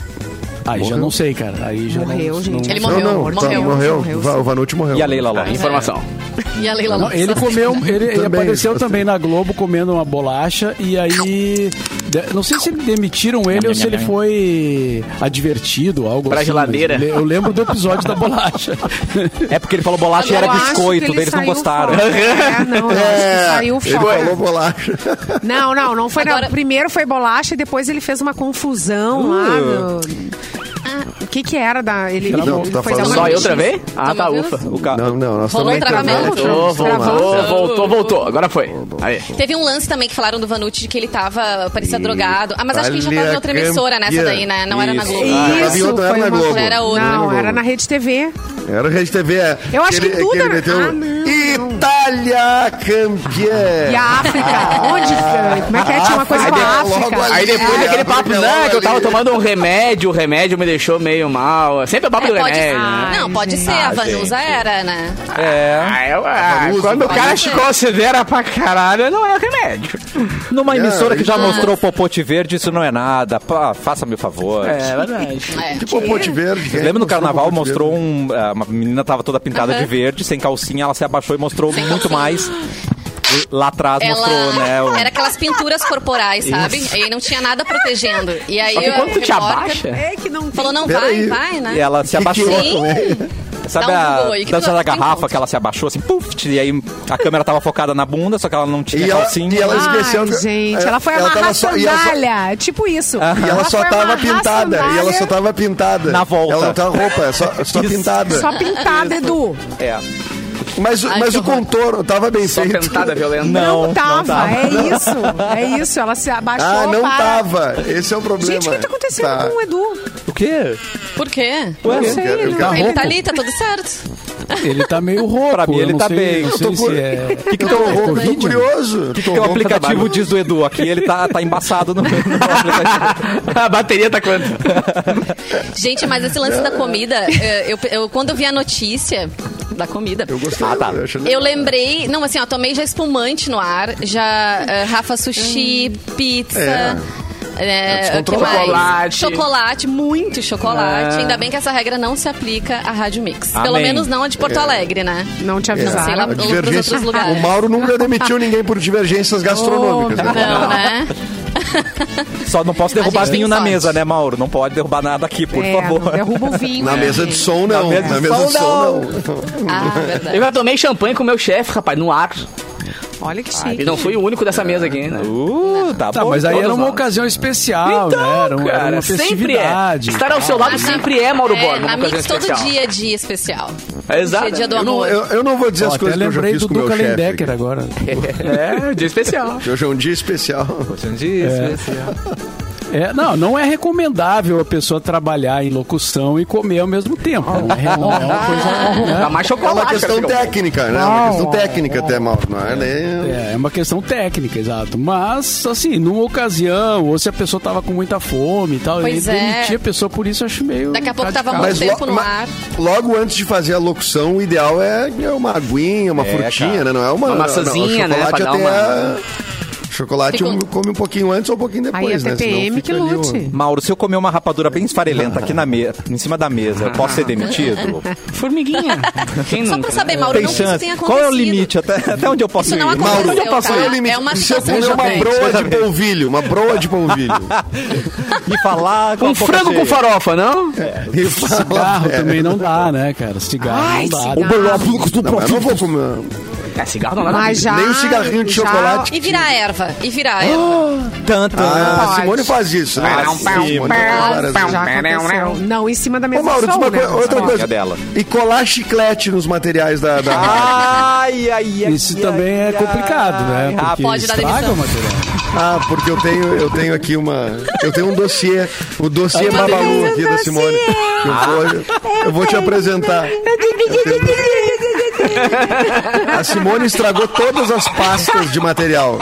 [SPEAKER 6] Aí já não sei, cara. Aí já não-
[SPEAKER 2] Morreu,
[SPEAKER 6] não,
[SPEAKER 2] gente.
[SPEAKER 5] Ele
[SPEAKER 3] Não,
[SPEAKER 5] morreu,
[SPEAKER 3] não, tá,
[SPEAKER 5] morreu,
[SPEAKER 3] morreu.
[SPEAKER 2] morreu,
[SPEAKER 3] Va-
[SPEAKER 2] sim.
[SPEAKER 3] O Vanucci morreu.
[SPEAKER 1] E a Leila
[SPEAKER 3] É.
[SPEAKER 1] Lopes.
[SPEAKER 4] Informação.
[SPEAKER 5] E a Leila
[SPEAKER 6] Não,
[SPEAKER 5] Lopes.
[SPEAKER 6] ele comeu, ele, ele
[SPEAKER 3] Também,
[SPEAKER 6] apareceu
[SPEAKER 3] gostei.
[SPEAKER 6] também na Globo comendo uma bolacha e aí de- não sei se demitiram ele ou se ele foi advertido, algo
[SPEAKER 4] Pra
[SPEAKER 6] assim.
[SPEAKER 4] geladeira.
[SPEAKER 6] mas Eu lembro do episódio da bolacha.
[SPEAKER 1] É porque ele falou bolacha e
[SPEAKER 2] Eu
[SPEAKER 1] era
[SPEAKER 2] acho que
[SPEAKER 1] biscoito,
[SPEAKER 2] ele
[SPEAKER 1] daí eles não
[SPEAKER 2] saiu
[SPEAKER 1] gostaram.
[SPEAKER 2] fora. É, não, eu acho que saiu
[SPEAKER 3] ele
[SPEAKER 2] fora.
[SPEAKER 3] falou bolacha.
[SPEAKER 2] Não, não, não foi. não.
[SPEAKER 5] Agora-
[SPEAKER 2] Primeiro foi bolacha e depois ele fez uma confusão lá. no- O que que era da. Ele,
[SPEAKER 3] Não, tu
[SPEAKER 2] ele
[SPEAKER 3] tá
[SPEAKER 2] foi
[SPEAKER 3] falando-
[SPEAKER 2] dar
[SPEAKER 4] Só
[SPEAKER 2] uma-
[SPEAKER 4] eu travei? Ah,
[SPEAKER 5] Tá
[SPEAKER 4] tá,
[SPEAKER 5] me ouvindo?
[SPEAKER 4] ufa.
[SPEAKER 1] O ca-
[SPEAKER 3] Não, não, nós
[SPEAKER 5] Rolou
[SPEAKER 3] também tá
[SPEAKER 5] um travamento?
[SPEAKER 3] travamos.
[SPEAKER 4] Voltou, voltou,
[SPEAKER 5] Travou.
[SPEAKER 4] voltou, voltou. Agora foi. Aí.
[SPEAKER 5] Teve um lance também que falaram do Vanucci, de que ele tava, parecia drogado. Ah, mas acho que ele já
[SPEAKER 3] Olha
[SPEAKER 5] tava em outra
[SPEAKER 3] a
[SPEAKER 5] emissora nessa
[SPEAKER 3] campeã.
[SPEAKER 5] daí, né? Não era na
[SPEAKER 3] Isso.
[SPEAKER 5] Globo.
[SPEAKER 3] Ah,
[SPEAKER 2] Isso,
[SPEAKER 3] Gavião não era
[SPEAKER 2] foi
[SPEAKER 3] na
[SPEAKER 2] uma-
[SPEAKER 3] Globo.
[SPEAKER 5] Era outra.
[SPEAKER 2] Não,
[SPEAKER 3] Não era
[SPEAKER 2] era na Rede TV.
[SPEAKER 3] Era Rede TV. é,
[SPEAKER 2] Eu acho que
[SPEAKER 3] ele-
[SPEAKER 2] tudo
[SPEAKER 3] ele
[SPEAKER 2] era-
[SPEAKER 3] meteu
[SPEAKER 2] Ah, não, não.
[SPEAKER 3] Itália campeã.
[SPEAKER 2] E a África? Onde? Como é que é? Tinha uma coisa com a
[SPEAKER 3] logo
[SPEAKER 2] África.
[SPEAKER 3] ali.
[SPEAKER 4] Aí depois
[SPEAKER 3] É,
[SPEAKER 4] daquele papo,
[SPEAKER 3] abriu
[SPEAKER 4] né,
[SPEAKER 3] logo
[SPEAKER 4] que eu tava
[SPEAKER 3] ali.
[SPEAKER 4] tomando um remédio, o remédio me deixou meio mal. Sempre é papo
[SPEAKER 5] É,
[SPEAKER 4] do
[SPEAKER 5] pode ser.
[SPEAKER 4] remédio, né?
[SPEAKER 5] Não, pode ser. a Vanusa era, né?
[SPEAKER 1] É.
[SPEAKER 4] Ah, eu- ah,
[SPEAKER 3] Famoso,
[SPEAKER 4] quando o cara
[SPEAKER 3] famoso.
[SPEAKER 4] se considera pra caralho, não é remédio.
[SPEAKER 1] Numa emissora que já
[SPEAKER 3] isso-
[SPEAKER 1] mostrou o popote verde, isso não é nada. Pá, Faça-me o favor.
[SPEAKER 4] É verdade.
[SPEAKER 5] É.
[SPEAKER 3] Que popote Tipo verde. quem
[SPEAKER 1] Lembra no
[SPEAKER 3] mostrou
[SPEAKER 1] carnaval,
[SPEAKER 3] popote
[SPEAKER 1] mostrou
[SPEAKER 3] um verde?
[SPEAKER 1] um, ah, uma menina tava toda pintada de verde, sem calcinha, ela se abaixou e mostrou muito mais. Lá atrás mostrou, né? o-
[SPEAKER 5] É. Ela era aquelas pinturas corporais, sabe? E não tinha nada protegendo. E aí
[SPEAKER 4] Só que
[SPEAKER 5] o
[SPEAKER 4] quando tu te
[SPEAKER 5] repórter
[SPEAKER 4] abaixa,
[SPEAKER 2] É que não.
[SPEAKER 5] falou, não,
[SPEAKER 3] Pera
[SPEAKER 5] vai,
[SPEAKER 3] aí.
[SPEAKER 5] vai, né?
[SPEAKER 1] E ela se abaixou.
[SPEAKER 5] Sim,
[SPEAKER 1] Sabe
[SPEAKER 5] Dá um
[SPEAKER 1] a
[SPEAKER 5] Google aí, que
[SPEAKER 1] dança
[SPEAKER 5] tu-
[SPEAKER 1] da
[SPEAKER 5] tu
[SPEAKER 1] garrafa
[SPEAKER 5] encontra.
[SPEAKER 1] que ela se abaixou assim, puf, e aí a câmera tava focada na bunda, só que ela não tinha
[SPEAKER 3] E ela,
[SPEAKER 1] calcinha.
[SPEAKER 3] e ela esqueceu.
[SPEAKER 2] Ai,
[SPEAKER 3] que-
[SPEAKER 2] Ah, gente, ela foi amarrar
[SPEAKER 3] tava só- e ela só-
[SPEAKER 2] sandália. Tipo isso.
[SPEAKER 3] E ela só
[SPEAKER 2] foi
[SPEAKER 3] tava
[SPEAKER 2] amarrar
[SPEAKER 3] pintada. E ela só
[SPEAKER 2] sandália,
[SPEAKER 3] tava pintada.
[SPEAKER 1] Na volta.
[SPEAKER 3] Ela não tava roupa, é só, só
[SPEAKER 1] Isso.
[SPEAKER 3] pintada.
[SPEAKER 2] Só pintada, Edu.
[SPEAKER 1] É.
[SPEAKER 3] Mas,
[SPEAKER 5] Ai,
[SPEAKER 3] mas
[SPEAKER 5] que
[SPEAKER 3] o
[SPEAKER 5] horror.
[SPEAKER 3] contorno tava bem
[SPEAKER 4] Só
[SPEAKER 2] <laughs>
[SPEAKER 3] feito.
[SPEAKER 4] cantada violenta.
[SPEAKER 1] Não,
[SPEAKER 2] Não,
[SPEAKER 1] não
[SPEAKER 2] tava,
[SPEAKER 1] tava.
[SPEAKER 2] é isso. É isso, ela se abaixou.
[SPEAKER 3] Ah, não
[SPEAKER 2] para-
[SPEAKER 3] tava. Esse é o problema.
[SPEAKER 2] Gente, o que tá acontecendo
[SPEAKER 3] Tá.
[SPEAKER 2] com o Edu?
[SPEAKER 1] O quê?
[SPEAKER 5] por quê?
[SPEAKER 1] Ué,
[SPEAKER 2] Não sei,
[SPEAKER 3] quero-
[SPEAKER 2] ele
[SPEAKER 3] eu
[SPEAKER 2] não-
[SPEAKER 3] quero-
[SPEAKER 5] Ele
[SPEAKER 2] ele
[SPEAKER 5] tá ali, tá tudo certo.
[SPEAKER 6] Ele tá meio rouco.
[SPEAKER 1] Pra mim
[SPEAKER 6] eu
[SPEAKER 1] ele
[SPEAKER 6] não
[SPEAKER 1] tá
[SPEAKER 6] sei-
[SPEAKER 1] bem.
[SPEAKER 6] Não sei
[SPEAKER 3] Eu tô
[SPEAKER 6] se
[SPEAKER 3] cu-
[SPEAKER 6] é...
[SPEAKER 3] <laughs> Eu tô rouco, tô curioso.
[SPEAKER 1] O que, que o aplicativo diz do Edu? Aqui ele tá, tá embaçado no, no aplicativo.
[SPEAKER 4] <laughs> a bateria tá quanto?
[SPEAKER 5] Gente, mas esse lance da comida, eh, eu, eu- quando eu vi a notícia da comida,
[SPEAKER 3] Eu gostei. Ah, tá. Eu,
[SPEAKER 5] eu lembrei. Não, assim, ó, tomei já espumante no ar, já eh, Rafa Sushi, pizza.
[SPEAKER 3] É.
[SPEAKER 5] eh,
[SPEAKER 3] É
[SPEAKER 5] o que mais?
[SPEAKER 4] descontrolado.
[SPEAKER 5] Chocolate, muito chocolate.
[SPEAKER 4] Ah.
[SPEAKER 5] Ainda bem que essa regra não se aplica à Rádio Mix. Pelo
[SPEAKER 1] Amém.
[SPEAKER 5] menos não a de Porto Alegre, né?
[SPEAKER 3] um-
[SPEAKER 2] Não te É,
[SPEAKER 5] sei lá,
[SPEAKER 2] avisaram.
[SPEAKER 5] outros- outros
[SPEAKER 3] divergência.
[SPEAKER 5] lugares.
[SPEAKER 3] Ah, O Mauro
[SPEAKER 2] <laughs>
[SPEAKER 3] nunca demitiu ninguém por divergências gastronômicas. né?
[SPEAKER 5] Não, né?
[SPEAKER 1] Só não posso derrubar
[SPEAKER 5] A gente tem
[SPEAKER 1] vinho na
[SPEAKER 5] sorte.
[SPEAKER 1] mesa, né, Mauro? Não pode derrubar nada aqui, por
[SPEAKER 2] É,
[SPEAKER 1] favor.
[SPEAKER 2] Derruba o vinho.
[SPEAKER 3] Na
[SPEAKER 2] né,
[SPEAKER 3] mesa de
[SPEAKER 2] gente?
[SPEAKER 3] som, não. Na mesa de som, não.
[SPEAKER 5] Ah, verdade.
[SPEAKER 4] Eu já tomei champanhe com o meu chefe, rapaz, no ar.
[SPEAKER 2] Olha que
[SPEAKER 4] E
[SPEAKER 2] chique.
[SPEAKER 4] não fui o único dessa mesa aqui, né?
[SPEAKER 1] Uh, tá,
[SPEAKER 6] Tá,
[SPEAKER 1] bom.
[SPEAKER 6] mas aí
[SPEAKER 4] todos
[SPEAKER 6] era uma
[SPEAKER 4] nós.
[SPEAKER 6] ocasião especial,
[SPEAKER 4] Então,
[SPEAKER 6] né? Era, um- era
[SPEAKER 4] cara,
[SPEAKER 6] uma
[SPEAKER 4] sempre é.
[SPEAKER 6] festividade.
[SPEAKER 4] Estar ao seu lado sempre é, Mauro Borba, uma
[SPEAKER 5] na
[SPEAKER 4] ocasião
[SPEAKER 5] Mix todo
[SPEAKER 4] especial.
[SPEAKER 5] dia é dia especial.
[SPEAKER 4] É, exato.
[SPEAKER 5] Esse é dia do
[SPEAKER 4] Eu
[SPEAKER 3] Não,
[SPEAKER 5] amor.
[SPEAKER 3] Eu, eu não vou dizer
[SPEAKER 6] Ó,
[SPEAKER 3] as
[SPEAKER 6] até
[SPEAKER 3] coisas que eu já
[SPEAKER 6] lembrei
[SPEAKER 3] fiz
[SPEAKER 6] do
[SPEAKER 3] com o meu
[SPEAKER 6] Duca
[SPEAKER 3] chefe.
[SPEAKER 6] Lendecker agora.
[SPEAKER 4] É, dia especial.
[SPEAKER 3] Hoje é um dia especial.
[SPEAKER 6] É, não, não é recomendável a pessoa trabalhar em locução e comer ao mesmo tempo. Não é, não é uma coisa.
[SPEAKER 4] Dá
[SPEAKER 6] né?
[SPEAKER 4] mais
[SPEAKER 3] É
[SPEAKER 4] chocolate.
[SPEAKER 3] uma questão
[SPEAKER 4] cara.
[SPEAKER 3] técnica, né? É uma questão técnica até, Mauro. Não é nem...
[SPEAKER 6] É, é uma questão técnica, exato. Mas, assim, numa ocasião, ou se a pessoa tava com muita fome e tal,
[SPEAKER 5] Pois
[SPEAKER 6] ele
[SPEAKER 5] é.
[SPEAKER 6] demitia a pessoa por isso, eu acho meio.
[SPEAKER 5] Daqui a pouco tava
[SPEAKER 6] radical.
[SPEAKER 5] muito
[SPEAKER 3] Mas
[SPEAKER 5] Tá um tempo
[SPEAKER 3] lo-
[SPEAKER 5] no
[SPEAKER 3] ma-
[SPEAKER 5] ar.
[SPEAKER 3] logo antes de fazer a locução, o ideal é é uma aguinha, uma frutinha,
[SPEAKER 1] cara.
[SPEAKER 3] né? Não é uma,
[SPEAKER 4] Uma
[SPEAKER 3] não,
[SPEAKER 4] maçãzinha,
[SPEAKER 3] não, o
[SPEAKER 4] né?
[SPEAKER 3] chocolate
[SPEAKER 4] Pra dar
[SPEAKER 3] até- Chocolate
[SPEAKER 5] Ficou-
[SPEAKER 3] um- come um pouquinho antes ou um pouquinho
[SPEAKER 2] Aí é
[SPEAKER 3] depois, né? Senão
[SPEAKER 2] TPM
[SPEAKER 3] fica
[SPEAKER 2] que
[SPEAKER 3] ali o-
[SPEAKER 2] lute.
[SPEAKER 1] Mauro, se eu comer uma rapadura bem esfarelenta aqui na me... em cima da mesa, eu posso ser demitido?
[SPEAKER 4] Formiguinha. Quem
[SPEAKER 5] Só
[SPEAKER 4] nunca,
[SPEAKER 5] pra
[SPEAKER 4] né?
[SPEAKER 5] saber, Mauro,
[SPEAKER 1] Tem
[SPEAKER 5] não que isso
[SPEAKER 1] chance.
[SPEAKER 5] tenha acontecido.
[SPEAKER 1] Qual é o limite? Até, até onde eu posso
[SPEAKER 5] Isso
[SPEAKER 1] ir?
[SPEAKER 5] não
[SPEAKER 1] Mauro,
[SPEAKER 5] aconteceu,
[SPEAKER 3] eu passei
[SPEAKER 5] tá?
[SPEAKER 3] o limite.
[SPEAKER 5] É uma
[SPEAKER 3] Se eu
[SPEAKER 5] situação
[SPEAKER 3] comer uma
[SPEAKER 5] jovem.
[SPEAKER 3] broa de polvilho, uma broa
[SPEAKER 5] <laughs>
[SPEAKER 3] de polvilho.
[SPEAKER 1] e falar com
[SPEAKER 4] Um
[SPEAKER 1] a boca
[SPEAKER 4] frango
[SPEAKER 1] cheia.
[SPEAKER 4] com farofa, não?
[SPEAKER 5] É.
[SPEAKER 3] e fala,
[SPEAKER 6] Cigarro
[SPEAKER 3] é,
[SPEAKER 6] também não dá, né, cara? Cigarro
[SPEAKER 2] Ai,
[SPEAKER 6] não dá.
[SPEAKER 2] cigarro.
[SPEAKER 6] né?
[SPEAKER 3] não, mas eu não vou comer.
[SPEAKER 4] É, cigarro não dá nada.
[SPEAKER 2] Mas já.
[SPEAKER 3] Nem um cigarrinho de
[SPEAKER 2] já-
[SPEAKER 3] chocolate.
[SPEAKER 5] E virar erva. E virar erva.
[SPEAKER 1] Tanto.
[SPEAKER 3] Ah,
[SPEAKER 2] pode.
[SPEAKER 3] a Simone faz isso, né?
[SPEAKER 1] Ah,
[SPEAKER 5] um
[SPEAKER 3] A Simone
[SPEAKER 1] pau,
[SPEAKER 3] faz várias
[SPEAKER 2] Já
[SPEAKER 3] vezes.
[SPEAKER 2] aconteceu. Não, em cima da mesa
[SPEAKER 3] assim. Ô,
[SPEAKER 2] de
[SPEAKER 3] Mauro, diz
[SPEAKER 2] som,
[SPEAKER 3] uma
[SPEAKER 2] né?
[SPEAKER 3] coisa, outra
[SPEAKER 1] Ah,
[SPEAKER 3] coisa.
[SPEAKER 1] é dela.
[SPEAKER 3] E colar chiclete nos materiais da... da...
[SPEAKER 1] Ah. Ai, ai, ai. Ah,
[SPEAKER 6] Isso também é complicado, né? Porque
[SPEAKER 5] pode dar
[SPEAKER 6] estraga
[SPEAKER 5] demissão.
[SPEAKER 6] o material.
[SPEAKER 3] Ah, porque eu tenho, eu tenho aqui uma. Eu tenho um dossiê. O dossiê
[SPEAKER 5] Uma
[SPEAKER 3] Babalu
[SPEAKER 5] delícia,
[SPEAKER 3] aqui da Simone. Eu vou, eu vou te apresentar. A Simone estragou todas as pastas de material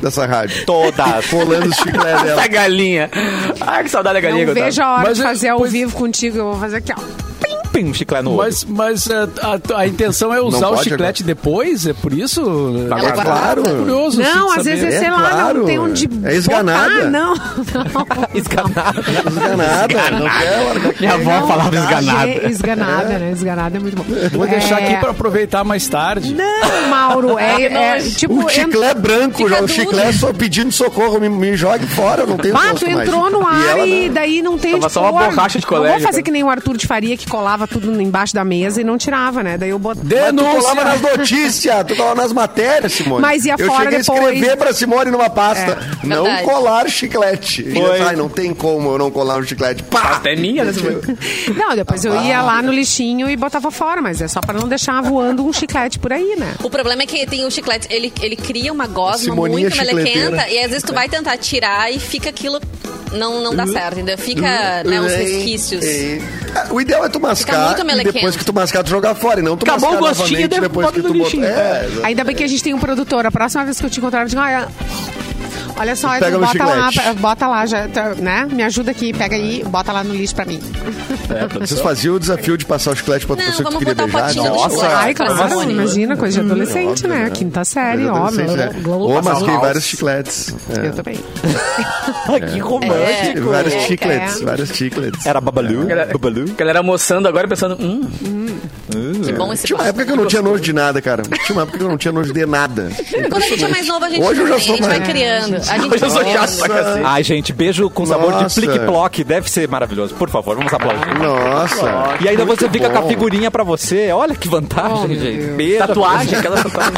[SPEAKER 3] dessa rádio.
[SPEAKER 1] Todas.
[SPEAKER 3] Colando os chiclete dela.
[SPEAKER 4] Essa galinha. Ai, que saudade da galinha
[SPEAKER 2] Não
[SPEAKER 4] que eu
[SPEAKER 2] vejo
[SPEAKER 4] tava.
[SPEAKER 2] a hora
[SPEAKER 6] Mas
[SPEAKER 2] de
[SPEAKER 6] é-
[SPEAKER 2] fazer ao
[SPEAKER 6] pois-
[SPEAKER 2] vivo contigo. Eu vou fazer aqui, ó.
[SPEAKER 1] Pim, um chiclete no olho.
[SPEAKER 6] Mas, mas é, a, a intenção é usar o
[SPEAKER 3] pode
[SPEAKER 6] chiclete depois? É por isso?
[SPEAKER 5] Ela
[SPEAKER 3] Agora,
[SPEAKER 5] guarda-
[SPEAKER 3] claro.
[SPEAKER 6] É curioso.
[SPEAKER 2] Não,
[SPEAKER 6] assim,
[SPEAKER 2] às
[SPEAKER 6] de
[SPEAKER 2] vezes
[SPEAKER 6] saber.
[SPEAKER 2] é,
[SPEAKER 3] é
[SPEAKER 2] sei lá,
[SPEAKER 3] claro,
[SPEAKER 2] não tem onde.
[SPEAKER 3] é esganada.
[SPEAKER 2] botar, não.
[SPEAKER 6] <laughs>
[SPEAKER 3] Esganada. Não quer largar.
[SPEAKER 4] Minha avó falava
[SPEAKER 2] É, esganada, né? Esganada é muito bom.
[SPEAKER 6] Vou deixar
[SPEAKER 2] É,
[SPEAKER 6] aqui pra aproveitar mais tarde.
[SPEAKER 2] Não, Mauro, é, é tipo.
[SPEAKER 3] O chiclete branco,
[SPEAKER 5] fica
[SPEAKER 3] já, o
[SPEAKER 5] duro.
[SPEAKER 3] chiclete só pedindo socorro, me, me jogue fora, eu não tenho
[SPEAKER 2] Ah,
[SPEAKER 3] gosto
[SPEAKER 2] tu
[SPEAKER 3] mais.
[SPEAKER 2] entrou no ar e,
[SPEAKER 3] ela, né?
[SPEAKER 2] daí não tem.
[SPEAKER 4] Tava só uma
[SPEAKER 2] pô,
[SPEAKER 4] borracha de
[SPEAKER 2] Não
[SPEAKER 4] colégio,
[SPEAKER 2] vou fazer
[SPEAKER 4] cara.
[SPEAKER 2] que nem o Arthur de Faria, que colava tudo embaixo da mesa e não tirava, né? Daí eu botei.
[SPEAKER 3] Tu
[SPEAKER 6] Denúncia!
[SPEAKER 3] colava nas notícias, tu colava nas matérias, Simone.
[SPEAKER 2] Mas ia
[SPEAKER 3] Eu
[SPEAKER 2] fora
[SPEAKER 3] cheguei a
[SPEAKER 2] depois.
[SPEAKER 3] escrever pra Simone numa pasta. não
[SPEAKER 5] É, verdade.
[SPEAKER 3] colar chiclete. E
[SPEAKER 1] Foi.
[SPEAKER 3] eu, Ai, não tem como eu não colar um chiclete. Pá!
[SPEAKER 4] Até minha, né? Simone?
[SPEAKER 2] Não, depois eu ia lá no lixinho e botava fora, mas é só pra não deixar voando um chiclete por aí, né?
[SPEAKER 5] O problema é que tem o chiclete, ele, ele cria uma gosma
[SPEAKER 3] Simoninha
[SPEAKER 5] muito
[SPEAKER 3] chicleteira.
[SPEAKER 5] melequenta e às vezes tu vai tentar tirar e fica aquilo. Não, não dá certo, entendeu? Fica né, uns
[SPEAKER 3] Hum. Ei,
[SPEAKER 5] resquícios.
[SPEAKER 3] ei. Ah, O ideal é tu mascar
[SPEAKER 5] muito
[SPEAKER 3] e
[SPEAKER 5] melequento.
[SPEAKER 3] depois que tu mascar, tu jogar fora. E não tu
[SPEAKER 4] Acabou
[SPEAKER 3] mascar
[SPEAKER 4] o gostinho,
[SPEAKER 3] novamente
[SPEAKER 4] deve-
[SPEAKER 3] depois
[SPEAKER 4] bota
[SPEAKER 3] que
[SPEAKER 4] no
[SPEAKER 3] tu botou.
[SPEAKER 4] lixinho.
[SPEAKER 3] É,
[SPEAKER 2] Ainda bem que a gente tem um produtor. A próxima vez que eu te encontrar, eu digo, olha. Olha só,
[SPEAKER 3] Pega
[SPEAKER 2] Edu,
[SPEAKER 3] no
[SPEAKER 2] bota lá, eh,
[SPEAKER 3] chiclete.
[SPEAKER 2] bota lá, já, tá, né? Me ajuda aqui, pega aí, bota lá no lixo pra mim.
[SPEAKER 3] vocês faziam o desafio de passar o chiclete pra outra
[SPEAKER 5] Não,
[SPEAKER 3] pessoa que tu
[SPEAKER 5] vamos
[SPEAKER 3] queria
[SPEAKER 5] botar o
[SPEAKER 3] beijar? né?
[SPEAKER 5] potinho do
[SPEAKER 1] Nossa,
[SPEAKER 5] chiclete.
[SPEAKER 2] Ai,
[SPEAKER 5] pra
[SPEAKER 2] claro,
[SPEAKER 5] Simone.
[SPEAKER 2] imagina, coisa de adolescente, né? Quinta série, óbvio.
[SPEAKER 4] né?
[SPEAKER 3] Ou masquei vários chicletes. É.
[SPEAKER 2] Eu também.
[SPEAKER 1] que romântico.
[SPEAKER 3] Vários
[SPEAKER 5] É,
[SPEAKER 3] chicletes,
[SPEAKER 2] é.
[SPEAKER 3] vários chicletes.
[SPEAKER 1] Era Babalu, Babalu.
[SPEAKER 4] A galera almoçando agora pensando, hum,
[SPEAKER 5] Que bom esse
[SPEAKER 3] Tinha uma
[SPEAKER 5] papo.
[SPEAKER 3] época que eu não tinha nojo de nada, cara. Tinha uma época que eu não tinha nojo de nada.
[SPEAKER 5] Quando a gente é mais novo, a gente,
[SPEAKER 3] Hoje eu já
[SPEAKER 5] também,
[SPEAKER 3] sou
[SPEAKER 5] a gente
[SPEAKER 3] mais-
[SPEAKER 5] vai criando. A gente
[SPEAKER 4] hoje eu sou
[SPEAKER 5] vai
[SPEAKER 4] chato né,
[SPEAKER 5] criando.
[SPEAKER 4] pra
[SPEAKER 3] assim.
[SPEAKER 4] cacete.
[SPEAKER 1] Ai, gente, beijo com sabor de
[SPEAKER 3] Nossa.
[SPEAKER 1] plique-ploque. Deve ser maravilhoso. Por favor, vamos aplaudir.
[SPEAKER 3] Nossa.
[SPEAKER 1] E ainda
[SPEAKER 3] Muito
[SPEAKER 1] você fica com a
[SPEAKER 3] bom.
[SPEAKER 1] figurinha pra você. Olha que
[SPEAKER 4] Oh,
[SPEAKER 1] vantagem, gente. Beija,
[SPEAKER 4] Tatuagem,
[SPEAKER 1] <laughs>
[SPEAKER 4] aquela tatuagem.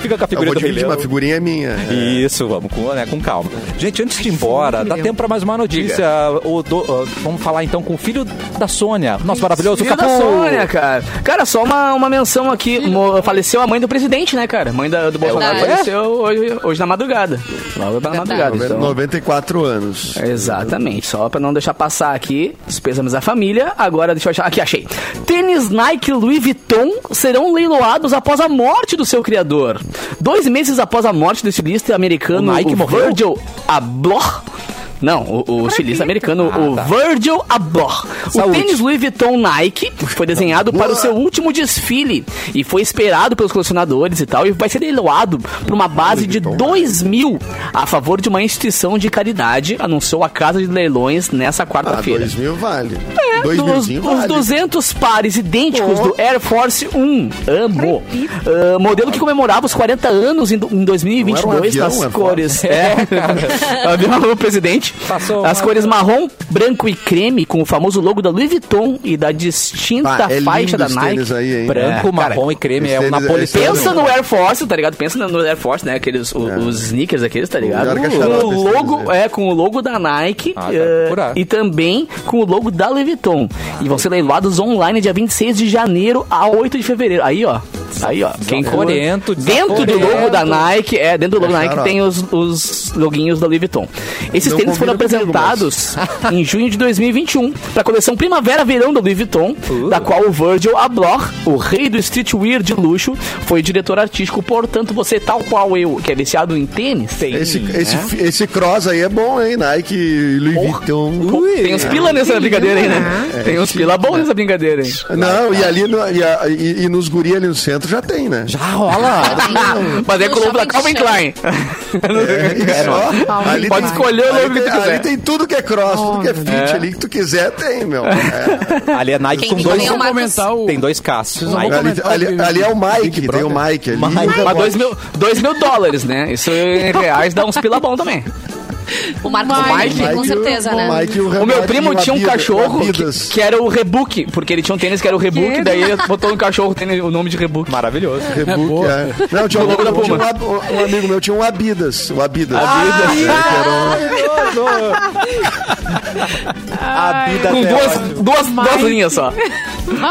[SPEAKER 1] Fica com a figurinha
[SPEAKER 3] Eu vou
[SPEAKER 1] do
[SPEAKER 3] dividir,
[SPEAKER 1] milhão.
[SPEAKER 3] uma figurinha é minha. É.
[SPEAKER 1] Isso, vamos com, né, com calma. Gente, antes de ir embora, dá tempo pra mais uma notícia. O do- ah, vamos falar então com o filho da Sônia, nosso maravilhoso
[SPEAKER 4] Filho da
[SPEAKER 1] Capu.
[SPEAKER 4] Sônia, né, cara? Cara, só uma, uma menção aqui. Mo- faleceu a mãe do presidente, né, cara? Mãe da- do Bolsonaro
[SPEAKER 5] verdade.
[SPEAKER 4] faleceu hoje, hoje na madrugada. Logo na madrugada.
[SPEAKER 3] Noven-
[SPEAKER 4] Então.
[SPEAKER 3] 94 anos.
[SPEAKER 4] Exatamente, só pra não deixar passar aqui, os pêsames da família. Agora deixa eu achar. Aqui, achei. Tênis Nike Louis Vuitton serão leiloados após a morte do seu criador. Dois meses após a morte do estilista americano
[SPEAKER 7] O Nike morreu?
[SPEAKER 4] Virgil Abloh. Não, o- o, estilista americano, o Virgil Abloh. O
[SPEAKER 7] Saúde.
[SPEAKER 4] tênis Louis Vuitton Nike foi desenhado para o seu último desfile e foi esperado pelos colecionadores e tal, e vai ser leiloado por uma base de 2 mil a favor de uma instituição de caridade, anunciou a Casa de Leilões nessa
[SPEAKER 3] Ah,
[SPEAKER 4] quarta-feira.
[SPEAKER 3] 2 mil vale. 2
[SPEAKER 4] É, Dos,
[SPEAKER 3] milzinho
[SPEAKER 4] os
[SPEAKER 3] vale.
[SPEAKER 4] 200 pares idênticos do Air Force 1. Amo. Ah, modelo que comemorava os 40 anos em, do- em
[SPEAKER 3] Não era um
[SPEAKER 4] 2022
[SPEAKER 3] avião,
[SPEAKER 4] nas
[SPEAKER 3] Air Force. <laughs>
[SPEAKER 4] cores. É, cara. Avião <laughs> do presidente.
[SPEAKER 7] Passou
[SPEAKER 4] As
[SPEAKER 7] uma-
[SPEAKER 4] cores marrom, branco e creme com o famoso logo da Louis Vuitton e da distinta
[SPEAKER 3] Ah, é lindo
[SPEAKER 4] faixa da
[SPEAKER 3] esse tênis
[SPEAKER 4] Nike.
[SPEAKER 3] aí, hein?
[SPEAKER 7] Branco, marrom e creme é o
[SPEAKER 1] um
[SPEAKER 3] esse tênis- esse
[SPEAKER 7] napolitano.
[SPEAKER 3] tênis-
[SPEAKER 4] Pensa no Air Force, tá ligado? Pensa no Air Force, né? Aqueles, o- os sneakers aqueles, tá ligado?
[SPEAKER 3] É. Melhor que a
[SPEAKER 4] Com
[SPEAKER 3] xarope, esse
[SPEAKER 4] o
[SPEAKER 3] tênis
[SPEAKER 4] logo,
[SPEAKER 3] aí.
[SPEAKER 4] é, com o logo da Nike
[SPEAKER 7] Ah, dá pra
[SPEAKER 4] eh,
[SPEAKER 7] procurar.
[SPEAKER 4] e também com o logo da Louis Vuitton. E vão ser leiloados online dia 26 de janeiro a 8 de fevereiro. Aí, ó. Aí, ó. Quem for-
[SPEAKER 7] Desaforento,
[SPEAKER 4] Dentro do
[SPEAKER 7] desaforento.
[SPEAKER 4] logo da Nike, é, dentro do logo da Nike
[SPEAKER 3] xarope.
[SPEAKER 4] tem os, os loguinhos da Louis Vuitton. Esses
[SPEAKER 3] Não
[SPEAKER 4] tênis foram
[SPEAKER 3] combina comigo,
[SPEAKER 4] apresentados em junho de 2021 para a um, coleção Primavera-Verão da Louis Vuitton, da qual o Virgil Abloh, o rei do streetwear de luxo, foi diretor artístico. Portanto, você, tal qual eu, que é viciado em tênis, tem,
[SPEAKER 3] Esse,
[SPEAKER 4] né?
[SPEAKER 3] esse, esse cross aí é bom, hein? Nike, Louis Vuitton.
[SPEAKER 4] tem uns pila nessa brincadeira aí, né? tem uns pila bons nessa brincadeira aí.
[SPEAKER 3] Não, e ali no- e, a- e- e nos guri ali no centro já tem, né?
[SPEAKER 7] Já rola.
[SPEAKER 4] Mas é com o logo da Calvin Klein.
[SPEAKER 3] É, é só- ali
[SPEAKER 4] Pode escolher o
[SPEAKER 3] ali
[SPEAKER 4] logo que
[SPEAKER 3] tem-
[SPEAKER 4] tu quiser.
[SPEAKER 3] Ali tem tudo que é cross, tudo que é fit ali que tu quiser tem, meu. É.
[SPEAKER 7] Ali é Nike
[SPEAKER 5] Quem
[SPEAKER 7] com
[SPEAKER 5] tem
[SPEAKER 7] dois.
[SPEAKER 5] também é o Marcos.
[SPEAKER 6] comentar o...
[SPEAKER 7] Tem dois Ks.
[SPEAKER 6] Vocês não
[SPEAKER 4] é
[SPEAKER 7] Nike.
[SPEAKER 6] vão-
[SPEAKER 3] Ali, ali- ali é o Mike, tem o Mike ali.
[SPEAKER 4] <laughs> Mas dois mil, dois mil dólares, né? Isso em reais dá uns pila bom também.
[SPEAKER 5] O Marcos
[SPEAKER 2] Mike,
[SPEAKER 5] Mike, com certeza,
[SPEAKER 3] o,
[SPEAKER 5] né?
[SPEAKER 3] o Mike e
[SPEAKER 4] O meu
[SPEAKER 3] Renato
[SPEAKER 4] primo
[SPEAKER 3] e o
[SPEAKER 4] tinha um
[SPEAKER 3] Abida-
[SPEAKER 4] cachorro
[SPEAKER 3] o Abidas.
[SPEAKER 4] que, que era o Rebook, porque ele tinha um tênis que era o Rebook,
[SPEAKER 2] Que?
[SPEAKER 4] daí ele botou no cachorro o tênis- o nome de Rebook.
[SPEAKER 7] Maravilhoso.
[SPEAKER 3] Rebook, é. Não, tinha um,
[SPEAKER 4] O logo da
[SPEAKER 3] tinha um
[SPEAKER 4] Puma. Ah,
[SPEAKER 3] ab- um amigo meu, tinha um Abidas. O Abidas. né, um-
[SPEAKER 7] A vida
[SPEAKER 4] Com
[SPEAKER 7] dela.
[SPEAKER 4] duas, duas, duas linhas só.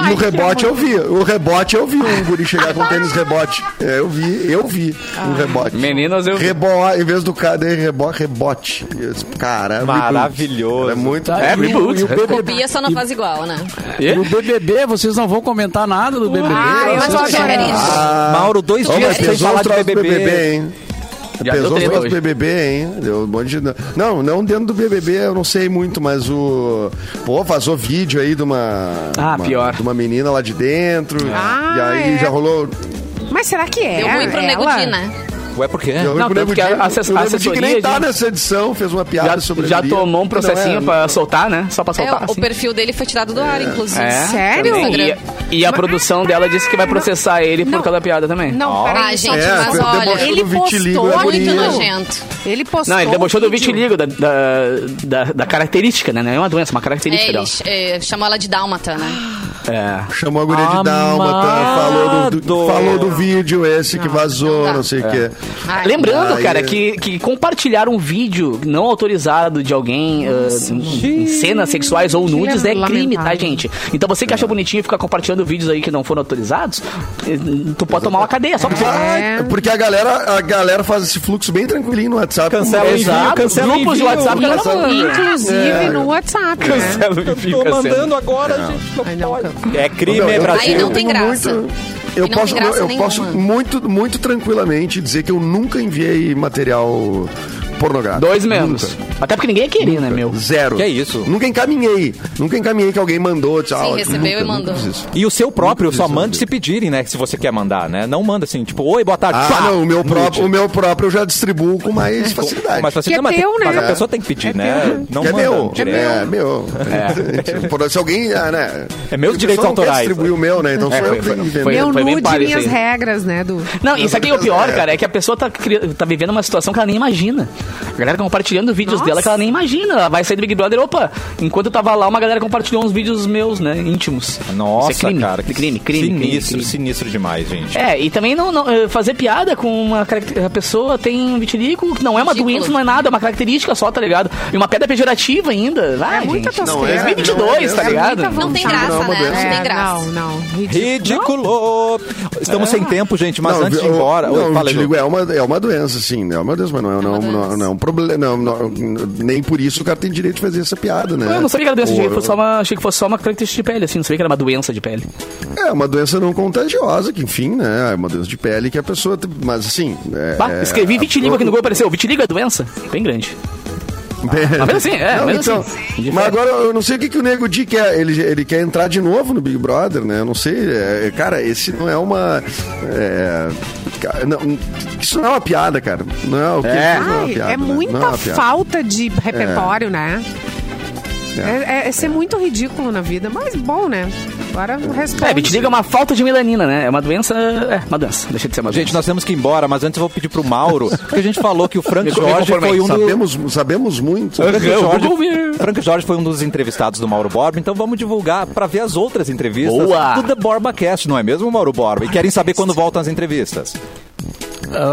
[SPEAKER 3] E o rebote eu vi. O rebote eu vi um guri chegar
[SPEAKER 4] <laughs>
[SPEAKER 3] com tênis rebote. É, eu vi, eu vi um rebote.
[SPEAKER 4] Meninas, eu.
[SPEAKER 3] Rebote, em vez do cadê rebote, rebote. Eu disse, Cara,
[SPEAKER 7] Maravilhoso.
[SPEAKER 3] É muito.
[SPEAKER 6] Tá,
[SPEAKER 4] É,
[SPEAKER 6] e o-
[SPEAKER 4] reboot.
[SPEAKER 6] e o BBB
[SPEAKER 5] Copia só não faz igual, né?
[SPEAKER 6] E o BBB, vocês não vão comentar nada do BBB.
[SPEAKER 2] Ah, eu
[SPEAKER 6] Vocês
[SPEAKER 2] tô
[SPEAKER 6] acham- é
[SPEAKER 2] adorando.
[SPEAKER 3] Ah,
[SPEAKER 7] Mauro, dois
[SPEAKER 3] Ô,
[SPEAKER 7] dias
[SPEAKER 3] mas
[SPEAKER 7] sem
[SPEAKER 3] pesou
[SPEAKER 7] falar
[SPEAKER 3] os
[SPEAKER 7] de
[SPEAKER 3] troços
[SPEAKER 7] BBB.
[SPEAKER 3] do BBB, hein?
[SPEAKER 4] Já deu
[SPEAKER 3] pesou os
[SPEAKER 4] treta
[SPEAKER 3] troços do
[SPEAKER 4] hoje.
[SPEAKER 3] BBB, hein? Deu um monte de... Não, não dentro do BBB, eu não sei muito, mas o... Pô, vazou vídeo aí de uma...
[SPEAKER 4] Ah,
[SPEAKER 3] uma-
[SPEAKER 4] pior.
[SPEAKER 3] De uma menina lá de dentro.
[SPEAKER 2] Ah,
[SPEAKER 3] e aí
[SPEAKER 2] é.
[SPEAKER 3] já rolou...
[SPEAKER 2] Mas será que é?
[SPEAKER 5] Deu ruim pro
[SPEAKER 2] ela?
[SPEAKER 5] Nego Di, né?
[SPEAKER 7] Ué, por quê?
[SPEAKER 3] Eu
[SPEAKER 4] Não,
[SPEAKER 3] lembro
[SPEAKER 4] tanto que a
[SPEAKER 3] de-
[SPEAKER 4] assess-
[SPEAKER 3] eu lembro de
[SPEAKER 4] assessoria
[SPEAKER 3] que nem tá
[SPEAKER 4] de-
[SPEAKER 3] nessa edição, fez uma piada
[SPEAKER 4] Já,
[SPEAKER 3] sobre
[SPEAKER 4] já
[SPEAKER 3] ele.
[SPEAKER 4] tomou um processinho
[SPEAKER 3] Não, é-
[SPEAKER 4] pra soltar, né? Só pra soltar.
[SPEAKER 5] É, o
[SPEAKER 4] assim.
[SPEAKER 5] perfil dele foi tirado do ar, inclusive.
[SPEAKER 4] É,
[SPEAKER 2] Sério?
[SPEAKER 4] também. E, e a produção dela disse que vai processar ele por
[SPEAKER 2] Não.
[SPEAKER 4] causa da piada também.
[SPEAKER 2] Não, peraí,
[SPEAKER 5] Ah,
[SPEAKER 2] só-
[SPEAKER 5] gente,
[SPEAKER 3] É,
[SPEAKER 5] mas
[SPEAKER 3] foi-
[SPEAKER 5] olha,
[SPEAKER 3] debochou
[SPEAKER 5] ele
[SPEAKER 2] ele
[SPEAKER 3] do vitiligo
[SPEAKER 2] postou
[SPEAKER 3] da
[SPEAKER 5] muito
[SPEAKER 3] guria.
[SPEAKER 5] nojento.
[SPEAKER 2] Ele postou.
[SPEAKER 4] Não, ele debochou
[SPEAKER 2] um
[SPEAKER 4] do vitiligo, da, da, da, da característica, né? Não é uma doença, uma
[SPEAKER 5] É,
[SPEAKER 4] característica
[SPEAKER 5] ele
[SPEAKER 4] dela.
[SPEAKER 5] é, chamou ela de dálmata, né?
[SPEAKER 4] É.
[SPEAKER 3] Chamou a guria de Dálmata, falou do, do-
[SPEAKER 7] Amado.
[SPEAKER 3] falou do vídeo esse
[SPEAKER 5] Ah,
[SPEAKER 3] que vazou, não, sei o quê.
[SPEAKER 5] Ai,
[SPEAKER 4] Lembrando,
[SPEAKER 3] Aí-
[SPEAKER 4] cara, que, que compartilhar um vídeo não autorizado de alguém ah, em, em cenas sexuais ou nudes é crime, tá,
[SPEAKER 2] lamentável.
[SPEAKER 4] gente? Então você que acha bonitinho ficar compartilhando vídeos aí que não foram autorizados, eh, tu pode tomar uma cadeia só porque.
[SPEAKER 5] É. um-
[SPEAKER 3] Ah, Porque a galera, a galera faz esse fluxo bem tranquilinho no WhatsApp.
[SPEAKER 7] Cancela né? o envio,
[SPEAKER 4] Exato.
[SPEAKER 7] cancela o envio.
[SPEAKER 4] Grupos de WhatsApp,
[SPEAKER 7] Ih,
[SPEAKER 4] cara, não-
[SPEAKER 2] Inclusive
[SPEAKER 3] É.
[SPEAKER 2] no WhatsApp. Né?
[SPEAKER 7] Cancela o envio,
[SPEAKER 4] Tô
[SPEAKER 7] cancela.
[SPEAKER 4] mandando
[SPEAKER 7] agora,
[SPEAKER 2] Ai, não, can-
[SPEAKER 7] É crime,
[SPEAKER 3] Não,
[SPEAKER 7] é
[SPEAKER 3] eu-
[SPEAKER 7] Brasil.
[SPEAKER 5] Aí não tem
[SPEAKER 3] tenho
[SPEAKER 5] graça.
[SPEAKER 3] muito- Eu,
[SPEAKER 5] E não
[SPEAKER 3] posso,
[SPEAKER 5] tem graça
[SPEAKER 3] eu posso
[SPEAKER 5] nenhuma.
[SPEAKER 3] muito, muito tranquilamente dizer que eu nunca enviei material pornográfico.
[SPEAKER 4] Dois menos. Até porque ninguém ia querer, né, meu?
[SPEAKER 3] Zero.
[SPEAKER 7] Que é isso?
[SPEAKER 3] Nunca encaminhei. Nunca encaminhei que alguém mandou. Tchau.
[SPEAKER 5] Sim, recebeu
[SPEAKER 3] Nunca,
[SPEAKER 5] e
[SPEAKER 3] nunca
[SPEAKER 5] mandou.
[SPEAKER 3] fiz isso.
[SPEAKER 7] E o seu próprio, só
[SPEAKER 3] Isso,
[SPEAKER 7] manda
[SPEAKER 3] meu
[SPEAKER 7] se pedirem, né? Se você quer mandar, né? Não manda assim, tipo, oi, boa tarde.
[SPEAKER 3] Ah,
[SPEAKER 7] pá,
[SPEAKER 3] não. O meu,
[SPEAKER 7] nude.
[SPEAKER 3] próprio, o meu próprio eu já distribuo com mais
[SPEAKER 7] <laughs> Com-
[SPEAKER 3] facilidade.
[SPEAKER 7] Mas, você
[SPEAKER 2] Que é
[SPEAKER 7] não, mas,
[SPEAKER 2] teu,
[SPEAKER 7] tem, mas
[SPEAKER 2] né?
[SPEAKER 7] a pessoa tem que pedir, né? Não
[SPEAKER 1] um
[SPEAKER 3] Que é
[SPEAKER 7] manda
[SPEAKER 3] meu.
[SPEAKER 7] direto.
[SPEAKER 3] É meu. Por- Se alguém. ah, né?
[SPEAKER 7] É meus
[SPEAKER 3] Se a pessoa
[SPEAKER 7] direitos
[SPEAKER 3] não quer
[SPEAKER 7] autorais.
[SPEAKER 3] distribuir o meu, né? Então
[SPEAKER 4] É,
[SPEAKER 3] sou
[SPEAKER 4] foi-
[SPEAKER 3] eu que tenho que
[SPEAKER 4] foi-
[SPEAKER 3] vender.
[SPEAKER 4] foi-
[SPEAKER 2] Meu
[SPEAKER 4] bem
[SPEAKER 2] nude e
[SPEAKER 4] páreo isso
[SPEAKER 2] minhas
[SPEAKER 4] aí.
[SPEAKER 2] regras, né, Du?
[SPEAKER 4] É Não, isso aqui é o pior, cara, é que a pessoa tá, cri- tá vivendo uma situação que ela nem imagina. A galera compartilhando vídeos
[SPEAKER 2] Nossa.
[SPEAKER 4] dela que ela nem imagina. Ela vai sair do Big Brother. Opa, enquanto eu tava lá, uma galera compartilhou uns vídeos meus, né? Íntimos.
[SPEAKER 1] Nossa,
[SPEAKER 4] Isso é crime.
[SPEAKER 1] cara. que
[SPEAKER 4] Crime, crime, crime,
[SPEAKER 1] Sinistro,
[SPEAKER 4] crime.
[SPEAKER 1] sinistro demais, gente.
[SPEAKER 4] É, e também não, não, eh, fazer piada com uma caracter- a pessoa tem um vitiligo, que não é uma
[SPEAKER 5] Ridículo.
[SPEAKER 4] doença, não é nada, é uma característica só, tá ligado? E uma piada pejorativa ainda. Vai,
[SPEAKER 2] É muita
[SPEAKER 4] gente.
[SPEAKER 2] tosqueira.
[SPEAKER 3] Não é,
[SPEAKER 4] 2022,
[SPEAKER 3] não é
[SPEAKER 4] tá
[SPEAKER 3] mesmo.
[SPEAKER 4] ligado?
[SPEAKER 2] Muita
[SPEAKER 5] Não tem
[SPEAKER 2] vontade.
[SPEAKER 5] graça,
[SPEAKER 3] Não,
[SPEAKER 5] né?
[SPEAKER 3] não
[SPEAKER 5] Não tem
[SPEAKER 2] É,
[SPEAKER 5] graça.
[SPEAKER 2] Não, não. Ridículo.
[SPEAKER 1] Ridículo! Estamos
[SPEAKER 4] É.
[SPEAKER 1] sem tempo, gente, mas
[SPEAKER 3] Não,
[SPEAKER 1] antes de ir
[SPEAKER 3] eu-
[SPEAKER 1] embora.
[SPEAKER 3] Não,
[SPEAKER 1] Oi,
[SPEAKER 3] eu
[SPEAKER 1] fala,
[SPEAKER 3] te
[SPEAKER 1] Edu.
[SPEAKER 3] digo, é uma, é uma doença, sim. É uma doença, mas não é, não,
[SPEAKER 5] uma
[SPEAKER 3] não-
[SPEAKER 5] doença.
[SPEAKER 3] não é um problema. Não, não- nem por isso o cara tem direito de fazer essa piada, né?
[SPEAKER 4] Eu não sabia que era doença, achei que,
[SPEAKER 3] Ou-
[SPEAKER 4] fosse só uma, achei que fosse só uma característica de pele, assim, não sabia que era uma doença de pele.
[SPEAKER 3] É, uma doença não contagiosa, que enfim, né? É uma doença de pele que a pessoa. tem- Mas assim. É,
[SPEAKER 4] Bah,
[SPEAKER 3] é-
[SPEAKER 4] escrevi vitiligo aqui no Google, apareceu. Vitiligo é doença? Bem grande. Mas mesmo assim, é,
[SPEAKER 3] Ah, Não,
[SPEAKER 4] mesmo
[SPEAKER 3] então,
[SPEAKER 4] assim. Indiferente.
[SPEAKER 3] mas agora eu não sei o que, que o Nego Di quer. Ele, ele quer entrar de novo no Big Brother, né? Eu não sei. é, cara, esse não é uma. é, ca- não, isso não é uma piada, cara. Não é o que
[SPEAKER 7] É.
[SPEAKER 3] ele fez, não uma
[SPEAKER 2] Ai,
[SPEAKER 3] piada,
[SPEAKER 2] é
[SPEAKER 3] né?
[SPEAKER 2] muita
[SPEAKER 3] Não é uma piada.
[SPEAKER 2] falta de repertório, né? É, é- é ser muito ridículo na vida, mas bom, né? Agora responde.
[SPEAKER 4] É, vitiligo é uma falta de melanina, né? É uma doença. É, uma doença. Deixa de ser uma
[SPEAKER 1] Gente,
[SPEAKER 4] doença.
[SPEAKER 1] nós temos que ir embora, mas antes eu vou pedir pro Mauro, porque a gente falou que o Frank
[SPEAKER 4] Me- me
[SPEAKER 1] Jorge
[SPEAKER 4] conformei,
[SPEAKER 1] foi um dos.
[SPEAKER 3] Sabemos, sabemos muito.
[SPEAKER 1] Frank
[SPEAKER 4] Eu vou
[SPEAKER 1] Jorge,
[SPEAKER 4] ouvir.
[SPEAKER 1] Frank Jorge foi um dos entrevistados do Mauro Borba, então vamos divulgar pra ver as outras entrevistas
[SPEAKER 4] Boa.
[SPEAKER 1] do The Borba Cast, não é mesmo, Mauro Borba? E querem saber quando voltam as entrevistas.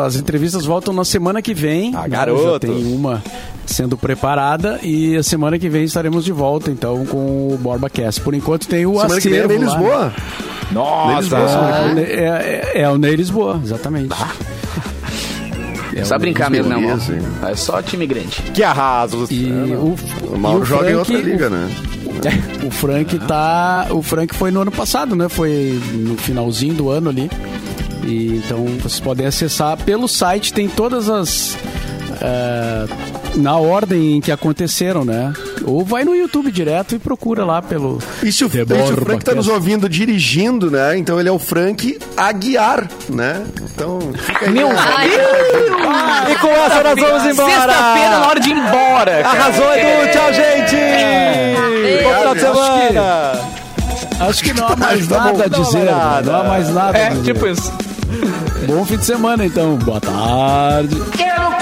[SPEAKER 6] As entrevistas voltam na semana que vem.
[SPEAKER 1] Ah,
[SPEAKER 6] Já
[SPEAKER 1] garoto.
[SPEAKER 6] Tem uma sendo preparada e a semana que vem estaremos de volta, então, com o BorbaCast. Por enquanto tem o
[SPEAKER 3] Semana que vem é
[SPEAKER 6] acervo
[SPEAKER 3] em
[SPEAKER 6] lá,
[SPEAKER 3] Lisboa. Ah.
[SPEAKER 1] Nossa!
[SPEAKER 6] né? É, é- é o Ney Lisboa, exatamente.
[SPEAKER 4] É só brincar mesmo, né, amor?
[SPEAKER 3] Beleza, hein?
[SPEAKER 4] É só time grande.
[SPEAKER 1] Que arraso!
[SPEAKER 6] E o,
[SPEAKER 3] O Mauro
[SPEAKER 6] e o
[SPEAKER 3] joga em outra
[SPEAKER 6] Frank-
[SPEAKER 3] liga, né?
[SPEAKER 6] O Frank tá. O Frank foi no ano passado, né? Foi no finalzinho do ano ali. E, então vocês podem acessar pelo site, tem todas as. eh, na ordem em que aconteceram, né? Ou vai no YouTube direto e procura lá pelo.
[SPEAKER 3] E se o,
[SPEAKER 6] The
[SPEAKER 3] e se o
[SPEAKER 6] Borba
[SPEAKER 3] Frank tá nos
[SPEAKER 6] Cast.
[SPEAKER 3] ouvindo dirigindo, né? Então ele é o Frank Aguiar, né? Então fica aí.
[SPEAKER 4] Meu
[SPEAKER 3] né?
[SPEAKER 5] Ai,
[SPEAKER 1] E com essa nós vamos embora!
[SPEAKER 4] Sexta-feira, na hora de ir embora. cara.
[SPEAKER 1] Arrasou, Edu! Tchau, gente! Bom final de
[SPEAKER 3] Acho
[SPEAKER 1] semana!
[SPEAKER 6] Acho que não há mais
[SPEAKER 3] Tá bom,
[SPEAKER 6] nada a
[SPEAKER 3] não há
[SPEAKER 6] dizer.
[SPEAKER 1] mais
[SPEAKER 6] né? Não há mais nada. a
[SPEAKER 4] É,
[SPEAKER 6] dizer.
[SPEAKER 4] tipo isso.
[SPEAKER 6] Bom fim de semana, então. Boa tarde.
[SPEAKER 8] Quero